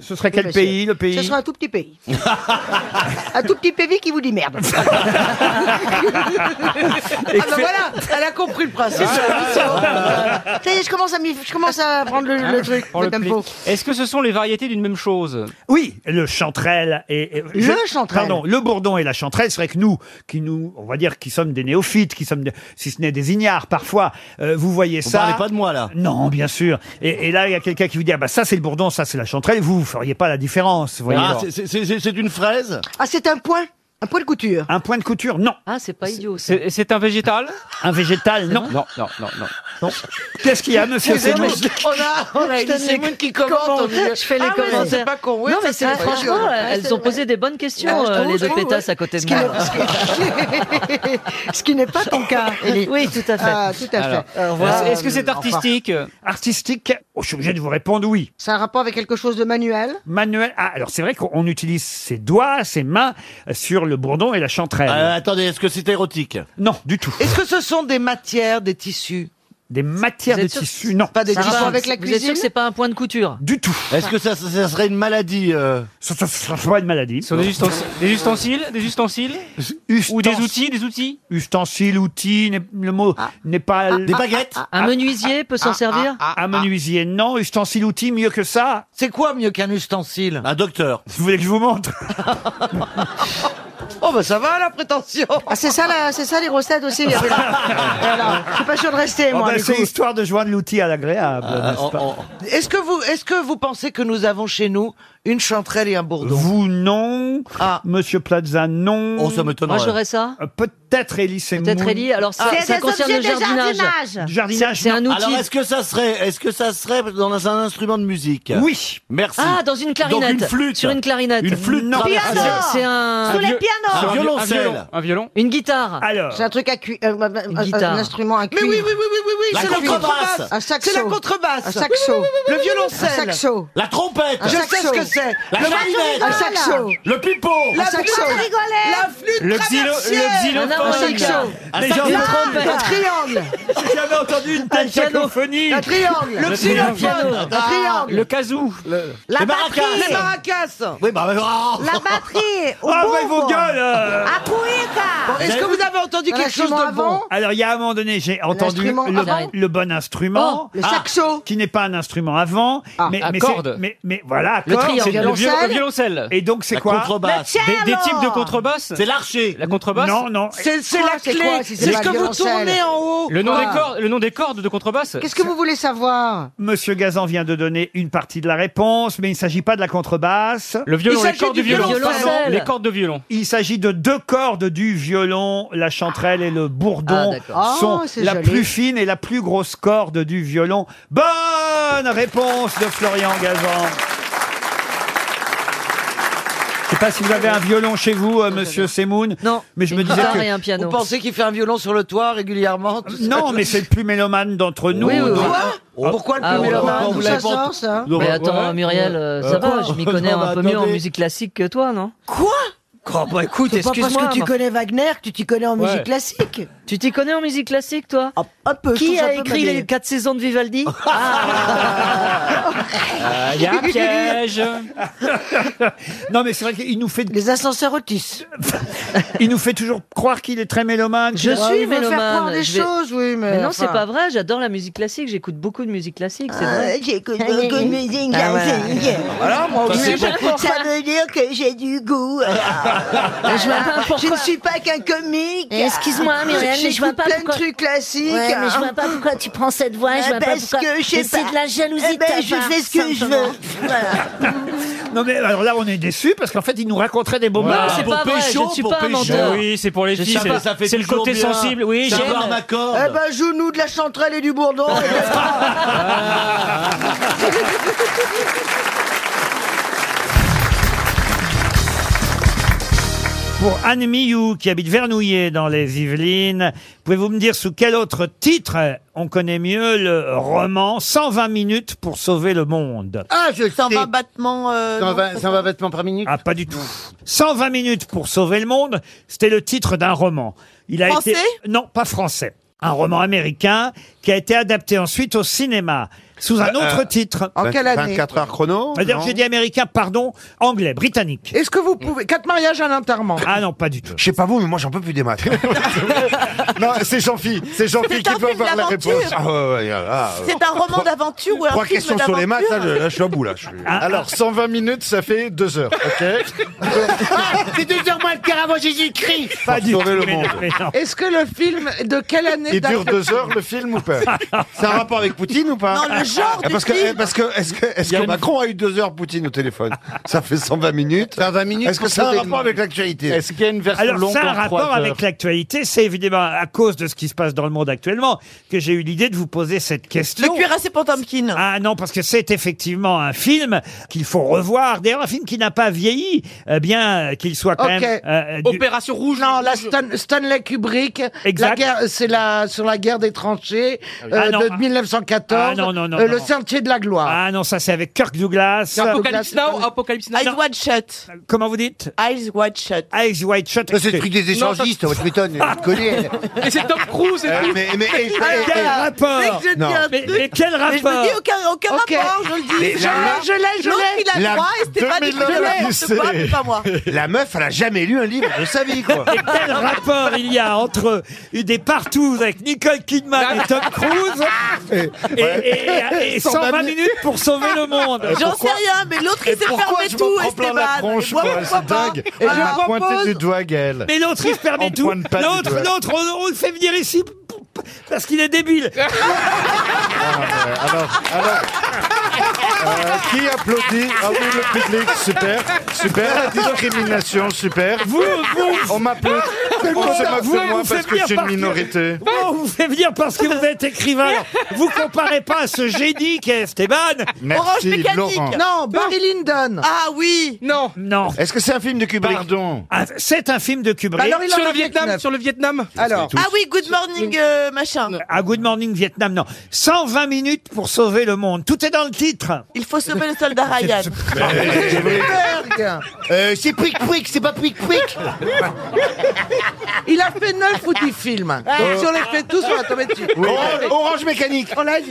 [SPEAKER 1] Ce serait quel pays Le pays
[SPEAKER 16] Ce sera un tout petit pays. un tout petit pays qui vous dit merde.
[SPEAKER 7] Ah bah voilà, elle a compris le principe.
[SPEAKER 16] Ah, Ça Hein y est, je commence à, m'y- je commence à prendre le, le truc.
[SPEAKER 5] Prends Hein le
[SPEAKER 16] le tempo.
[SPEAKER 5] pli. Est-ce que ce sont les variétés d'une même chose
[SPEAKER 1] Oui, le chanterelle et, et-
[SPEAKER 5] Le chanterelle.
[SPEAKER 1] Pardon, le bourdon et la chanterelle. C'est vrai que nous, qui nous, on va dire, qui sommes des néophytes, qui sommes, de- si ce n'est des ignares, parfois, euh, vous voyez
[SPEAKER 12] Vous
[SPEAKER 1] ça.
[SPEAKER 12] parlez pas de moi, là.
[SPEAKER 1] Non, bien sûr. Et, et là, il y a quelqu'un qui vous dit, ah bah ça c'est le bourdon, ça c'est la chanterelle. Vous, vous feriez pas la différence, vous voyez.
[SPEAKER 12] Ah,
[SPEAKER 1] alors.
[SPEAKER 12] c'est- c'est- c'est c'est une fraise
[SPEAKER 16] Ah, c'est un point Un point de couture
[SPEAKER 1] Un point de couture, non.
[SPEAKER 16] Ah, c'est pas idiot.
[SPEAKER 5] C'est c'est un végétal
[SPEAKER 1] Un végétal, non.
[SPEAKER 5] Non, non, non,
[SPEAKER 1] Qu'est-ce qu'il y a, monsieur Zemmour
[SPEAKER 7] On a, on a
[SPEAKER 16] Je donne
[SPEAKER 7] une
[SPEAKER 16] les
[SPEAKER 7] Simone qui commente. on dit,
[SPEAKER 16] Je fais les
[SPEAKER 7] ah, mais
[SPEAKER 16] commentaires.
[SPEAKER 7] C'est pas con. Oui,
[SPEAKER 16] Non, mais
[SPEAKER 7] ça,
[SPEAKER 16] c'est- franchement, euh,
[SPEAKER 7] vrai.
[SPEAKER 16] elles
[SPEAKER 7] Ouais, c'est
[SPEAKER 16] ont
[SPEAKER 7] vrai.
[SPEAKER 16] posé des bonnes questions,
[SPEAKER 7] Ouais, je
[SPEAKER 16] euh,
[SPEAKER 7] trouve,
[SPEAKER 16] les deux
[SPEAKER 7] je trouve,
[SPEAKER 16] pétasses
[SPEAKER 7] ouais.
[SPEAKER 16] à côté de
[SPEAKER 7] Ce qui
[SPEAKER 16] moi.
[SPEAKER 7] n'est- Ce qui n'est pas ton cas, Élie.
[SPEAKER 16] Oui, tout à fait.
[SPEAKER 7] Ah, tout à
[SPEAKER 16] Alors,
[SPEAKER 7] fait.
[SPEAKER 16] euh, voilà.
[SPEAKER 5] Est-ce que c'est artistique euh
[SPEAKER 1] Artistique Oh, Je suis obligé de vous répondre oui.
[SPEAKER 16] C'est un rapport avec quelque chose de manuel
[SPEAKER 1] Manuel. Ah, alors c'est vrai qu'on utilise ses doigts, ses mains euh, sur le bourdon et la chanterelle.
[SPEAKER 12] Euh, Attendez, est-ce que c'est érotique
[SPEAKER 1] Non, du tout.
[SPEAKER 7] Est-ce que ce sont des matières, des tissus
[SPEAKER 1] Des matières
[SPEAKER 7] Vous
[SPEAKER 1] de
[SPEAKER 7] êtes sûr que-
[SPEAKER 1] tissu, non.
[SPEAKER 7] Pas des Ça tissus. rapport avec la
[SPEAKER 16] Vous êtes sûr que c'est pas un point de couture
[SPEAKER 1] Du tout.
[SPEAKER 12] Est-ce que ça, ça- ça serait une maladie euh
[SPEAKER 1] Ça, ça, ça serait pas une maladie.
[SPEAKER 5] Ce sont des ustensiles, des ustensiles, des ustensiles Ou des outils, des outils
[SPEAKER 1] Ustensile, outil, n'est- le mot n'est pas.
[SPEAKER 5] Ah, des baguettes
[SPEAKER 16] Un menuisier peut s'en servir
[SPEAKER 1] Un menuisier, non. Ustensile, outil, mieux que ça. C'est quoi mieux qu'un ustensile
[SPEAKER 12] Un docteur.
[SPEAKER 1] Vous voulez que je vous montre
[SPEAKER 7] Oh bah ça va la prétention.
[SPEAKER 16] Ah, c'est ça, la- c'est ça les recettes aussi. il y avait là. Voilà. Je suis pas sûr de rester,
[SPEAKER 1] Oh,
[SPEAKER 7] bah,
[SPEAKER 16] moi.
[SPEAKER 1] ben,
[SPEAKER 16] du
[SPEAKER 1] C'est
[SPEAKER 16] coup.
[SPEAKER 1] histoire de joindre l'outil à l'agréable,
[SPEAKER 7] Ah,
[SPEAKER 1] n'est-ce pas
[SPEAKER 7] Est-ce que vous, est-ce que vous pensez que nous avons chez nous une chanterelle et un bourdon
[SPEAKER 1] Vous, non. Monsieur Plaza, non.
[SPEAKER 12] Oh, ça m'étonnerait. Moi, j'aurais
[SPEAKER 16] ça.
[SPEAKER 1] Euh, Peut-être Ellie Seymour.
[SPEAKER 16] Peut-être Ellie. Alors, ça- C'est ça des concerne le objets de jardinage. jardinage.
[SPEAKER 1] Jardinage,
[SPEAKER 16] C'est- c'est
[SPEAKER 1] non.
[SPEAKER 16] un outil.
[SPEAKER 12] Alors est-ce que ça serait, est-ce que ça serait dans un instrument de musique
[SPEAKER 1] Oui.
[SPEAKER 12] Merci.
[SPEAKER 16] Ah, dans une clarinette.
[SPEAKER 12] Donc une flûte.
[SPEAKER 16] Sur une clarinette.
[SPEAKER 12] Une flûte.
[SPEAKER 16] Non,
[SPEAKER 12] traversée.
[SPEAKER 16] piano. C'est un- Sous les
[SPEAKER 12] viol-
[SPEAKER 16] pianos.
[SPEAKER 12] Un
[SPEAKER 16] Un viol- un
[SPEAKER 12] violoncelle.
[SPEAKER 16] violon.
[SPEAKER 5] Un violon
[SPEAKER 16] Une guitare.
[SPEAKER 1] Alors.
[SPEAKER 16] C'est un truc à cuir. euh, un- un-
[SPEAKER 7] guitare.
[SPEAKER 16] Un instrument à cuir.
[SPEAKER 7] Mais oui, oui, oui, oui, oui, oui,
[SPEAKER 16] La
[SPEAKER 7] c'est la
[SPEAKER 16] contrebasse.
[SPEAKER 7] contrebasse.
[SPEAKER 16] Un saxo.
[SPEAKER 7] C'est la contrebasse.
[SPEAKER 16] Un saxo.
[SPEAKER 7] Oui, oui, oui, oui, oui,
[SPEAKER 16] Le
[SPEAKER 7] oui, oui.
[SPEAKER 16] violoncelle.
[SPEAKER 7] Un saxo.
[SPEAKER 12] La trompette.
[SPEAKER 7] Je sais ce que c'est.
[SPEAKER 12] La
[SPEAKER 7] Le
[SPEAKER 12] clarinette.
[SPEAKER 7] Un saxo.
[SPEAKER 12] Le pipeau.
[SPEAKER 7] La flûte. La flûte
[SPEAKER 12] Le xylo-
[SPEAKER 7] traversière.
[SPEAKER 12] le xylophone.
[SPEAKER 7] Un saxo.
[SPEAKER 12] Un saxo.
[SPEAKER 7] Une
[SPEAKER 12] Une
[SPEAKER 7] trompette.
[SPEAKER 12] trompette.
[SPEAKER 7] Un triangle.
[SPEAKER 1] J'ai jamais entendu une telle cacophonie.
[SPEAKER 7] Un triangle.
[SPEAKER 12] Le xylophone.
[SPEAKER 7] Un triangle.
[SPEAKER 5] Le kazoo.
[SPEAKER 7] La
[SPEAKER 12] Les
[SPEAKER 7] batterie.
[SPEAKER 12] maracas.
[SPEAKER 7] Les maracas.
[SPEAKER 12] Oui, bah, oh.
[SPEAKER 7] La batterie.
[SPEAKER 1] Ah, mais vos gueules euh.
[SPEAKER 7] Bon, Est-ce que vous avez Ah, entendu
[SPEAKER 1] Un
[SPEAKER 7] quelque chose
[SPEAKER 1] instrument
[SPEAKER 7] de bon
[SPEAKER 1] Alors, il y a un moment donné, j'ai entendu
[SPEAKER 7] instrument
[SPEAKER 1] le,
[SPEAKER 7] avant
[SPEAKER 1] le bon instrument.
[SPEAKER 7] Oh, le
[SPEAKER 1] saxo. Qui n'est pas un instrument avant. mais,
[SPEAKER 5] à
[SPEAKER 1] mais
[SPEAKER 5] corde.
[SPEAKER 1] c'est- Mais, mais voilà,
[SPEAKER 5] Le
[SPEAKER 1] corde,
[SPEAKER 5] triangle.
[SPEAKER 1] c'est
[SPEAKER 5] Le violon- le violoncelle.
[SPEAKER 1] Et donc, c'est
[SPEAKER 5] La
[SPEAKER 1] quoi
[SPEAKER 5] contrebasse. Le cello. Des- des types de contrebasse C'est l'archer. La contrebasse
[SPEAKER 1] Non, non.
[SPEAKER 7] C'est c'est la
[SPEAKER 16] c'est
[SPEAKER 7] clé.
[SPEAKER 16] quoi, si c'est
[SPEAKER 7] C'est
[SPEAKER 16] pas
[SPEAKER 7] ce que vous
[SPEAKER 16] violoncelle
[SPEAKER 7] tournez en haut.
[SPEAKER 5] Le nom,
[SPEAKER 16] Quoi
[SPEAKER 5] des
[SPEAKER 1] Ah.
[SPEAKER 5] cordes, le nom des cordes de contrebasse
[SPEAKER 16] Qu'est-ce que vous voulez savoir
[SPEAKER 1] Monsieur Gazan vient de donner une partie de la réponse, mais il ne s'agit pas de la contrebasse.
[SPEAKER 5] Le violon,
[SPEAKER 1] Il
[SPEAKER 5] les
[SPEAKER 1] s'agit
[SPEAKER 5] cordes
[SPEAKER 1] du
[SPEAKER 5] du violon.
[SPEAKER 1] violoncelle.
[SPEAKER 5] pardon, les cordes de violon.
[SPEAKER 1] Il s'agit de deux cordes du violon, la chanterelle et le
[SPEAKER 5] Ah,
[SPEAKER 1] bourdon
[SPEAKER 5] d'accord.
[SPEAKER 1] sont
[SPEAKER 5] Oh, c'est
[SPEAKER 1] la
[SPEAKER 5] joli.
[SPEAKER 1] plus fine et la plus grosse corde du violon. Bonne réponse de Florian Gazan. Je sais pas si vous avez un violon chez vous, euh, Monsieur Semoun. Non. Mais je me disais que-
[SPEAKER 7] Vous pensez qu'il fait un violon sur le toit régulièrement tout ça
[SPEAKER 1] Non, mais c'est le plus mélomane d'entre nous.
[SPEAKER 7] oui, oui.
[SPEAKER 1] donc-
[SPEAKER 7] Quoi
[SPEAKER 33] Oh.
[SPEAKER 1] Ah,
[SPEAKER 7] Pourquoi le plus mélomane
[SPEAKER 16] D'où ça sort, ça
[SPEAKER 1] Non,
[SPEAKER 16] Mais
[SPEAKER 1] bah,
[SPEAKER 16] attends,
[SPEAKER 1] ouais.
[SPEAKER 16] Muriel, euh, ça
[SPEAKER 1] Euh,
[SPEAKER 16] va,
[SPEAKER 1] non,
[SPEAKER 16] je m'y connais
[SPEAKER 1] non,
[SPEAKER 16] un
[SPEAKER 1] bah,
[SPEAKER 16] peu mieux en
[SPEAKER 1] attendez.
[SPEAKER 16] musique classique que toi, non
[SPEAKER 7] Quoi Oh, bah écoute,
[SPEAKER 13] C'est pas parce
[SPEAKER 7] excuse-moi,
[SPEAKER 13] que tu
[SPEAKER 7] mais-
[SPEAKER 13] connais Wagner que tu t'y connais en
[SPEAKER 7] Ouais.
[SPEAKER 13] musique classique.
[SPEAKER 7] Tu t'y connais en musique classique, toi
[SPEAKER 13] Un peu. je
[SPEAKER 7] Qui
[SPEAKER 13] trouve ça
[SPEAKER 7] a
[SPEAKER 13] un peu Ah,
[SPEAKER 7] écrit
[SPEAKER 13] mal
[SPEAKER 7] les quatre saisons de Vivaldi
[SPEAKER 33] Ah, Il y a un piège.
[SPEAKER 1] non, mais c'est vrai qu'il nous fait.
[SPEAKER 13] Les ascenseurs Otis.
[SPEAKER 1] Il nous fait toujours croire qu'il est très mélomane.
[SPEAKER 7] Je
[SPEAKER 1] qu'il-
[SPEAKER 33] Oh,
[SPEAKER 7] suis mélomane. je vais-
[SPEAKER 13] oui, mais
[SPEAKER 7] non,
[SPEAKER 13] enfin.
[SPEAKER 7] c'est pas vrai. J'adore la musique classique. J'écoute beaucoup de musique classique. C'est
[SPEAKER 13] Ah,
[SPEAKER 7] vrai.
[SPEAKER 13] J'écoute beaucoup de musique
[SPEAKER 7] Ah ouais.
[SPEAKER 13] classique.
[SPEAKER 7] Voilà, moi aussi,
[SPEAKER 13] Ça
[SPEAKER 7] j'écoute.
[SPEAKER 13] veut dire que j'ai du goût. Ah.
[SPEAKER 34] Ah,
[SPEAKER 7] Mais je vois pas
[SPEAKER 13] Je ne suis pas qu'un comique.
[SPEAKER 34] Eh, Excuse-moi, Muriel, mais je vois
[SPEAKER 13] J'écoute
[SPEAKER 34] pas
[SPEAKER 13] plein
[SPEAKER 34] pourquoi-
[SPEAKER 13] de trucs classiques.
[SPEAKER 34] Ouais, mais je vois pas pourquoi tu prends cette voix. Je
[SPEAKER 13] Ah,
[SPEAKER 34] vois pas
[SPEAKER 13] parce
[SPEAKER 34] pourquoi.
[SPEAKER 13] que je sais
[SPEAKER 34] Mais c'est
[SPEAKER 13] pas.
[SPEAKER 34] de la jalousie
[SPEAKER 13] Eh ben,
[SPEAKER 34] de ta
[SPEAKER 13] je
[SPEAKER 34] part,
[SPEAKER 13] fais ce que je
[SPEAKER 34] simplement.
[SPEAKER 13] veux. Voilà.
[SPEAKER 1] Non, mais alors là, on est déçus parce qu'en fait, il nous raconterait des bons
[SPEAKER 33] Voilà. Pour pécho, pour pécho. Oui, c'est pour les
[SPEAKER 1] Je
[SPEAKER 33] filles.
[SPEAKER 1] sais pas, ça fait
[SPEAKER 33] C'est le
[SPEAKER 1] toujours
[SPEAKER 33] côté
[SPEAKER 1] bien.
[SPEAKER 33] sensible. Oui,
[SPEAKER 1] Ça
[SPEAKER 33] j'aime.
[SPEAKER 1] part ma corde.
[SPEAKER 13] Eh ben, joue-nous de la chanterelle et du bourdon. et
[SPEAKER 1] Pour Anne Millou, qui habite Vernouillet dans les Yvelines, pouvez-vous me dire sous quel autre titre on connaît mieux le roman 120 minutes pour sauver le monde
[SPEAKER 12] Ah, je 120 battements. Euh, non, c'est pas-
[SPEAKER 1] battements par minute Ah, pas du tout. 120 minutes pour sauver le monde, c'était le titre d'un roman. Il a
[SPEAKER 12] Français
[SPEAKER 1] été... Non, pas français. Un roman américain qui a été adapté ensuite au cinéma sous un
[SPEAKER 8] Euh,
[SPEAKER 1] autre
[SPEAKER 8] euh,
[SPEAKER 1] titre.
[SPEAKER 8] en quelle année 24 heures chrono,
[SPEAKER 1] D'ailleurs,
[SPEAKER 8] non
[SPEAKER 1] j'ai dit américain, pardon, anglais, britannique.
[SPEAKER 8] Est-ce que vous pouvez. Quatre mariages, un enterrement.
[SPEAKER 1] Ah non, pas du tout.
[SPEAKER 8] Je sais pas vous, mais moi j'en peux plus des maths. non, c'est Jean-Phi. C'est Jean-Phi
[SPEAKER 12] C'est un
[SPEAKER 8] qui peut
[SPEAKER 12] film
[SPEAKER 8] avoir la
[SPEAKER 12] d'aventure.
[SPEAKER 8] réponse. Ah ouais, ouais, ah,
[SPEAKER 12] C'est un roman d'aventure ou un
[SPEAKER 8] Trois
[SPEAKER 12] film
[SPEAKER 8] questions sur les maths, là, je,
[SPEAKER 12] d'aventure
[SPEAKER 8] là, je suis à bout. Là, Alors, 120 minutes, ça fait 2 heures, ok
[SPEAKER 12] Ah, C'est deux heures moins le quart avant Jésus-Christ.
[SPEAKER 8] Pas du sauver tout, le mais monde. non, mais non.
[SPEAKER 12] Est-ce que le film de quelle année
[SPEAKER 8] Il dure
[SPEAKER 12] date-
[SPEAKER 8] 2 heures, le film, ou pas C'est un rapport avec Poutine, ou pas
[SPEAKER 12] Non, le genre
[SPEAKER 8] Eh,
[SPEAKER 12] du
[SPEAKER 8] Parce que,
[SPEAKER 12] film.
[SPEAKER 8] eh, parce que, est-ce que, est-ce que Macron a eu 2 heures Poutine au téléphone Ça fait 120 minutes. 120 minutes Est-ce que pour ça a un sauver le rapport monde. avec l'actualité Est-ce qu'il y a une version
[SPEAKER 1] Alors,
[SPEAKER 8] longue
[SPEAKER 1] ça a un
[SPEAKER 8] en trois
[SPEAKER 1] rapport
[SPEAKER 8] heures
[SPEAKER 1] avec l'actualité. C'est évidemment à cause de ce qui se passe dans le monde actuellement que j'ai eu l'idée de vous poser cette question. Le
[SPEAKER 12] cuirassé Potemkin.
[SPEAKER 1] Ah non, parce que c'est effectivement un film qu'il faut revoir. D'ailleurs, un film qui n'a pas vieilli, euh, bien euh, qu'il soit quand
[SPEAKER 12] Ok.
[SPEAKER 1] même... euh, du-
[SPEAKER 12] Opération Rouge. Non, la Stan- Stanley Kubrick.
[SPEAKER 1] Exact.
[SPEAKER 12] La guerre, c'est la sur la guerre des tranchées
[SPEAKER 1] Ah oui.
[SPEAKER 12] euh,
[SPEAKER 1] Ah non,
[SPEAKER 12] de
[SPEAKER 1] ah.
[SPEAKER 12] 1914.
[SPEAKER 1] Ah non, non, non,
[SPEAKER 12] euh, Le
[SPEAKER 1] non.
[SPEAKER 12] sentier de la gloire.
[SPEAKER 1] Ah non, ça c'est avec Kirk Douglas.
[SPEAKER 12] Apocalypse Now,
[SPEAKER 7] Apocalypse Now. Eyes Wide Shut.
[SPEAKER 1] Comment vous dites
[SPEAKER 7] Eyes Wide Shut.
[SPEAKER 1] Eyes Wide Shut.
[SPEAKER 7] c'est le truc des échangistes,
[SPEAKER 1] votre Washington,
[SPEAKER 8] tu connais.
[SPEAKER 1] Et c'est Tom Cruise
[SPEAKER 8] et Euh, tout. mais- mais- et-
[SPEAKER 1] Ah, quel
[SPEAKER 8] et- et-
[SPEAKER 1] rapport
[SPEAKER 8] Dès que je dis un
[SPEAKER 1] mais,
[SPEAKER 8] truc-
[SPEAKER 1] mais quel
[SPEAKER 8] Mais
[SPEAKER 1] rapport
[SPEAKER 8] je me dis aucun-
[SPEAKER 7] aucun
[SPEAKER 8] Ok.
[SPEAKER 7] rapport, je le dis.
[SPEAKER 8] Mais
[SPEAKER 7] je l'ai,
[SPEAKER 8] la-
[SPEAKER 7] je l'ai, je l'ai.
[SPEAKER 8] L'autre, il a le La droit et Stéphane, il a le 2000
[SPEAKER 7] n'importe quoi, mais pas moi.
[SPEAKER 8] La meuf, elle a jamais lu un livre de sa vie, quoi.
[SPEAKER 1] Et quel rapport il y a entre des partout avec Nicole Kidman et Tom Cruise et, et- et- et 120 minutes pour sauver le monde
[SPEAKER 8] Euh,
[SPEAKER 7] J'en sais rien, mais l'autre, il s'est fermé tout, Esteban.
[SPEAKER 8] tronche, quoi, c'est dingue.
[SPEAKER 7] Et
[SPEAKER 8] Et
[SPEAKER 7] je
[SPEAKER 8] je pointé
[SPEAKER 7] propose-
[SPEAKER 8] du doigt, Gaël.
[SPEAKER 1] Mais l'autre, il se permet
[SPEAKER 8] On
[SPEAKER 1] tout.
[SPEAKER 8] pointe pas du
[SPEAKER 1] L'autre,
[SPEAKER 8] doigt.
[SPEAKER 1] l'autre, on, on le fait venir ici p- p- parce qu'il est débile.
[SPEAKER 8] Ah, ouais, Alors, alors. euh, qui applaudit Ah oui, le public, super, super, la discrimination, super.
[SPEAKER 1] Vous, vous
[SPEAKER 8] On m'applaudit.
[SPEAKER 5] Ah,
[SPEAKER 1] Vous,
[SPEAKER 8] On se
[SPEAKER 1] vous,
[SPEAKER 8] moque
[SPEAKER 1] vous,
[SPEAKER 8] de moi
[SPEAKER 1] vous
[SPEAKER 8] parce
[SPEAKER 1] faites
[SPEAKER 8] que je
[SPEAKER 1] venir
[SPEAKER 8] suis une
[SPEAKER 1] parce que-
[SPEAKER 8] minorité.
[SPEAKER 1] Bon, on vous fait venir parce que vous êtes écrivain. Alors, vous comparez pas à ce génie qu'est Esteban.
[SPEAKER 8] Merci, Mécanique. Laurent.
[SPEAKER 12] Non, Barry Lyndon. Ah oui.
[SPEAKER 1] Non. Non.
[SPEAKER 8] Est-ce que c'est un film de Kubrick Ah,
[SPEAKER 1] Pardon. c'est un film de Kubrick.
[SPEAKER 12] Bah alors, il en Sur a le Vietnam, 19.
[SPEAKER 1] sur le Vietnam.
[SPEAKER 12] Alors.
[SPEAKER 7] Ah oui, Good Morning, euh, machin.
[SPEAKER 1] Ah, Good Morning Vietnam, non. 120 minutes pour sauver le monde. Tout est dans le titre.
[SPEAKER 7] Il faut sauver le soldat Ryan.
[SPEAKER 12] Euh, c'est Pouic Pouic, c'est pas Pouic Pouic. Il a fait 9 ou 10 films. Euh. Si on les fait tous, on va tomber dessus.
[SPEAKER 8] Oui.
[SPEAKER 12] Orange,
[SPEAKER 8] Orange Mécanique.
[SPEAKER 12] On l'a dit.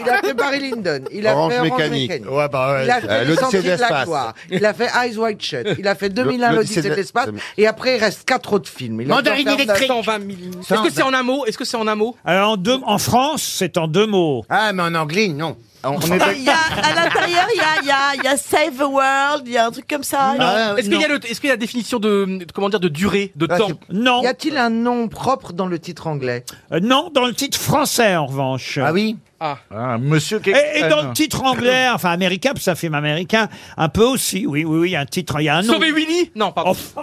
[SPEAKER 12] Il a fait Barry Lyndon. Il a
[SPEAKER 8] Orange
[SPEAKER 12] fait Orange
[SPEAKER 8] Mécanique.
[SPEAKER 12] Mécanique.
[SPEAKER 8] Ouais, bah ouais.
[SPEAKER 12] Il a fait
[SPEAKER 8] Euh,
[SPEAKER 12] Le
[SPEAKER 8] l'Odyssée
[SPEAKER 12] Sentier
[SPEAKER 8] de
[SPEAKER 12] de la
[SPEAKER 8] l'espace.
[SPEAKER 12] gloire. Il a fait Eyes Wide Shut. Il a fait 2001
[SPEAKER 8] Le-
[SPEAKER 12] l'Odyssée
[SPEAKER 8] l'Odyssée
[SPEAKER 12] de
[SPEAKER 8] de-
[SPEAKER 12] l'espace. Et après, il reste 4 autres films. Il a
[SPEAKER 5] Mandarine
[SPEAKER 12] fait en faire
[SPEAKER 5] électrique.
[SPEAKER 12] 120 000.
[SPEAKER 5] Est-ce que c'est en un mot Est-ce que c'est en un mot
[SPEAKER 1] Alors, en, deux, en France, c'est en deux mots.
[SPEAKER 12] Ah, mais en anglais, non.
[SPEAKER 7] Il y a, à l'intérieur, il y a, il y, a, il y a Save the World, il y a un truc comme ça.
[SPEAKER 5] Non. Est-ce qu'il y, a le- est-ce qu'il y a la définition de, de- comment dire, de durée, de
[SPEAKER 35] Ah,
[SPEAKER 5] temps
[SPEAKER 1] Non.
[SPEAKER 12] Ah, Y a-t-il un nom propre dans le titre anglais
[SPEAKER 1] Euh, non, dans le titre français, en revanche. Ah
[SPEAKER 12] oui
[SPEAKER 5] Ah.
[SPEAKER 8] monsieur Ah,
[SPEAKER 1] et, et dans le titre anglais, enfin américain, puis c'est un film américain, un peu aussi, oui, oui, oui, il y a un titre, il y a un nom.
[SPEAKER 5] Sauver Winnie Non, pardon.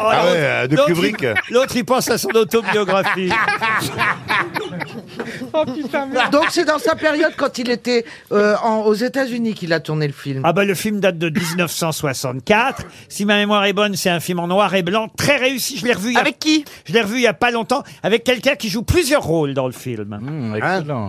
[SPEAKER 8] Ah ouais, euh, de
[SPEAKER 1] L'autre,
[SPEAKER 8] Kubrick.
[SPEAKER 1] il- L'autre, il pense à son autobiographie.
[SPEAKER 7] Oh,
[SPEAKER 12] Donc c'est dans sa période quand il était euh, en- aux États-Unis qu'il a tourné le film.
[SPEAKER 1] Ah bah le film date de 1964. Si ma mémoire est bonne, c'est un film en noir et blanc très réussi. Je l'ai revu. Avec
[SPEAKER 5] qui
[SPEAKER 1] Je l'ai revu il y a pas longtemps avec
[SPEAKER 8] Hmm,
[SPEAKER 1] quelqu'un qui joue plusieurs rôles dans le film.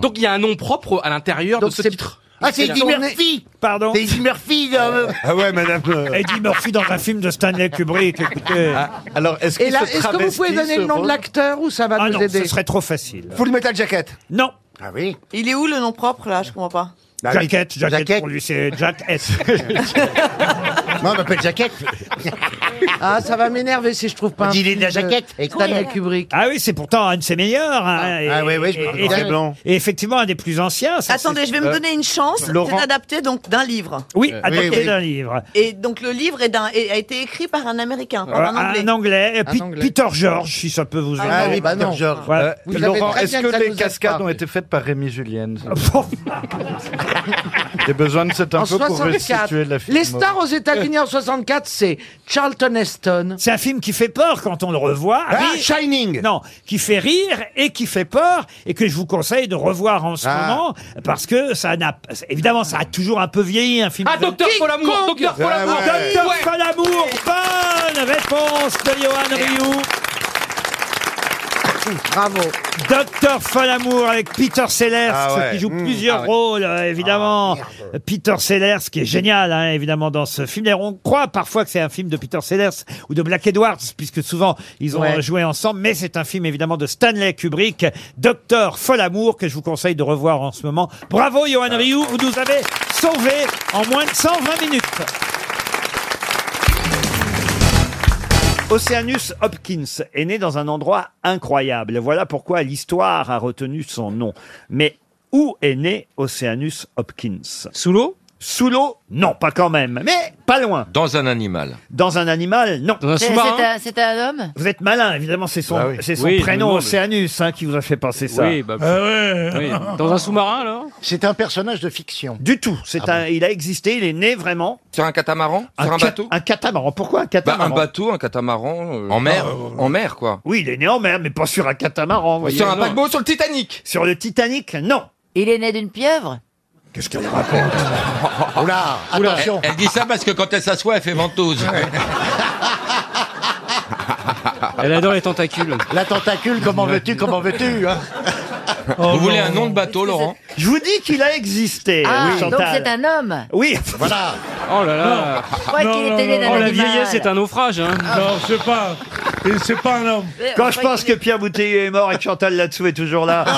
[SPEAKER 5] Donc il y a un nom propre à l'intérieur de ce titre.
[SPEAKER 36] Ah, c'est Eddie
[SPEAKER 1] Tourné-
[SPEAKER 36] Murphy
[SPEAKER 1] Pardon
[SPEAKER 36] C'est Eddie Murphy dans-
[SPEAKER 12] euh,
[SPEAKER 7] Euh,
[SPEAKER 1] Ah ouais, madame. Eddie Murphy dans un film de Stanley Kubrick, écoutez. alors, est-ce
[SPEAKER 12] Et là, est-ce que vous pouvez donner le nom de l'acteur ou ça va
[SPEAKER 1] Ah
[SPEAKER 12] nous
[SPEAKER 1] non,
[SPEAKER 12] aider
[SPEAKER 1] ce serait trop facile.
[SPEAKER 12] Full Metal Jacket
[SPEAKER 1] Non.
[SPEAKER 12] Ah oui Bah,
[SPEAKER 7] Il est où le nom propre là Je comprends pas.
[SPEAKER 1] Jacket, Jacket, pour lui, c'est Jack S.
[SPEAKER 12] Moi, on m'appelle Jacket.
[SPEAKER 36] Ah, ça va m'énerver si je trouve pas. un
[SPEAKER 1] Dis-les
[SPEAKER 36] film
[SPEAKER 1] de la jaquette.
[SPEAKER 36] Stanley Kubrick.
[SPEAKER 1] Ah oui, c'est pourtant un de ses meilleurs. hein, et-
[SPEAKER 36] ah oui, oui, je
[SPEAKER 1] et-
[SPEAKER 36] me rappelle.
[SPEAKER 1] et-
[SPEAKER 36] Noir et blanc.
[SPEAKER 1] Et effectivement, un des plus anciens. ça,
[SPEAKER 7] Attendez,
[SPEAKER 1] c'est-
[SPEAKER 7] je vais me
[SPEAKER 1] euh,
[SPEAKER 7] donner une chance.
[SPEAKER 1] Laurent-
[SPEAKER 7] C'est adapté donc d'un livre.
[SPEAKER 1] Oui,
[SPEAKER 7] Euh,
[SPEAKER 1] adapté
[SPEAKER 7] oui, oui.
[SPEAKER 1] d'un livre.
[SPEAKER 7] Et donc le livre est d'un- est- a été écrit par un Américain, par un Anglais.
[SPEAKER 1] Euh, Un anglais,
[SPEAKER 7] Un
[SPEAKER 1] Pi-
[SPEAKER 7] Anglais.
[SPEAKER 1] Peter George, si ça peut vous aider.
[SPEAKER 7] Ah oui,
[SPEAKER 1] Peter
[SPEAKER 35] George.
[SPEAKER 1] Voilà.
[SPEAKER 35] Laurent, est-ce que les cascades ont été faites par Rémi Julien J'ai besoin de cette
[SPEAKER 12] En
[SPEAKER 35] info pour
[SPEAKER 12] 64.
[SPEAKER 35] restituer la
[SPEAKER 12] Les stars aux États-Unis en 64, c'est Charlton Heston.
[SPEAKER 1] C'est un film qui fait peur quand on le revoit.
[SPEAKER 12] Shining
[SPEAKER 1] Non, qui fait rire et qui fait peur et que je vous conseille de revoir en ce
[SPEAKER 12] Ah.
[SPEAKER 1] moment parce que ça n'a évidemment ça a toujours un peu vieilli un film.
[SPEAKER 5] Ah, Docteur King Folamour, Kong Docteur Folamour.
[SPEAKER 1] Ah, Docteur
[SPEAKER 5] Ouais.
[SPEAKER 1] Folamour, bonne réponse de Johan Rioux. Bravo. Docteur Folamour avec Peter Sellers
[SPEAKER 37] Ah ouais.
[SPEAKER 1] qui joue
[SPEAKER 37] Mmh.
[SPEAKER 1] plusieurs
[SPEAKER 37] Ah ouais. Ah,
[SPEAKER 1] rôles euh, évidemment. Peter Sellers qui est génial hein, évidemment dans ce film. D'ailleurs, on croit parfois que c'est un film de Peter Sellers ou de Black Edwards puisque souvent ils ont
[SPEAKER 37] Ouais.
[SPEAKER 1] euh, joué ensemble. Mais c'est un film évidemment de Stanley Kubrick, Docteur Folamour que je vous conseille de revoir en ce moment. Bravo Johan Rioux, vous nous avez sauvé en moins de 120 minutes. Oceanus Hopkins est né dans un endroit incroyable. Voilà pourquoi l'histoire a retenu son nom. Mais où est né Oceanus Hopkins Sous l'eau Sous l'eau Non, pas quand même. Mais pas loin.
[SPEAKER 2] Dans un animal.
[SPEAKER 1] Dans un animal Non. Dans
[SPEAKER 13] C'était un homme
[SPEAKER 1] Vous êtes malin, évidemment, c'est son,
[SPEAKER 2] Bah oui.
[SPEAKER 1] c'est son
[SPEAKER 2] Oui, je me
[SPEAKER 1] prénom
[SPEAKER 2] demande.
[SPEAKER 1] Oceanus hein, qui vous a fait penser ça.
[SPEAKER 2] Oui, bah, Ah ouais. oui. Dans un
[SPEAKER 1] sous-marin alors
[SPEAKER 12] C'est un personnage de fiction. Ah
[SPEAKER 1] Du tout. C'est un, il a existé, il est né vraiment.
[SPEAKER 2] Sur un catamaran Sur un
[SPEAKER 1] ca-
[SPEAKER 2] bateau Bah,
[SPEAKER 1] Un catamaran. Pourquoi un catamaran
[SPEAKER 2] Un bateau, un catamaran. euh, En mer non, euh, En mer, quoi.
[SPEAKER 1] Oui, il est né en mer, mais pas sur un catamaran. voyez.
[SPEAKER 2] Sur un
[SPEAKER 1] Non.
[SPEAKER 2] paquebot, sur le Titanic
[SPEAKER 1] Sur le Titanic, non.
[SPEAKER 13] Il est né d'une pieuvre
[SPEAKER 1] Qu'est-ce qu'elle raconte
[SPEAKER 2] Oula,
[SPEAKER 13] attention.
[SPEAKER 2] Elle, elle dit ça parce que quand elle s'assoit, elle fait ventouse.
[SPEAKER 5] Elle adore les tentacules.
[SPEAKER 12] La tentacule, comment veux-tu, comment veux-tu hein
[SPEAKER 2] Vous voulez un nom de bateau, Laurent
[SPEAKER 1] Je vous dis Oh qu'il a
[SPEAKER 12] Eh
[SPEAKER 1] existé.
[SPEAKER 13] Ah,
[SPEAKER 1] oui,
[SPEAKER 13] donc
[SPEAKER 1] Chantal.
[SPEAKER 13] c'est un homme
[SPEAKER 1] Oui.
[SPEAKER 2] Voilà.
[SPEAKER 5] Oh là là.
[SPEAKER 13] Je croyais qu'il était né d'un
[SPEAKER 5] Oh, la
[SPEAKER 13] animal.
[SPEAKER 5] vieillesse est un naufrage. Hein.
[SPEAKER 2] Non,
[SPEAKER 5] je sais pas.
[SPEAKER 1] C'est pas un homme. Ah. Quand je pense que Pierre Bouteiller est mort et que Chantal Latsou est toujours là.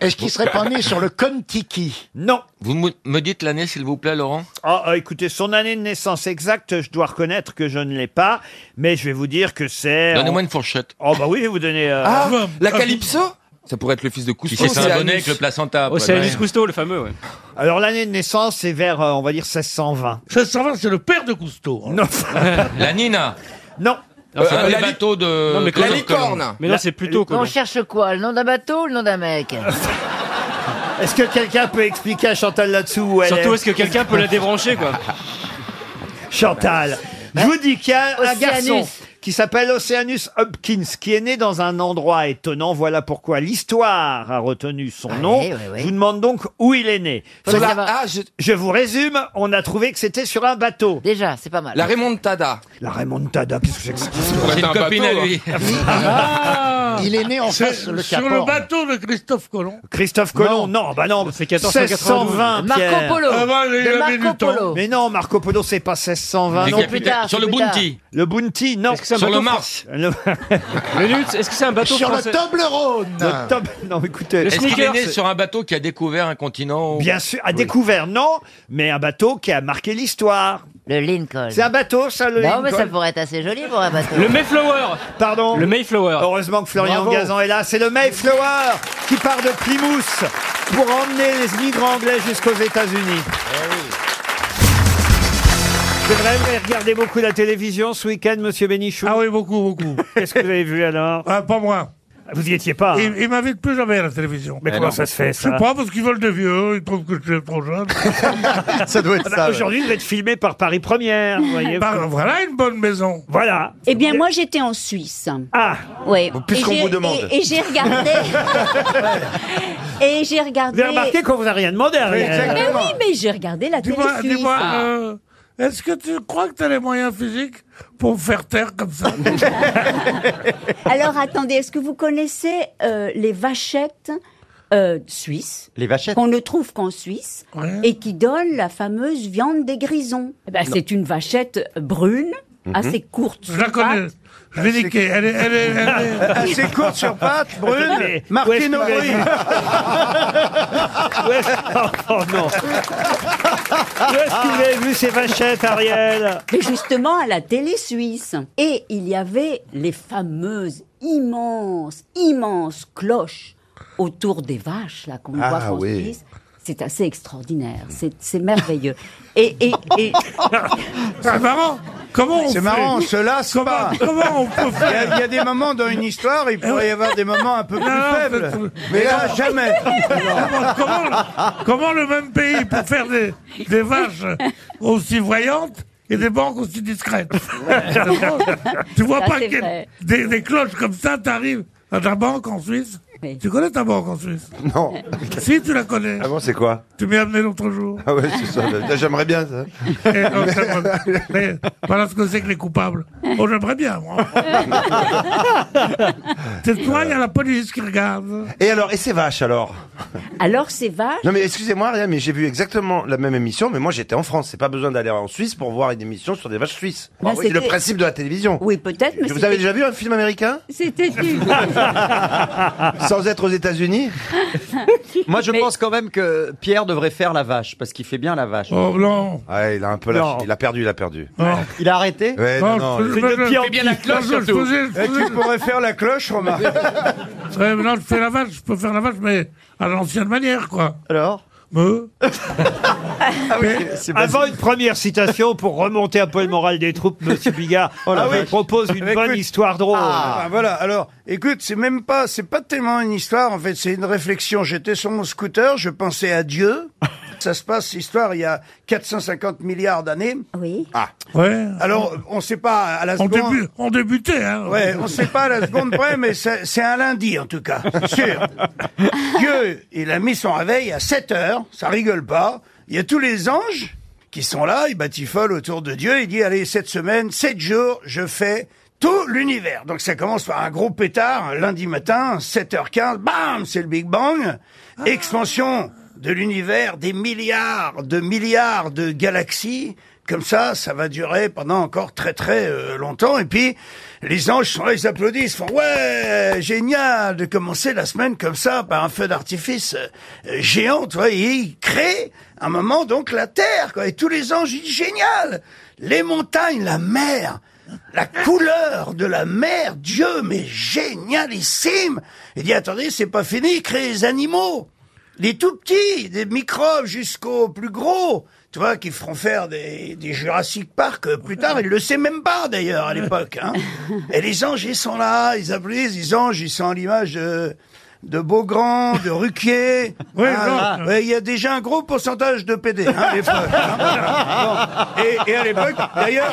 [SPEAKER 12] Est-ce qu'il serait pas né sur le Contiki
[SPEAKER 1] Non.
[SPEAKER 2] Vous me- me dites l'année, s'il vous plaît, Laurent
[SPEAKER 1] Ah, ah, écoutez, son année de naissance exacte, je dois reconnaître que je ne l'ai pas, mais je vais vous dire que c'est.
[SPEAKER 2] Donnez-moi
[SPEAKER 1] en-
[SPEAKER 2] une fourchette.
[SPEAKER 1] Oh bah oui, je vais vous donner. euh,
[SPEAKER 2] Ah, la Calypso Ça pourrait être le fils de
[SPEAKER 1] Qui
[SPEAKER 2] Cousteau.
[SPEAKER 1] s'est fait un bonnet
[SPEAKER 2] avec le placenta.
[SPEAKER 1] après. Océanus
[SPEAKER 5] Cousteau, le fameux, ouais.
[SPEAKER 1] Alors l'année de naissance, c'est vers, euh, on va dire 1620.
[SPEAKER 2] 1620, c'est le père de Cousteau. hein.
[SPEAKER 1] Non.
[SPEAKER 2] la Nina
[SPEAKER 1] Non.
[SPEAKER 2] Euh, euh, les bateaux de... la licorne
[SPEAKER 5] Mais non, c'est plutôt
[SPEAKER 13] On cherche quoi Le nom d'un bateau ou le nom d'un mec
[SPEAKER 1] Est-ce que quelqu'un peut expliquer à Chantal là-dessous où elle
[SPEAKER 5] Surtout, est-ce que quelqu'un peut la débrancher, quoi
[SPEAKER 1] Chantal, je vous dis qu'il y a un
[SPEAKER 5] Océanus.
[SPEAKER 1] garçon qui s'appelle Oceanus Hopkins, qui est né dans un endroit étonnant. Voilà pourquoi l'histoire a retenu son nom. Je vous demande donc où il est né.
[SPEAKER 2] Faut
[SPEAKER 1] Sur la-
[SPEAKER 2] savoir.
[SPEAKER 1] Ah, je... je vous résume, on a trouvé que c'était sur un bateau.
[SPEAKER 13] Déjà, c'est pas mal.
[SPEAKER 2] La Remontada.
[SPEAKER 1] La Remontada, qu'est-ce que c'est hein. que ça
[SPEAKER 2] C'est une copine à lui.
[SPEAKER 12] Il est né en
[SPEAKER 25] C'est
[SPEAKER 12] face le
[SPEAKER 25] Sur le
[SPEAKER 12] Caporne.
[SPEAKER 25] bateau de Christophe Colomb.
[SPEAKER 1] Christophe Colomb, non, bah non, c'est 1620.
[SPEAKER 25] 1492. Marco
[SPEAKER 1] Pierre.
[SPEAKER 25] Polo. Ah bah, il De avait du Marco temps. Polo.
[SPEAKER 1] Mais non, Marco Polo, c'est pas 1620.
[SPEAKER 2] Mais
[SPEAKER 1] non
[SPEAKER 2] c'est plus tard, Sur c'est le plus tard. Bounty.
[SPEAKER 1] Le Bounty, non.
[SPEAKER 2] que c'est un Sur bateau le Mars.
[SPEAKER 5] est-ce que c'est un
[SPEAKER 2] bateau Sur le français
[SPEAKER 1] Toblerone.
[SPEAKER 2] Le
[SPEAKER 1] Non, écoutez.
[SPEAKER 2] Est-ce qu'il est né sur un bateau qui a découvert un continent ou-
[SPEAKER 1] Bien sûr, à découvert, non, mais un bateau qui a marqué l'histoire.
[SPEAKER 13] Le Lincoln.
[SPEAKER 1] C'est un bateau, ça, le
[SPEAKER 13] Non, mais ça
[SPEAKER 1] Lincoln
[SPEAKER 13] pourrait être assez joli pour un bateau.
[SPEAKER 1] Mayflower Pardon
[SPEAKER 5] Le Mayflower.
[SPEAKER 1] Heureusement que Florian
[SPEAKER 5] Bravo.
[SPEAKER 1] Gazan est là. C'est le Mayflower qui part de Plymouth pour emmener les migrants anglais jusqu'aux États-Unis. C'est vrai, vous avez regardé beaucoup la télévision ce week-end, monsieur Bénichou Ah
[SPEAKER 25] oui, beaucoup, beaucoup. Ah,
[SPEAKER 1] Qu'est-ce que vous avez vu alors
[SPEAKER 25] Pas moi.
[SPEAKER 1] Vous y étiez pas hein
[SPEAKER 25] Ils, ils m'invitent plus jamais à la télévision.
[SPEAKER 1] Mais Eh comment non. ça se fait, ça
[SPEAKER 25] Je sais pas, parce qu'ils veulent des vieux, ils trouvent que je suis trop jeune.
[SPEAKER 1] Ça doit être Ah bah, ça, ouais. aujourd'hui, vous êtes filmé par Paris Première, vous voyez.
[SPEAKER 25] Bah, voilà une bonne maison.
[SPEAKER 1] Voilà.
[SPEAKER 4] Eh bien, moi, j'étais en Suisse.
[SPEAKER 1] Ah
[SPEAKER 4] Oui.
[SPEAKER 25] puisqu'on
[SPEAKER 4] Et j'ai-
[SPEAKER 25] vous demande.
[SPEAKER 4] Et, et j'ai regardé. et j'ai regardé.
[SPEAKER 1] Vous avez remarqué qu'on vous a rien demandé, hein, Ariel Eh
[SPEAKER 4] Mais oui, mais j'ai regardé la télé
[SPEAKER 25] Dis-moi,
[SPEAKER 4] suisse.
[SPEAKER 25] dis-moi, euh, est-ce que tu crois que tu as les moyens physiques pour me faire taire comme ça
[SPEAKER 1] Ah.
[SPEAKER 4] Alors, attendez, est-ce que vous connaissez euh, les vachettes
[SPEAKER 23] euh, suisse.
[SPEAKER 2] Les vachettes.
[SPEAKER 23] Qu'on ne trouve qu'en Suisse. Et qui donne la fameuse viande des grisons. Eh ben,
[SPEAKER 2] Non.
[SPEAKER 23] c'est une vachette brune,
[SPEAKER 2] Mhm.
[SPEAKER 23] assez courte.
[SPEAKER 2] Je
[SPEAKER 23] sur
[SPEAKER 2] la connais.
[SPEAKER 23] pattes.
[SPEAKER 2] Je
[SPEAKER 1] Ah,
[SPEAKER 2] vais niquer. Elle est- elle est- elle est- Assez courte sur pattes, brune,
[SPEAKER 1] Mais
[SPEAKER 2] Martine
[SPEAKER 1] où est-ce que-
[SPEAKER 2] Aubry.
[SPEAKER 1] Où est-ce- oh non.
[SPEAKER 2] Ah,
[SPEAKER 1] Où est-ce que vous avez vu ces vachettes, Ariel
[SPEAKER 23] Ah. Mais justement, à la télé suisse. Et il y avait les fameuses immenses, immenses cloches autour des vaches, là, qu'on
[SPEAKER 2] Ah,
[SPEAKER 23] voit en
[SPEAKER 2] oui.
[SPEAKER 23] Suisse. C'est assez extraordinaire. C'est c'est merveilleux. Et, et, et...
[SPEAKER 2] C'est marrant. Comment on
[SPEAKER 3] C'est
[SPEAKER 2] fait
[SPEAKER 3] marrant, on se lasse
[SPEAKER 2] comment,
[SPEAKER 3] pas.
[SPEAKER 2] Comment on peut
[SPEAKER 3] Il y a-
[SPEAKER 2] faire
[SPEAKER 3] il y a des moments dans une histoire, il pourrait y avoir des moments un peu plus
[SPEAKER 2] Non, non,
[SPEAKER 3] faibles.
[SPEAKER 2] faut-
[SPEAKER 3] Mais là, jamais.
[SPEAKER 25] comment, comment- comment le même pays peut faire des, des vaches aussi voyantes et des banques aussi discrètes Tu vois
[SPEAKER 23] Ça,
[SPEAKER 25] pas
[SPEAKER 23] c'est
[SPEAKER 25] que
[SPEAKER 23] vrai.
[SPEAKER 25] des, des cloches comme ça, t'arrives à ta banque en Suisse
[SPEAKER 23] Oui.
[SPEAKER 25] Tu connais ta banque en Suisse Non. Si, tu la connais.
[SPEAKER 29] Ah bon, c'est quoi
[SPEAKER 25] Tu m'y as amené l'autre jour.
[SPEAKER 29] Ah ouais, c'est ça. là, J'aimerais bien ça.
[SPEAKER 25] Et, oh, ça me- mais voilà ce que c'est que les coupables. Oh, j'aimerais bien, moi. C'est
[SPEAKER 1] Ah,
[SPEAKER 25] toi, il y a la police qui regarde.
[SPEAKER 29] Et alors, et ces vaches alors
[SPEAKER 23] Alors, ces vaches.
[SPEAKER 29] Non mais excusez-moi, Ariel, mais j'ai vu exactement la même émission, mais moi j'étais en France. C'est pas besoin d'aller en Suisse pour voir une émission sur des vaches suisses.
[SPEAKER 7] Bah
[SPEAKER 23] Là,
[SPEAKER 29] c'est le
[SPEAKER 23] c'était-
[SPEAKER 29] principe de la télévision.
[SPEAKER 23] Oui, peut-être, mais
[SPEAKER 29] Vous
[SPEAKER 23] c'était-
[SPEAKER 29] avez déjà vu un film américain
[SPEAKER 23] C'était une...
[SPEAKER 29] Sans être aux États-Unis
[SPEAKER 2] Moi, je pense quand même que Pierre devrait faire la vache, parce qu'il fait bien la vache.
[SPEAKER 25] Oh non
[SPEAKER 29] Ouais, il a un peu lâché.
[SPEAKER 2] Non.
[SPEAKER 29] Il a perdu, il a perdu.
[SPEAKER 2] Il a arrêté
[SPEAKER 29] Ouais, non, non, il-
[SPEAKER 25] Eh, tu pourrais
[SPEAKER 3] faire la cloche, remarque.
[SPEAKER 25] Ouais, mais non, je fais la vache, je peux faire la vache, mais à l'ancienne manière, quoi.
[SPEAKER 2] Alors
[SPEAKER 25] Meux
[SPEAKER 3] Ah
[SPEAKER 1] Avant une première citation, pour remonter un peu le moral des troupes, Monsieur Bigard
[SPEAKER 3] Oh la
[SPEAKER 1] vous
[SPEAKER 3] vache.
[SPEAKER 1] propose une bonne histoire drôle.
[SPEAKER 3] Ah,
[SPEAKER 8] voilà, alors, écoute, c'est même pas, c'est pas tellement une histoire, en fait, c'est une réflexion. J'étais sur mon scooter, je pensais à Dieu. Ça se passe, cette histoire, il y a 450 milliards d'années.
[SPEAKER 23] Oui.
[SPEAKER 8] Ah.
[SPEAKER 25] Ouais.
[SPEAKER 8] Alors, on sait pas à la
[SPEAKER 25] On,
[SPEAKER 8] seconde.
[SPEAKER 25] débu- on débutait, hein.
[SPEAKER 8] Ouais, on sait pas à la seconde près, mais c'est c'est un lundi en tout cas, c'est sûr. Dieu, il a mis son réveil à 7 heures, ça rigole pas. Il y a tous les anges qui sont là, ils batifolent autour de Dieu, il dit allez, cette semaine, 7 jours, je fais tout l'univers. Donc ça commence par un gros pétard, un lundi matin, 7h15, bam, c'est le Big Bang, expansion de l'univers, des milliards de milliards de galaxies. Comme ça, ça va durer pendant encore très très euh, longtemps. Et puis, les anges sont là, ils applaudissent, font ouais, génial de commencer la semaine comme ça par un feu d'artifice euh, géant, tu vois. Et ils créent un moment donc la terre, quoi. Et tous les anges, ils disent génial, les montagnes, la mer. La couleur de la mer, Dieu, mais génialissime Il dit, attendez, c'est pas fini, il crée les animaux les tout petits, des microbes jusqu'aux plus gros, tu vois, qui feront faire des, des Jurassic Park euh, plus tard. Il le sait même pas d'ailleurs à l'époque. hein. Et les anges, ils sont là, ils applaudissent, les anges, ils sont à l'image de, de Beaugrand, de Ruquier.
[SPEAKER 25] Ouais,
[SPEAKER 8] Ah,
[SPEAKER 25] non.
[SPEAKER 8] ouais, Il y a déjà un gros pourcentage de PD, hein, les frères, hein. Bon. Et, et à l'époque, d'ailleurs,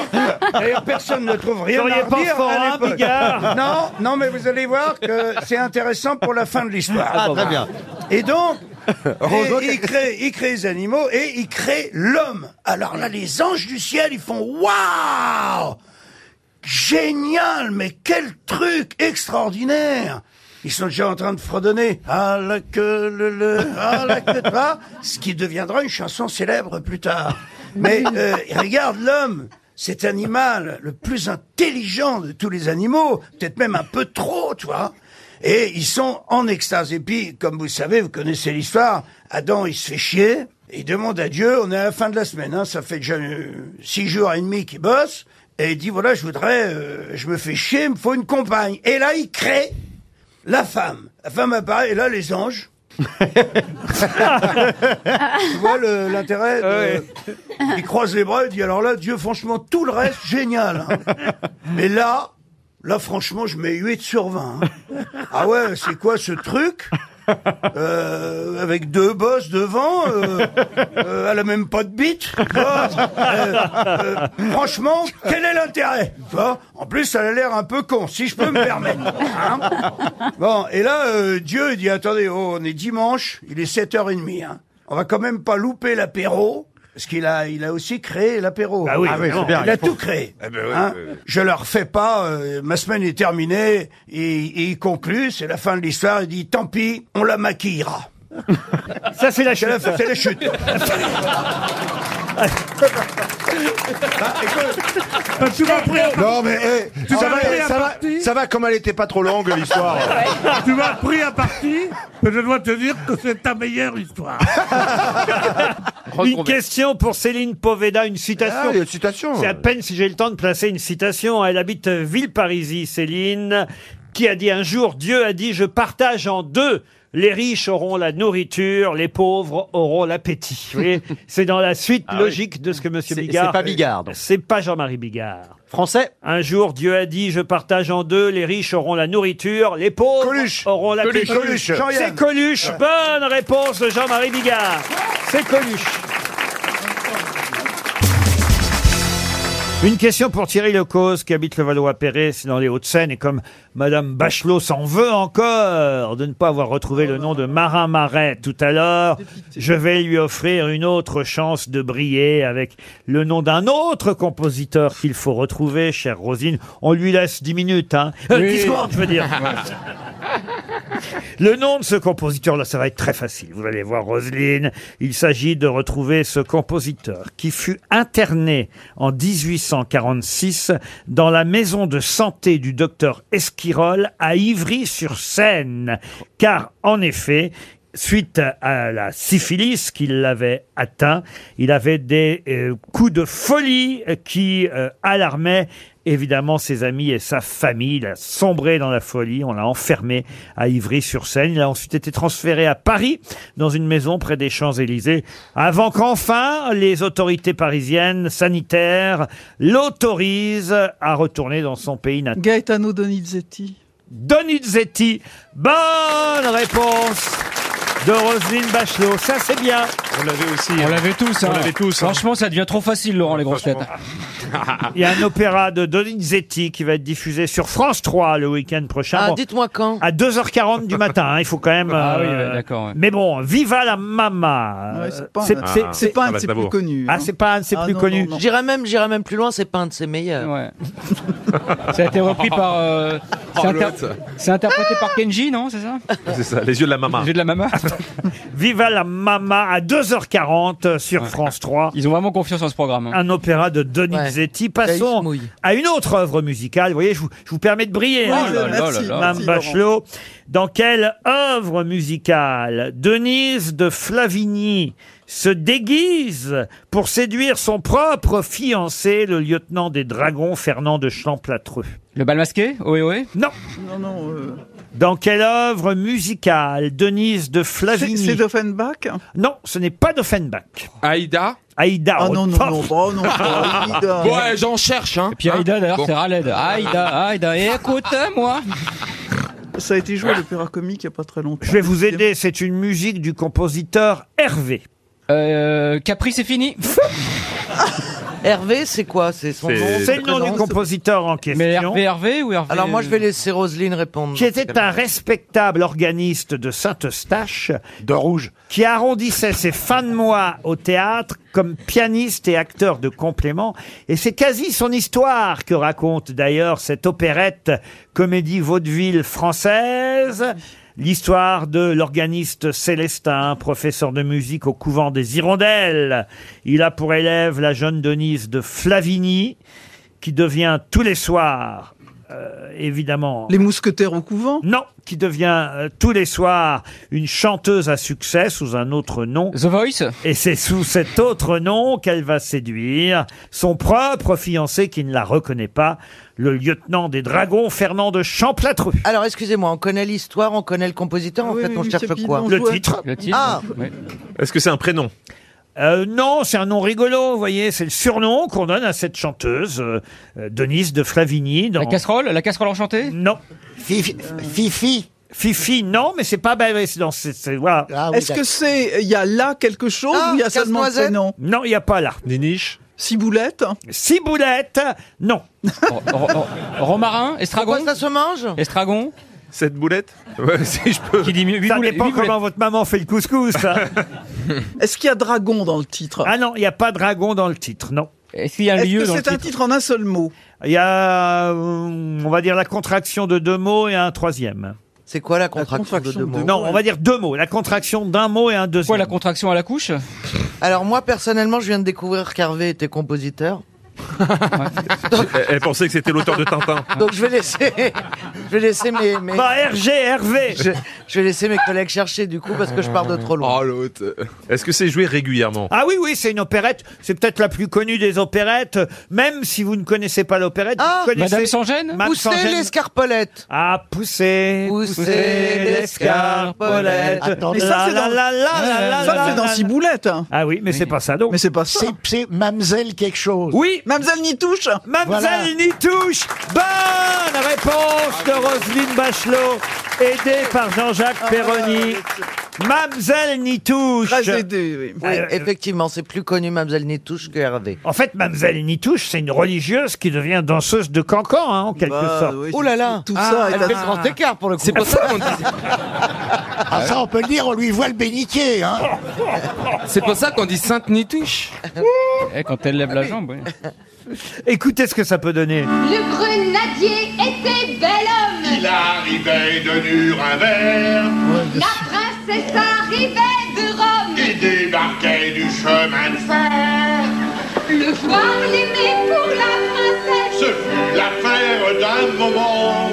[SPEAKER 8] d'ailleurs, personne ne trouve rien
[SPEAKER 1] Vous
[SPEAKER 8] à
[SPEAKER 1] auriez pas
[SPEAKER 8] redire
[SPEAKER 1] fort, hein,
[SPEAKER 8] à l'époque.
[SPEAKER 1] Bigard
[SPEAKER 8] Non, non, mais vous allez voir que c'est intéressant pour la fin de l'histoire.
[SPEAKER 3] Ah, très bien.
[SPEAKER 8] Et donc,
[SPEAKER 3] Heureusement
[SPEAKER 8] et- Eh, il, crée, il crée les animaux et il crée l'homme. Alors là, les anges du ciel, ils font waouh, génial, mais quel truc extraordinaire. Ils sont déjà en train de fredonner ah la queue le le ah la queue de bas, ce qui deviendra une chanson célèbre plus tard. Mais euh, regarde l'homme. Cet animal le plus intelligent de tous les animaux, peut-être même un peu trop, tu vois. Et ils sont en extase. Et puis, comme vous le savez, vous connaissez l'histoire, Adam, il se fait chier, il demande à Dieu, on est à la fin de la semaine, hein, ça fait déjà euh, six jours et demi qu'il bosse, et il dit, voilà, je voudrais, euh, je me fais chier, il me faut une compagne. Et là, il crée la femme. La femme apparaît, et là, les anges. tu vois le- l'intérêt de- Il croise les bras, il dit, alors là, Dieu, franchement, tout le reste, génial. hein. Mais là, là, franchement, je mets 8 sur 20. hein. Ah ouais, c'est quoi ce truc Euh, avec deux bosses devant, euh, euh, elle a même pas de bite. tu vois. Euh, euh, franchement, quel est l'intérêt tu vois En plus, elle a l'air un peu con, si je peux me permettre. hein. bon, et là, euh, Dieu il dit attendez, oh, on est dimanche, il est 7h30. hein. On va quand même pas louper l'apéro. Parce qu'il a, il a aussi créé l'apéro.
[SPEAKER 20] Ah oui, évidemment.
[SPEAKER 8] il,
[SPEAKER 20] Il
[SPEAKER 8] a
[SPEAKER 20] faut-
[SPEAKER 8] tout créé.
[SPEAKER 20] Eh ben oui,
[SPEAKER 8] hein.
[SPEAKER 20] oui, oui.
[SPEAKER 8] Je leur fais pas, euh, ma semaine est terminée, et, et il conclut, c'est la fin de l'histoire, il dit, tant pis, on la maquillera.
[SPEAKER 1] Ça, c'est la chute.
[SPEAKER 8] C'est la chute.
[SPEAKER 25] Ah, Ben, Ah, tu m'as pris un-
[SPEAKER 20] Non, mais hey,
[SPEAKER 29] eh,
[SPEAKER 25] Tu hein.
[SPEAKER 20] ça,
[SPEAKER 25] m'as
[SPEAKER 20] va,
[SPEAKER 25] pris un
[SPEAKER 20] ça, va, ça va, comme elle était pas trop longue, l'histoire.
[SPEAKER 25] tu m'as pris à partie, mais je dois te dire que c'est ta meilleure histoire.
[SPEAKER 1] Une question pour Céline Poveda, une citation.
[SPEAKER 20] Ah, il y a une citation.
[SPEAKER 1] C'est à peine si j'ai le temps de placer une citation. Elle habite Villeparisis, Céline, qui a dit un jour, Dieu a dit, je partage en deux. Les riches auront la nourriture, les pauvres auront l'appétit. Vous voyez, c'est dans la suite
[SPEAKER 2] Ah oui.
[SPEAKER 1] logique de ce que Monsieur
[SPEAKER 2] C'est-
[SPEAKER 1] Bigard.
[SPEAKER 2] c'est pas Bigard, donc.
[SPEAKER 1] C'est pas Jean-Marie Bigard. Français. Un jour, Dieu a dit, je partage en deux. Les riches auront la nourriture, les pauvres auront l'appétit.
[SPEAKER 20] Coluche. Jean-Yann.
[SPEAKER 1] C'est Coluche. Bonne réponse de Jean-Marie Bigard. C'est Coluche. Une question pour Thierry Lecause qui habite le Valois-Perret, c'est dans les Hauts-de-Seine, et comme Madame Bachelot s'en veut encore de ne pas avoir retrouvé le nom de Marin Marais tout à l'heure, je vais lui offrir une autre chance de briller avec le nom d'un autre compositeur qu'il faut retrouver, chère Rosine. On lui laisse 10 minutes, hein. Euh, 10 secondes, je veux dire. Le nom de ce compositeur, là, ça va être très facile. Vous allez voir, Roselyne. Il s'agit de retrouver ce compositeur qui fut interné en 1846 dans la maison de santé du docteur Esquirol à Ivry-sur-Seine. Car, en effet, Suite à la syphilis qui l'avait atteint, il avait des euh, coups de folie qui euh, alarmaient évidemment ses amis et sa famille. Il a sombré dans la folie, on l'a enfermé à Ivry-sur-Seine. Il a ensuite été transféré à Paris, dans une maison près des Champs-Élysées, avant qu'enfin les autorités parisiennes sanitaires l'autorisent à retourner dans son pays natal.
[SPEAKER 6] Gaetano Donizetti.
[SPEAKER 1] Donizetti. Bonne réponse de Roselyne Bachelot. Ça, c'est bien.
[SPEAKER 5] On l'avait aussi. On l'avait tous.
[SPEAKER 1] On
[SPEAKER 5] hein.
[SPEAKER 1] l'avait tous, hein.
[SPEAKER 5] Franchement, ça devient trop facile, Laurent, les grosses têtes.
[SPEAKER 1] Il y a un opéra de Donizetti qui va être diffusé sur France 3 le week-end prochain.
[SPEAKER 7] Ah,
[SPEAKER 1] Bon,
[SPEAKER 7] dites-moi quand.
[SPEAKER 1] À 2h40 du matin, hein, il faut quand même.
[SPEAKER 5] Ah oui, ouais, d'accord, ouais.
[SPEAKER 1] Mais bon, Viva la Mama. Euh,
[SPEAKER 7] Ouais, c'est pas un-
[SPEAKER 1] C'est- c'est-
[SPEAKER 7] Ah,
[SPEAKER 1] c'est
[SPEAKER 7] ah, bah, d'abord.
[SPEAKER 1] Ah, c'est pas un de ses
[SPEAKER 7] Ah,
[SPEAKER 1] plus
[SPEAKER 7] non,
[SPEAKER 1] connus.
[SPEAKER 7] non, non. J'irais même, j'irais même plus loin, c'est pas un de ses meilleurs.
[SPEAKER 5] Ça a été repris par. euh,
[SPEAKER 7] Oh,
[SPEAKER 5] c'est inter-
[SPEAKER 7] l'autre.
[SPEAKER 5] c'est interprété par Kenji, non C'est ça
[SPEAKER 14] C'est ça, les yeux de la maman.
[SPEAKER 5] J'ai de la mama.
[SPEAKER 1] Viva la Mama à 2h40 sur France 3.
[SPEAKER 5] Ils ont vraiment confiance en ce programme. hein.
[SPEAKER 1] Un opéra de Donizetti. Passons à une autre œuvre musicale. Vous voyez, je vous, je vous permets de briller,
[SPEAKER 5] Oh
[SPEAKER 1] hein,
[SPEAKER 5] là là là là.
[SPEAKER 1] Madame
[SPEAKER 5] Merci,
[SPEAKER 1] Bachelot. Dans quelle œuvre musicale Denise de Flavigny se déguise pour séduire son propre fiancé, le lieutenant des dragons Fernand de Champlâtreux
[SPEAKER 5] Le bal masqué Ohé ohé
[SPEAKER 1] Non.
[SPEAKER 6] Non, non. euh,
[SPEAKER 1] Dans quelle œuvre musicale Denise de
[SPEAKER 6] c'est-
[SPEAKER 1] Flavigny
[SPEAKER 6] C'est d'Offenbach
[SPEAKER 1] Non, ce n'est pas d'Offenbach.
[SPEAKER 4] Aïda
[SPEAKER 1] Aïda.
[SPEAKER 6] Ah non, non, non, oh non, pas Aïda.
[SPEAKER 4] Ouais, j'en cherche, hein.
[SPEAKER 5] Et puis Aïda, d'ailleurs,
[SPEAKER 4] Bon.
[SPEAKER 5] c'est Raled. Aïda, Aïda, et hein, écoute-moi
[SPEAKER 6] Ça a été joué à l'opéra comique il n'y a pas très longtemps.
[SPEAKER 1] Je vais vous aider, c'est une musique du compositeur Hervé.
[SPEAKER 5] Euh, Capri, c'est fini
[SPEAKER 7] Hervé, c'est quoi C'est son nom
[SPEAKER 1] C'est le nom du compositeur en question.
[SPEAKER 5] Mais Hervé, Hervé ou Hervé euh,
[SPEAKER 7] Alors moi, je vais laisser Roselyne répondre.
[SPEAKER 1] qui était un respectable organiste de Saint-Eustache. De rouge. Qui arrondissait ses fins de mois au théâtre comme pianiste et acteur de complément. Et c'est quasi son histoire que raconte d'ailleurs cette opérette comédie vaudeville française. L'histoire de l'organiste Célestin, professeur de musique au couvent des Hirondelles. Il a pour élève la jeune Denise de Flavigny, qui devient tous les soirs, euh, évidemment,
[SPEAKER 6] Les mousquetaires au couvent
[SPEAKER 1] non, qui devient euh, tous les soirs une chanteuse à succès sous un autre nom.
[SPEAKER 5] The Voice
[SPEAKER 1] Et c'est sous cet autre nom qu'elle va séduire son propre fiancé qui ne la reconnaît pas, le lieutenant des dragons Fernand de Champlâtreux.
[SPEAKER 7] Alors excusez-moi, on connaît l'histoire, on connaît le compositeur, en
[SPEAKER 6] oui,
[SPEAKER 7] fait
[SPEAKER 6] oui,
[SPEAKER 7] on
[SPEAKER 6] oui,
[SPEAKER 7] cherche
[SPEAKER 6] c'est
[SPEAKER 7] quoi
[SPEAKER 6] bidon,
[SPEAKER 1] Le ouais. titre.
[SPEAKER 5] Le titre
[SPEAKER 7] Ah
[SPEAKER 5] ouais.
[SPEAKER 14] Est-ce que c'est un prénom
[SPEAKER 1] Euh, non, c'est un nom rigolo, vous voyez, c'est le surnom qu'on donne à cette chanteuse, euh, euh, Denise de Flavigny. Dans...
[SPEAKER 5] La casserole La casserole enchantée
[SPEAKER 1] Non.
[SPEAKER 6] Fifi.
[SPEAKER 1] Fifi, non, mais c'est pas... bah, c'est dans- c'est- c'est- voilà.
[SPEAKER 7] Ah
[SPEAKER 6] Est-ce que c'est. Il y a là quelque chose
[SPEAKER 1] Ah,
[SPEAKER 6] ou il y a seulement le
[SPEAKER 1] casse-noisette
[SPEAKER 6] prénom
[SPEAKER 1] Non, il n'y a pas là.
[SPEAKER 14] Niche
[SPEAKER 6] Ciboulette
[SPEAKER 1] Ciboulette Non.
[SPEAKER 5] Oh, Romarin Estragon
[SPEAKER 7] Quoi, ça se mange
[SPEAKER 5] Estragon
[SPEAKER 14] Cette boulette Ouais, si je peux. Qui dit
[SPEAKER 1] Ça dépend comment votre maman fait le couscous.
[SPEAKER 6] Est-ce qu'il y a dragon dans le titre
[SPEAKER 1] Ah non, il n'y a pas dragon dans le titre, non. Est-ce qu'il
[SPEAKER 6] Est-ce que c'est un titre en un seul mot
[SPEAKER 1] Il y a, euh, on va dire, la contraction de deux mots et un troisième.
[SPEAKER 7] C'est quoi la contraction,
[SPEAKER 1] de deux mots Non, on va dire deux mots. La contraction d'un mot et un deuxième. Quoi, la
[SPEAKER 5] contraction à la couche
[SPEAKER 7] Alors moi, personnellement, je viens de découvrir qu'Hervé était compositeur.
[SPEAKER 14] Elle- Elle pensait que c'était l'auteur de Tintin.
[SPEAKER 7] Donc je vais laisser, je vais laisser mes, mes...
[SPEAKER 1] Bah, RG, Hervé
[SPEAKER 7] je, je vais laisser mes collègues chercher du coup parce que je pars de trop loin.
[SPEAKER 14] Oh, l'autre. Est-ce que c'est joué régulièrement
[SPEAKER 1] Ah oui, oui, c'est une opérette. C'est peut-être la plus connue des opérettes. Même si vous ne connaissez pas l'opérette,
[SPEAKER 7] Ah
[SPEAKER 1] vous connaissez...
[SPEAKER 7] Madame sans
[SPEAKER 1] gêne
[SPEAKER 7] Poussez l'escarpolette.
[SPEAKER 1] Ah, poussez,
[SPEAKER 7] Poussez l'escarpolette.
[SPEAKER 6] Mais ça, c'est dans, ça, c'est dans Ciboulette. hein.
[SPEAKER 1] Ah oui, mais c'est pas ça donc.
[SPEAKER 6] Mais c'est pas ça.
[SPEAKER 15] C'est Mamselle quelque chose.
[SPEAKER 1] Oui,
[SPEAKER 6] Mamselle n'y touche.
[SPEAKER 1] Mademoiselle n'y touche. Bonne réponse de Roselyne Bachelot, aidée par Jean-Jacques Perroni. Mademoiselle n'y touche. Ah, euh,
[SPEAKER 6] Très aidé, oui.
[SPEAKER 7] Oui, effectivement, c'est plus connu Mamselle Nitouche que Hervé.
[SPEAKER 1] En fait, Mademoiselle Nitouche, c'est une religieuse qui devient danseuse de cancan, hein, en quelque
[SPEAKER 12] Bah,
[SPEAKER 1] sorte.
[SPEAKER 7] Oh là là
[SPEAKER 6] Bah, Tout
[SPEAKER 1] Ah,
[SPEAKER 12] Ah,
[SPEAKER 6] ça,
[SPEAKER 7] Elle
[SPEAKER 6] elle a-
[SPEAKER 7] fait grand écart pour le coup.
[SPEAKER 4] C'est pour ça qu'on disait,
[SPEAKER 15] Ah, ça, on peut le dire, on lui voit le bénitier. Hein.
[SPEAKER 4] c'est pour ça qu'on dit Sainte Nitouche.
[SPEAKER 5] Eh, quand elle lève la jambe, oui.
[SPEAKER 1] Écoutez ce que ça peut donner.
[SPEAKER 13] Le grenadier était bel homme.
[SPEAKER 18] Il arrivait de Nuremberg,
[SPEAKER 13] La princesse arrivait de Rome.
[SPEAKER 18] il débarquait du chemin de fer.
[SPEAKER 13] Le voir l'aimer pour la princesse.
[SPEAKER 18] Ce fut l'affaire d'un moment.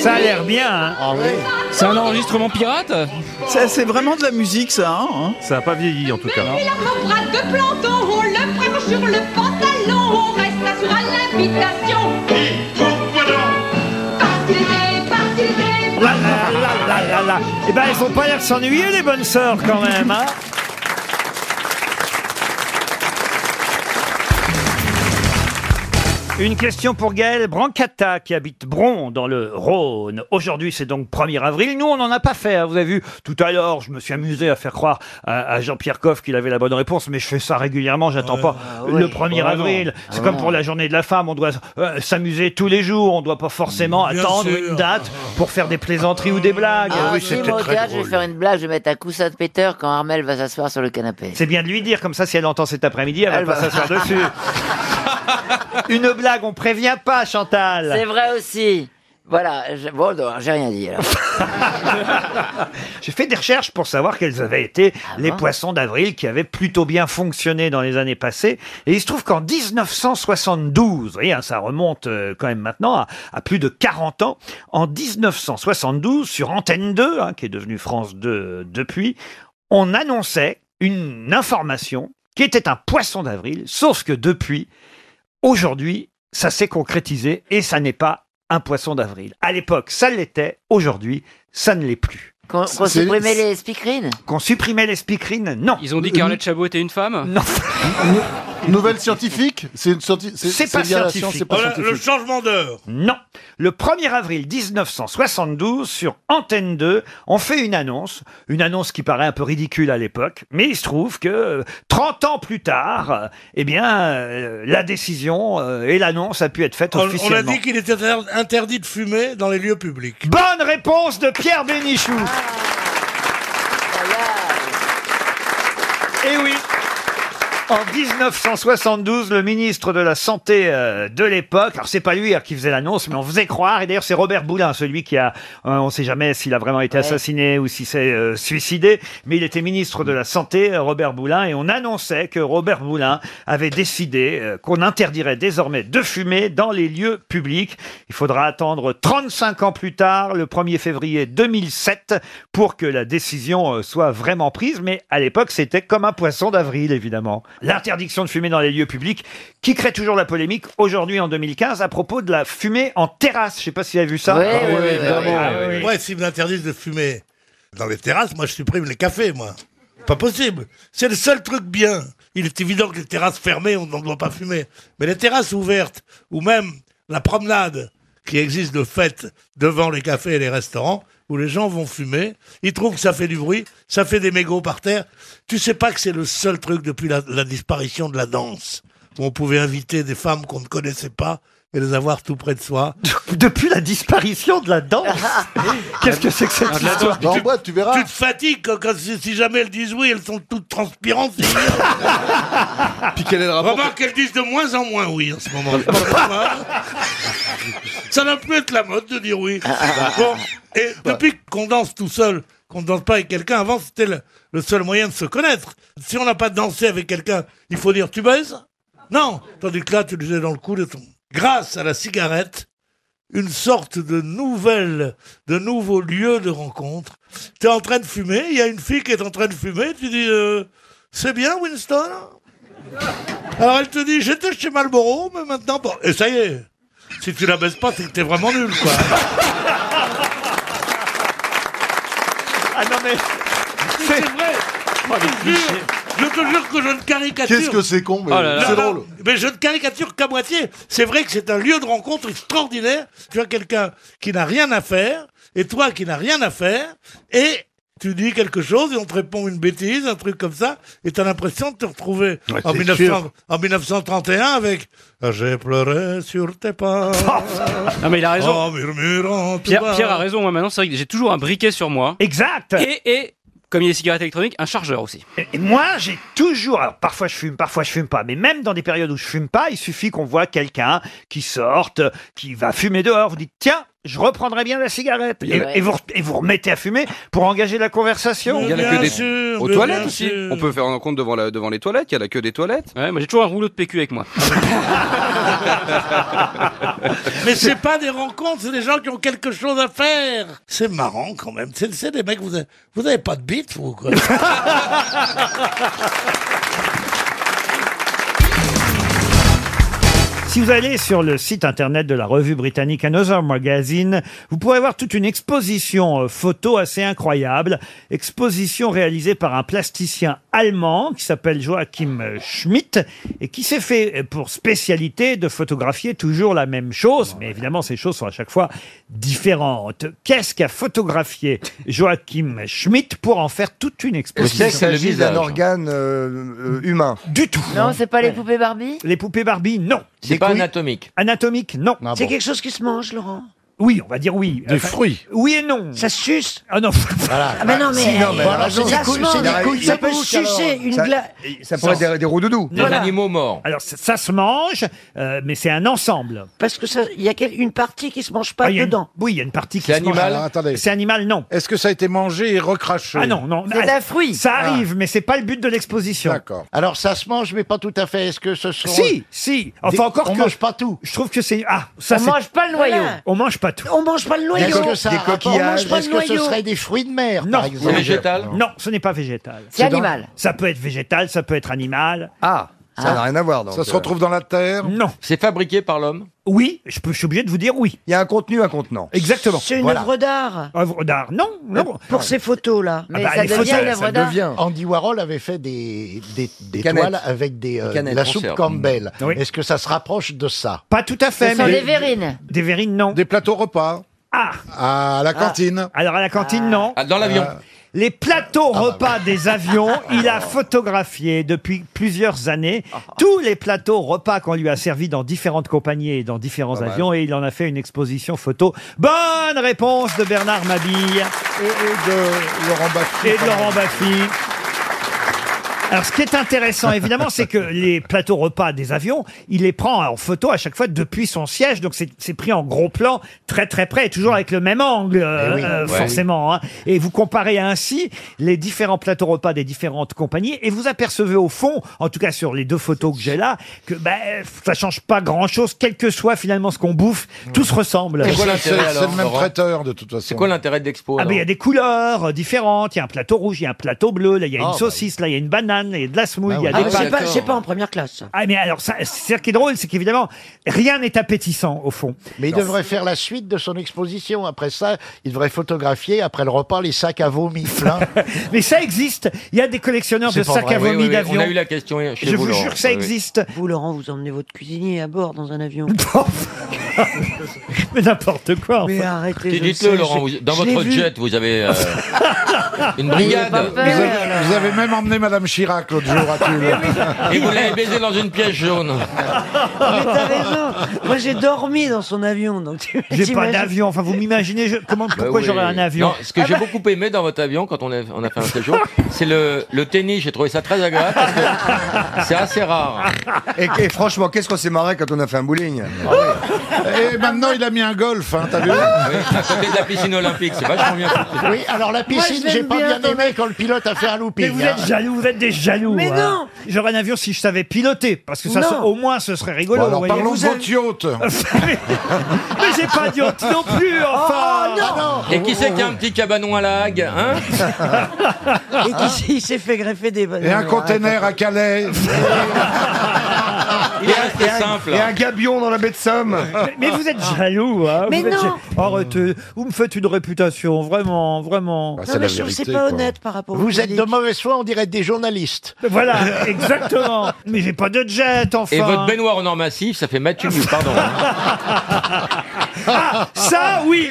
[SPEAKER 1] Ça a l'air bien. hein.
[SPEAKER 7] Ah
[SPEAKER 5] C'est un enregistrement pirate
[SPEAKER 6] Ça, C'est vraiment de la musique, ça. hein.
[SPEAKER 14] Ça n'a pas vieilli en tout cas.
[SPEAKER 13] Il en bras de planton, on le prend sur le pantalon, on resta sur à l'invitation. Partez, partez,
[SPEAKER 1] Là, là, là, là, là, là. Eh ben, elles font pas l'air de s'ennuyer, les bonnes sœurs, quand même. hein. Une question pour Gaël Brancata qui habite Bron dans le Rhône. Aujourd'hui, c'est donc 1er avril. Nous, on n'en a pas fait. hein. Vous avez vu, tout à l'heure, je me suis amusé à faire croire à, à Jean-Pierre Coff qu'il avait la bonne réponse, mais je fais ça régulièrement. J'attends pas le 1er avril. C'est comme
[SPEAKER 21] Ah.
[SPEAKER 1] pour la journée de la femme. On doit euh, s'amuser tous les jours. On ne doit pas forcément
[SPEAKER 25] Bien
[SPEAKER 1] attendre
[SPEAKER 25] sûr.
[SPEAKER 1] une date pour faire des plaisanteries ou des blagues.
[SPEAKER 21] Ah, si, moi, au théâtre, je vais faire une blague, je vais mettre un coussin de péteur quand Armel va s'asseoir sur le canapé.
[SPEAKER 1] C'est bien de lui dire, comme ça, si elle entend cet après-midi, elle,
[SPEAKER 21] Elle
[SPEAKER 1] va pas
[SPEAKER 21] va.
[SPEAKER 1] s'asseoir dessus. Une blague, on prévient pas, Chantal.
[SPEAKER 21] C'est vrai aussi. Voilà, je- bon, non, j'ai rien dit. alors.
[SPEAKER 1] J'ai fait des recherches pour savoir quels avaient été les
[SPEAKER 21] Ah bon
[SPEAKER 1] poissons d'avril qui avaient plutôt bien fonctionné dans les années passées. Et il se trouve qu'en 1972, vous voyez, hein, ça remonte euh, quand même maintenant à, à plus de 40 ans, en 1972, sur Antenne 2, hein, qui est devenue France 2 euh, depuis, on annonçait une information qui était un poisson d'avril, sauf que depuis, Aujourd'hui, ça s'est concrétisé et ça n'est pas un poisson d'avril. À l'époque, ça l'était. Aujourd'hui, ça ne l'est plus.
[SPEAKER 21] Qu'on qu'on
[SPEAKER 15] C'est-
[SPEAKER 21] supprimait les speakerines
[SPEAKER 1] Qu'on supprimait les speakerines, non.
[SPEAKER 5] Ils ont dit qu'Arlette Chabot était une femme
[SPEAKER 1] Non,
[SPEAKER 15] Nouvelle scientifique C'est une scienti-
[SPEAKER 1] C'est pas
[SPEAKER 15] lié à la
[SPEAKER 1] scientifique.
[SPEAKER 15] science, c'est pas
[SPEAKER 25] Voilà, le
[SPEAKER 15] scientifique.
[SPEAKER 25] changement d'heure.
[SPEAKER 1] non. Le 1er avril 1972, sur Antenne 2, on fait une annonce, une annonce qui paraît un peu ridicule à l'époque, mais il se trouve que euh, 30 ans plus tard, euh, eh bien, euh, la décision euh, et l'annonce a pu être faite
[SPEAKER 25] On, on a
[SPEAKER 1] officiellement.
[SPEAKER 25] dit qu'il était inter- interdit de fumer dans les lieux publics.
[SPEAKER 1] Bonne réponse de Pierre Bénichou. Et oui. En 1972, le ministre de la Santé euh, de l'époque, alors c'est pas lui hein, qui faisait l'annonce, mais on faisait croire, et d'ailleurs c'est Robert Boulin, celui qui a, euh, on sait jamais s'il a vraiment été assassiné ou s'il s'est euh, suicidé, mais il était ministre de la Santé, euh, Robert Boulin, et on annonçait que Robert Boulin avait décidé euh, qu'on interdirait désormais de fumer dans les lieux publics. Il faudra attendre 35 ans plus tard, le 1er février 2007, pour que la décision euh, soit vraiment prise. Mais à l'époque, c'était comme un poisson d'avril, évidemment. L'interdiction de fumer dans les lieux publics, qui crée toujours la polémique aujourd'hui en 2015 à propos de la fumée en terrasse. Je sais pas si vous avez vu ça.
[SPEAKER 20] Ah,
[SPEAKER 1] Ah
[SPEAKER 21] Ouais,
[SPEAKER 25] Ah
[SPEAKER 21] ouais, ouais, ouais, ouais.
[SPEAKER 25] Ouais, s'ils m'interdisent de fumer dans les terrasses, moi je supprime les cafés, moi. Pas possible. C'est le seul truc bien. Il est évident que les terrasses fermées, on n'en doit pas fumer. Mais les terrasses ouvertes, ou même la promenade qui existe de fait devant les cafés et les restaurants, où les gens vont fumer, ils trouvent que ça fait du bruit, ça fait des mégots par terre. Tu sais pas que c'est le seul truc depuis la, la disparition de la danse, où on pouvait inviter des femmes qu'on ne connaissait pas et les avoir tout près de soi.
[SPEAKER 2] Depuis la disparition de la danse
[SPEAKER 25] Qu'est-ce que c'est que cette histoire
[SPEAKER 20] Dans boîte, Bah, tu verras.
[SPEAKER 25] Ah, Tu te fatigues quand, quand- si, si jamais elles disent oui, elles sont toutes transpirantes. c'est bien.
[SPEAKER 20] Puis quel est le rapport
[SPEAKER 25] Remarque qu'elles disent de moins en moins oui en ce moment. Je pense pas. Ça n'a plus être la mode de dire oui. Bon, et depuis qu'on danse tout seul, qu'on ne danse pas avec quelqu'un, avant c'était le, le seul moyen de se connaître. Si on n'a pas dansé avec quelqu'un, il faut dire tu baises Non Tandis que là, tu le jettes dans le cou de ton. Grâce à la cigarette, une sorte de nouvelle, de nouveau lieu de rencontre. Tu es en train de fumer, il y a une fille qui est en train de fumer, tu dis euh, C'est bien, Winston Alors elle te dit J'étais chez Marlboro, mais maintenant. bon. Et ça y est Si tu la baisses pas, c'est que t'es vraiment nul, quoi. ah non, mais. C'est vrai Je te jure, je te jure que je ne caricature. Oh
[SPEAKER 20] Qu'est-ce que c'est con, mais c'est
[SPEAKER 25] Non, non,
[SPEAKER 20] drôle.
[SPEAKER 25] Mais je ne caricature qu'à moitié. C'est vrai que c'est un lieu de rencontre extraordinaire. Tu as quelqu'un qui n'a rien à faire, et toi qui n'as rien à faire, et tu dis quelque chose, et on te répond une bêtise, un truc comme ça, et tu as l'impression de te retrouver
[SPEAKER 20] Ouais,
[SPEAKER 25] en,
[SPEAKER 20] c'est
[SPEAKER 25] 1900
[SPEAKER 20] sûr.
[SPEAKER 25] en 1931 avec Ah, J'ai pleuré sur tes pas.
[SPEAKER 5] Non, mais il a raison.
[SPEAKER 25] En murmurant. tout
[SPEAKER 5] Pierre,
[SPEAKER 25] bas.
[SPEAKER 5] Pierre a raison, moi maintenant, c'est vrai que j'ai toujours un briquet sur moi.
[SPEAKER 1] Exact
[SPEAKER 5] Et, et comme il y a les cigarettes électroniques, un chargeur aussi.
[SPEAKER 1] Et- Et moi, j'ai toujours, alors parfois je fume, parfois je fume pas, mais même dans des périodes où je fume pas, il suffit qu'on voit quelqu'un qui sorte, euh, qui va fumer dehors, vous dites tiens, je reprendrai bien la cigarette. Et,
[SPEAKER 4] Ouais.
[SPEAKER 1] et vous, re- et vous remettez à fumer pour engager la conversation.
[SPEAKER 4] Il y en a que des aux toilettes aussi. On peut faire un compte devant, la- devant les toilettes. Il y en a que des toilettes.
[SPEAKER 5] Ouais, moi j'ai toujours un rouleau de PQ avec moi.
[SPEAKER 25] Mais c'est pas des rencontres, c'est des gens qui ont quelque chose à faire. C'est marrant quand même. C'est c'est des mecs, vous avez, vous avez pas de bite, vous, quoi.
[SPEAKER 1] Si vous allez sur le site internet de la revue britannique Another Magazine, vous pourrez voir toute une exposition euh, photo assez incroyable. Exposition réalisée par un plasticien allemand qui s'appelle Joachim euh, Schmidt et qui s'est fait euh, pour spécialité de photographier toujours la même chose. Mais évidemment, ces choses sont à chaque fois différentes. Qu'est-ce qu'a photographié Joachim Schmidt pour en faire toute une exposition
[SPEAKER 16] organe
[SPEAKER 29] euh,
[SPEAKER 16] humain
[SPEAKER 1] Du tout.
[SPEAKER 21] Non, c'est pas les poupées Barbie
[SPEAKER 1] Les poupées Barbie, non.
[SPEAKER 16] C'est pas anatomique.
[SPEAKER 1] Anatomique, non.
[SPEAKER 16] C'est bon. quelque
[SPEAKER 1] chose qui se mange, Laurent Oui, on va dire oui.
[SPEAKER 16] Des
[SPEAKER 1] Enfin,
[SPEAKER 16] fruits.
[SPEAKER 1] Oui et non. Ça se suce Ah non.
[SPEAKER 16] Ah, mais non, mais- Si, non, mais alors, c'est des couilles, c'est des couilles, ça peut se sucer, une gla- ça pourrait être des- des
[SPEAKER 1] rodoudous.
[SPEAKER 16] Des animaux morts.
[SPEAKER 1] Alors, ça, ça se mange, euh, mais c'est un ensemble.
[SPEAKER 38] Parce que ça, il y a quel- une partie qui se mange pas
[SPEAKER 1] Ah, il y a une-
[SPEAKER 38] dedans.
[SPEAKER 1] oui, il y a une partie qui
[SPEAKER 38] C'est
[SPEAKER 1] se mange.
[SPEAKER 38] animal
[SPEAKER 1] Alors, attendez. C'est animal, non.
[SPEAKER 20] Est-ce que ça a été mangé et recraché
[SPEAKER 1] Ah non, non.
[SPEAKER 20] C'est
[SPEAKER 1] Ah,
[SPEAKER 20] un fruit.
[SPEAKER 1] Ça arrive, mais c'est pas le but de l'exposition.
[SPEAKER 16] D'accord. Alors ça se mange, mais pas tout à fait. Est-ce que ce sont
[SPEAKER 1] Si, si. Enfin,
[SPEAKER 16] Des-
[SPEAKER 1] encore
[SPEAKER 16] on
[SPEAKER 1] que.
[SPEAKER 16] mange pas tout.
[SPEAKER 1] Je trouve que c'est. Ah, ça
[SPEAKER 16] On
[SPEAKER 1] c'est-
[SPEAKER 16] mange pas le noyau. Voilà.
[SPEAKER 1] On mange pas tout.
[SPEAKER 38] On mange pas le
[SPEAKER 16] Est-ce que ça a rapport- on mange pas
[SPEAKER 1] est-ce
[SPEAKER 16] de noyau. des fruits de mer
[SPEAKER 1] Non,
[SPEAKER 16] exemple Végétal
[SPEAKER 1] Non, ce n'est pas végétal.
[SPEAKER 16] C'est C'est dans- animal.
[SPEAKER 1] Ça peut être végétal, ça peut être animal. Ah,
[SPEAKER 16] ça Ah. n'a rien à voir, donc, Ça se euh. retrouve
[SPEAKER 1] dans la terre Non. C'est fabriqué par l'homme Oui, je, peux, je suis obligé de vous dire oui. Il y a un contenu, un contenant. Exactement.
[SPEAKER 38] C'est une œuvre d'art.
[SPEAKER 1] Œuvre d'art, non, non.
[SPEAKER 38] Pour ces photos-là.
[SPEAKER 12] Ah
[SPEAKER 1] Mais bah, ça les devient photos, une œuvre ça d'art. devient.
[SPEAKER 16] Andy Warhol avait fait des, des, des
[SPEAKER 38] Canettes.
[SPEAKER 16] toiles avec des, euh,
[SPEAKER 38] Des canettes,
[SPEAKER 16] la
[SPEAKER 38] on
[SPEAKER 16] soupe
[SPEAKER 38] sert.
[SPEAKER 16] Campbell.
[SPEAKER 1] Oui.
[SPEAKER 16] Est-ce que ça se rapproche de ça
[SPEAKER 1] Pas tout à fait.
[SPEAKER 16] Ce sont
[SPEAKER 1] mais-
[SPEAKER 16] des
[SPEAKER 21] verrines.
[SPEAKER 1] Des verrines, non. Des plateaux repas Ah À la
[SPEAKER 16] cantine.
[SPEAKER 1] Alors à la cantine, Ah, bah, non.
[SPEAKER 4] Ah, dans l'avion.
[SPEAKER 1] Euh, Les plateaux repas des avions, il a photographié depuis plusieurs années tous les plateaux repas qu'on lui a servis dans différentes compagnies et dans différents
[SPEAKER 16] mal.
[SPEAKER 1] avions et il en a fait une exposition photo. Bonne réponse de Bernard Mabille. Et, de Laurent Baffy. Et de Laurent Baffy. Alors, ce qui est intéressant, évidemment, c'est que les plateaux repas des avions, il les prend en photo à chaque fois depuis son siège. Donc, c'est c'est pris en gros plan, très très près, et toujours avec le même angle, euh,
[SPEAKER 16] Eh oui,
[SPEAKER 1] euh,
[SPEAKER 16] ouais.
[SPEAKER 1] forcément. hein. Et vous comparez ainsi les différents plateaux repas des différentes compagnies, et vous apercevez au fond, en tout cas sur les deux photos que j'ai là, que ben, ça change pas grand-chose, quel que soit finalement ce qu'on bouffe, tout se ressemble.
[SPEAKER 20] C'est quoi l'intérêt, C'est- c'est le alors, même Laurent traiteur,
[SPEAKER 16] de toute façon.
[SPEAKER 20] C'est quoi
[SPEAKER 16] l'intérêt de l'expo
[SPEAKER 1] Ah, mais il y a des couleurs euh, différentes. Il y a un plateau rouge, il y a un plateau bleu, là, il y
[SPEAKER 2] Oh,
[SPEAKER 1] a
[SPEAKER 38] Ah,
[SPEAKER 1] une
[SPEAKER 38] bah
[SPEAKER 1] saucisse, là, il y a une banane, là, il y a de la
[SPEAKER 2] Bah
[SPEAKER 1] smouille, il y a des
[SPEAKER 38] Ah, c'est
[SPEAKER 1] pâtes.
[SPEAKER 38] pas, c'est pas en première classe.
[SPEAKER 1] Ah, mais alors, ça, c'est ce qui est drôle, c'est qu'évidemment, rien n'est appétissant, au fond.
[SPEAKER 16] Mais il devrait faire la suite de son exposition. Après ça, il devrait photographier, après le repas, les sacs à vomi pleins.
[SPEAKER 1] mais ça existe. Il y a des collectionneurs
[SPEAKER 16] de sacs à
[SPEAKER 1] vomi
[SPEAKER 4] On
[SPEAKER 1] d'avion.
[SPEAKER 4] a eu la question chez
[SPEAKER 1] Je
[SPEAKER 4] vous,
[SPEAKER 1] vous
[SPEAKER 4] Laurent.
[SPEAKER 1] jure que ça
[SPEAKER 4] Oui, oui.
[SPEAKER 1] existe.
[SPEAKER 38] Vous, Laurent, vous emmenez votre cuisinier à bord dans un avion.
[SPEAKER 1] mais n'importe quoi.
[SPEAKER 38] Mais arrêtez. je
[SPEAKER 19] Dites-le,
[SPEAKER 38] sais,
[SPEAKER 19] Laurent,
[SPEAKER 38] je-
[SPEAKER 19] vous- dans
[SPEAKER 38] je l'ai
[SPEAKER 19] votre
[SPEAKER 38] vu.
[SPEAKER 19] jet, vous avez euh, une brigade.
[SPEAKER 20] Vous avez même emmené Madame Chirac.
[SPEAKER 12] Chirac l'autre jour à Tulle.
[SPEAKER 2] Et vous l'avez baisé dans une pièce jaune.
[SPEAKER 13] Mais t'as raison. Moi, j'ai
[SPEAKER 12] Bah
[SPEAKER 13] dormi dans son avion. donc tu-
[SPEAKER 1] J'ai pas
[SPEAKER 13] t'imagines. Ah
[SPEAKER 1] d'avion. Enfin, vous m'imaginez je- comment, pourquoi
[SPEAKER 2] Bah oui.
[SPEAKER 1] j'aurais un avion Ah bah
[SPEAKER 2] Non, ce que
[SPEAKER 13] bah,
[SPEAKER 2] j'ai beaucoup aimé dans votre avion quand on a, on a fait un séjour, c'est le, le tennis. J'ai trouvé ça très agréable parce que c'est assez rare.
[SPEAKER 6] Et, et franchement, qu'est-ce qu'on s'est marré quand on a fait un bowling
[SPEAKER 12] Et maintenant, il a mis un golf, hein, t'as vu
[SPEAKER 1] Ah.
[SPEAKER 2] Oui, à côté de la piscine olympique, c'est vachement bien. foutu.
[SPEAKER 12] Oui, alors la piscine,
[SPEAKER 13] Moi, je
[SPEAKER 12] j'ai
[SPEAKER 13] l'aime
[SPEAKER 12] pas
[SPEAKER 13] bien,
[SPEAKER 12] bien,
[SPEAKER 13] ton
[SPEAKER 12] aimé quand le pilote a fait un looping.
[SPEAKER 1] Mais vous êtes
[SPEAKER 12] hein.
[SPEAKER 1] jaloux, vous êtes des jaloux.
[SPEAKER 13] Mais
[SPEAKER 1] hein.
[SPEAKER 13] non.
[SPEAKER 1] J'aurais un avion si je savais piloter, parce que ça,
[SPEAKER 13] Non.
[SPEAKER 1] se- au moins, ce serait rigolo.
[SPEAKER 12] Bon, alors,
[SPEAKER 1] vous voyez.
[SPEAKER 12] parlons de
[SPEAKER 1] Vous avez-
[SPEAKER 12] votre yacht.
[SPEAKER 1] Mais j'ai pas d'yacht non plus, enfin
[SPEAKER 12] Ah
[SPEAKER 2] Et qui c'est qui a un petit cabanon à lag hein
[SPEAKER 13] Et qui s'est- il s'est fait greffer des.
[SPEAKER 12] Et un container à Calais.
[SPEAKER 2] Il est resté simple.
[SPEAKER 6] Et un gabion dans la baie de Somme
[SPEAKER 1] Mais, mais vous êtes jaloux, hein vous
[SPEAKER 13] Mais
[SPEAKER 1] êtes
[SPEAKER 13] non.
[SPEAKER 1] ja- Oh, te- vous me faites une réputation, vraiment, vraiment.
[SPEAKER 12] Bah,
[SPEAKER 13] Non, mais je trouve que c'est pas honnête hein, par rapport au
[SPEAKER 12] Vous êtes
[SPEAKER 13] public.
[SPEAKER 12] de mauvaise foi, on dirait des journalistes.
[SPEAKER 1] Voilà, exactement. Mais j'ai pas de jet, enfin.
[SPEAKER 2] Et votre baignoire en or massif, ça fait Mathieu Mu, pardon.
[SPEAKER 1] Ah, ça, oui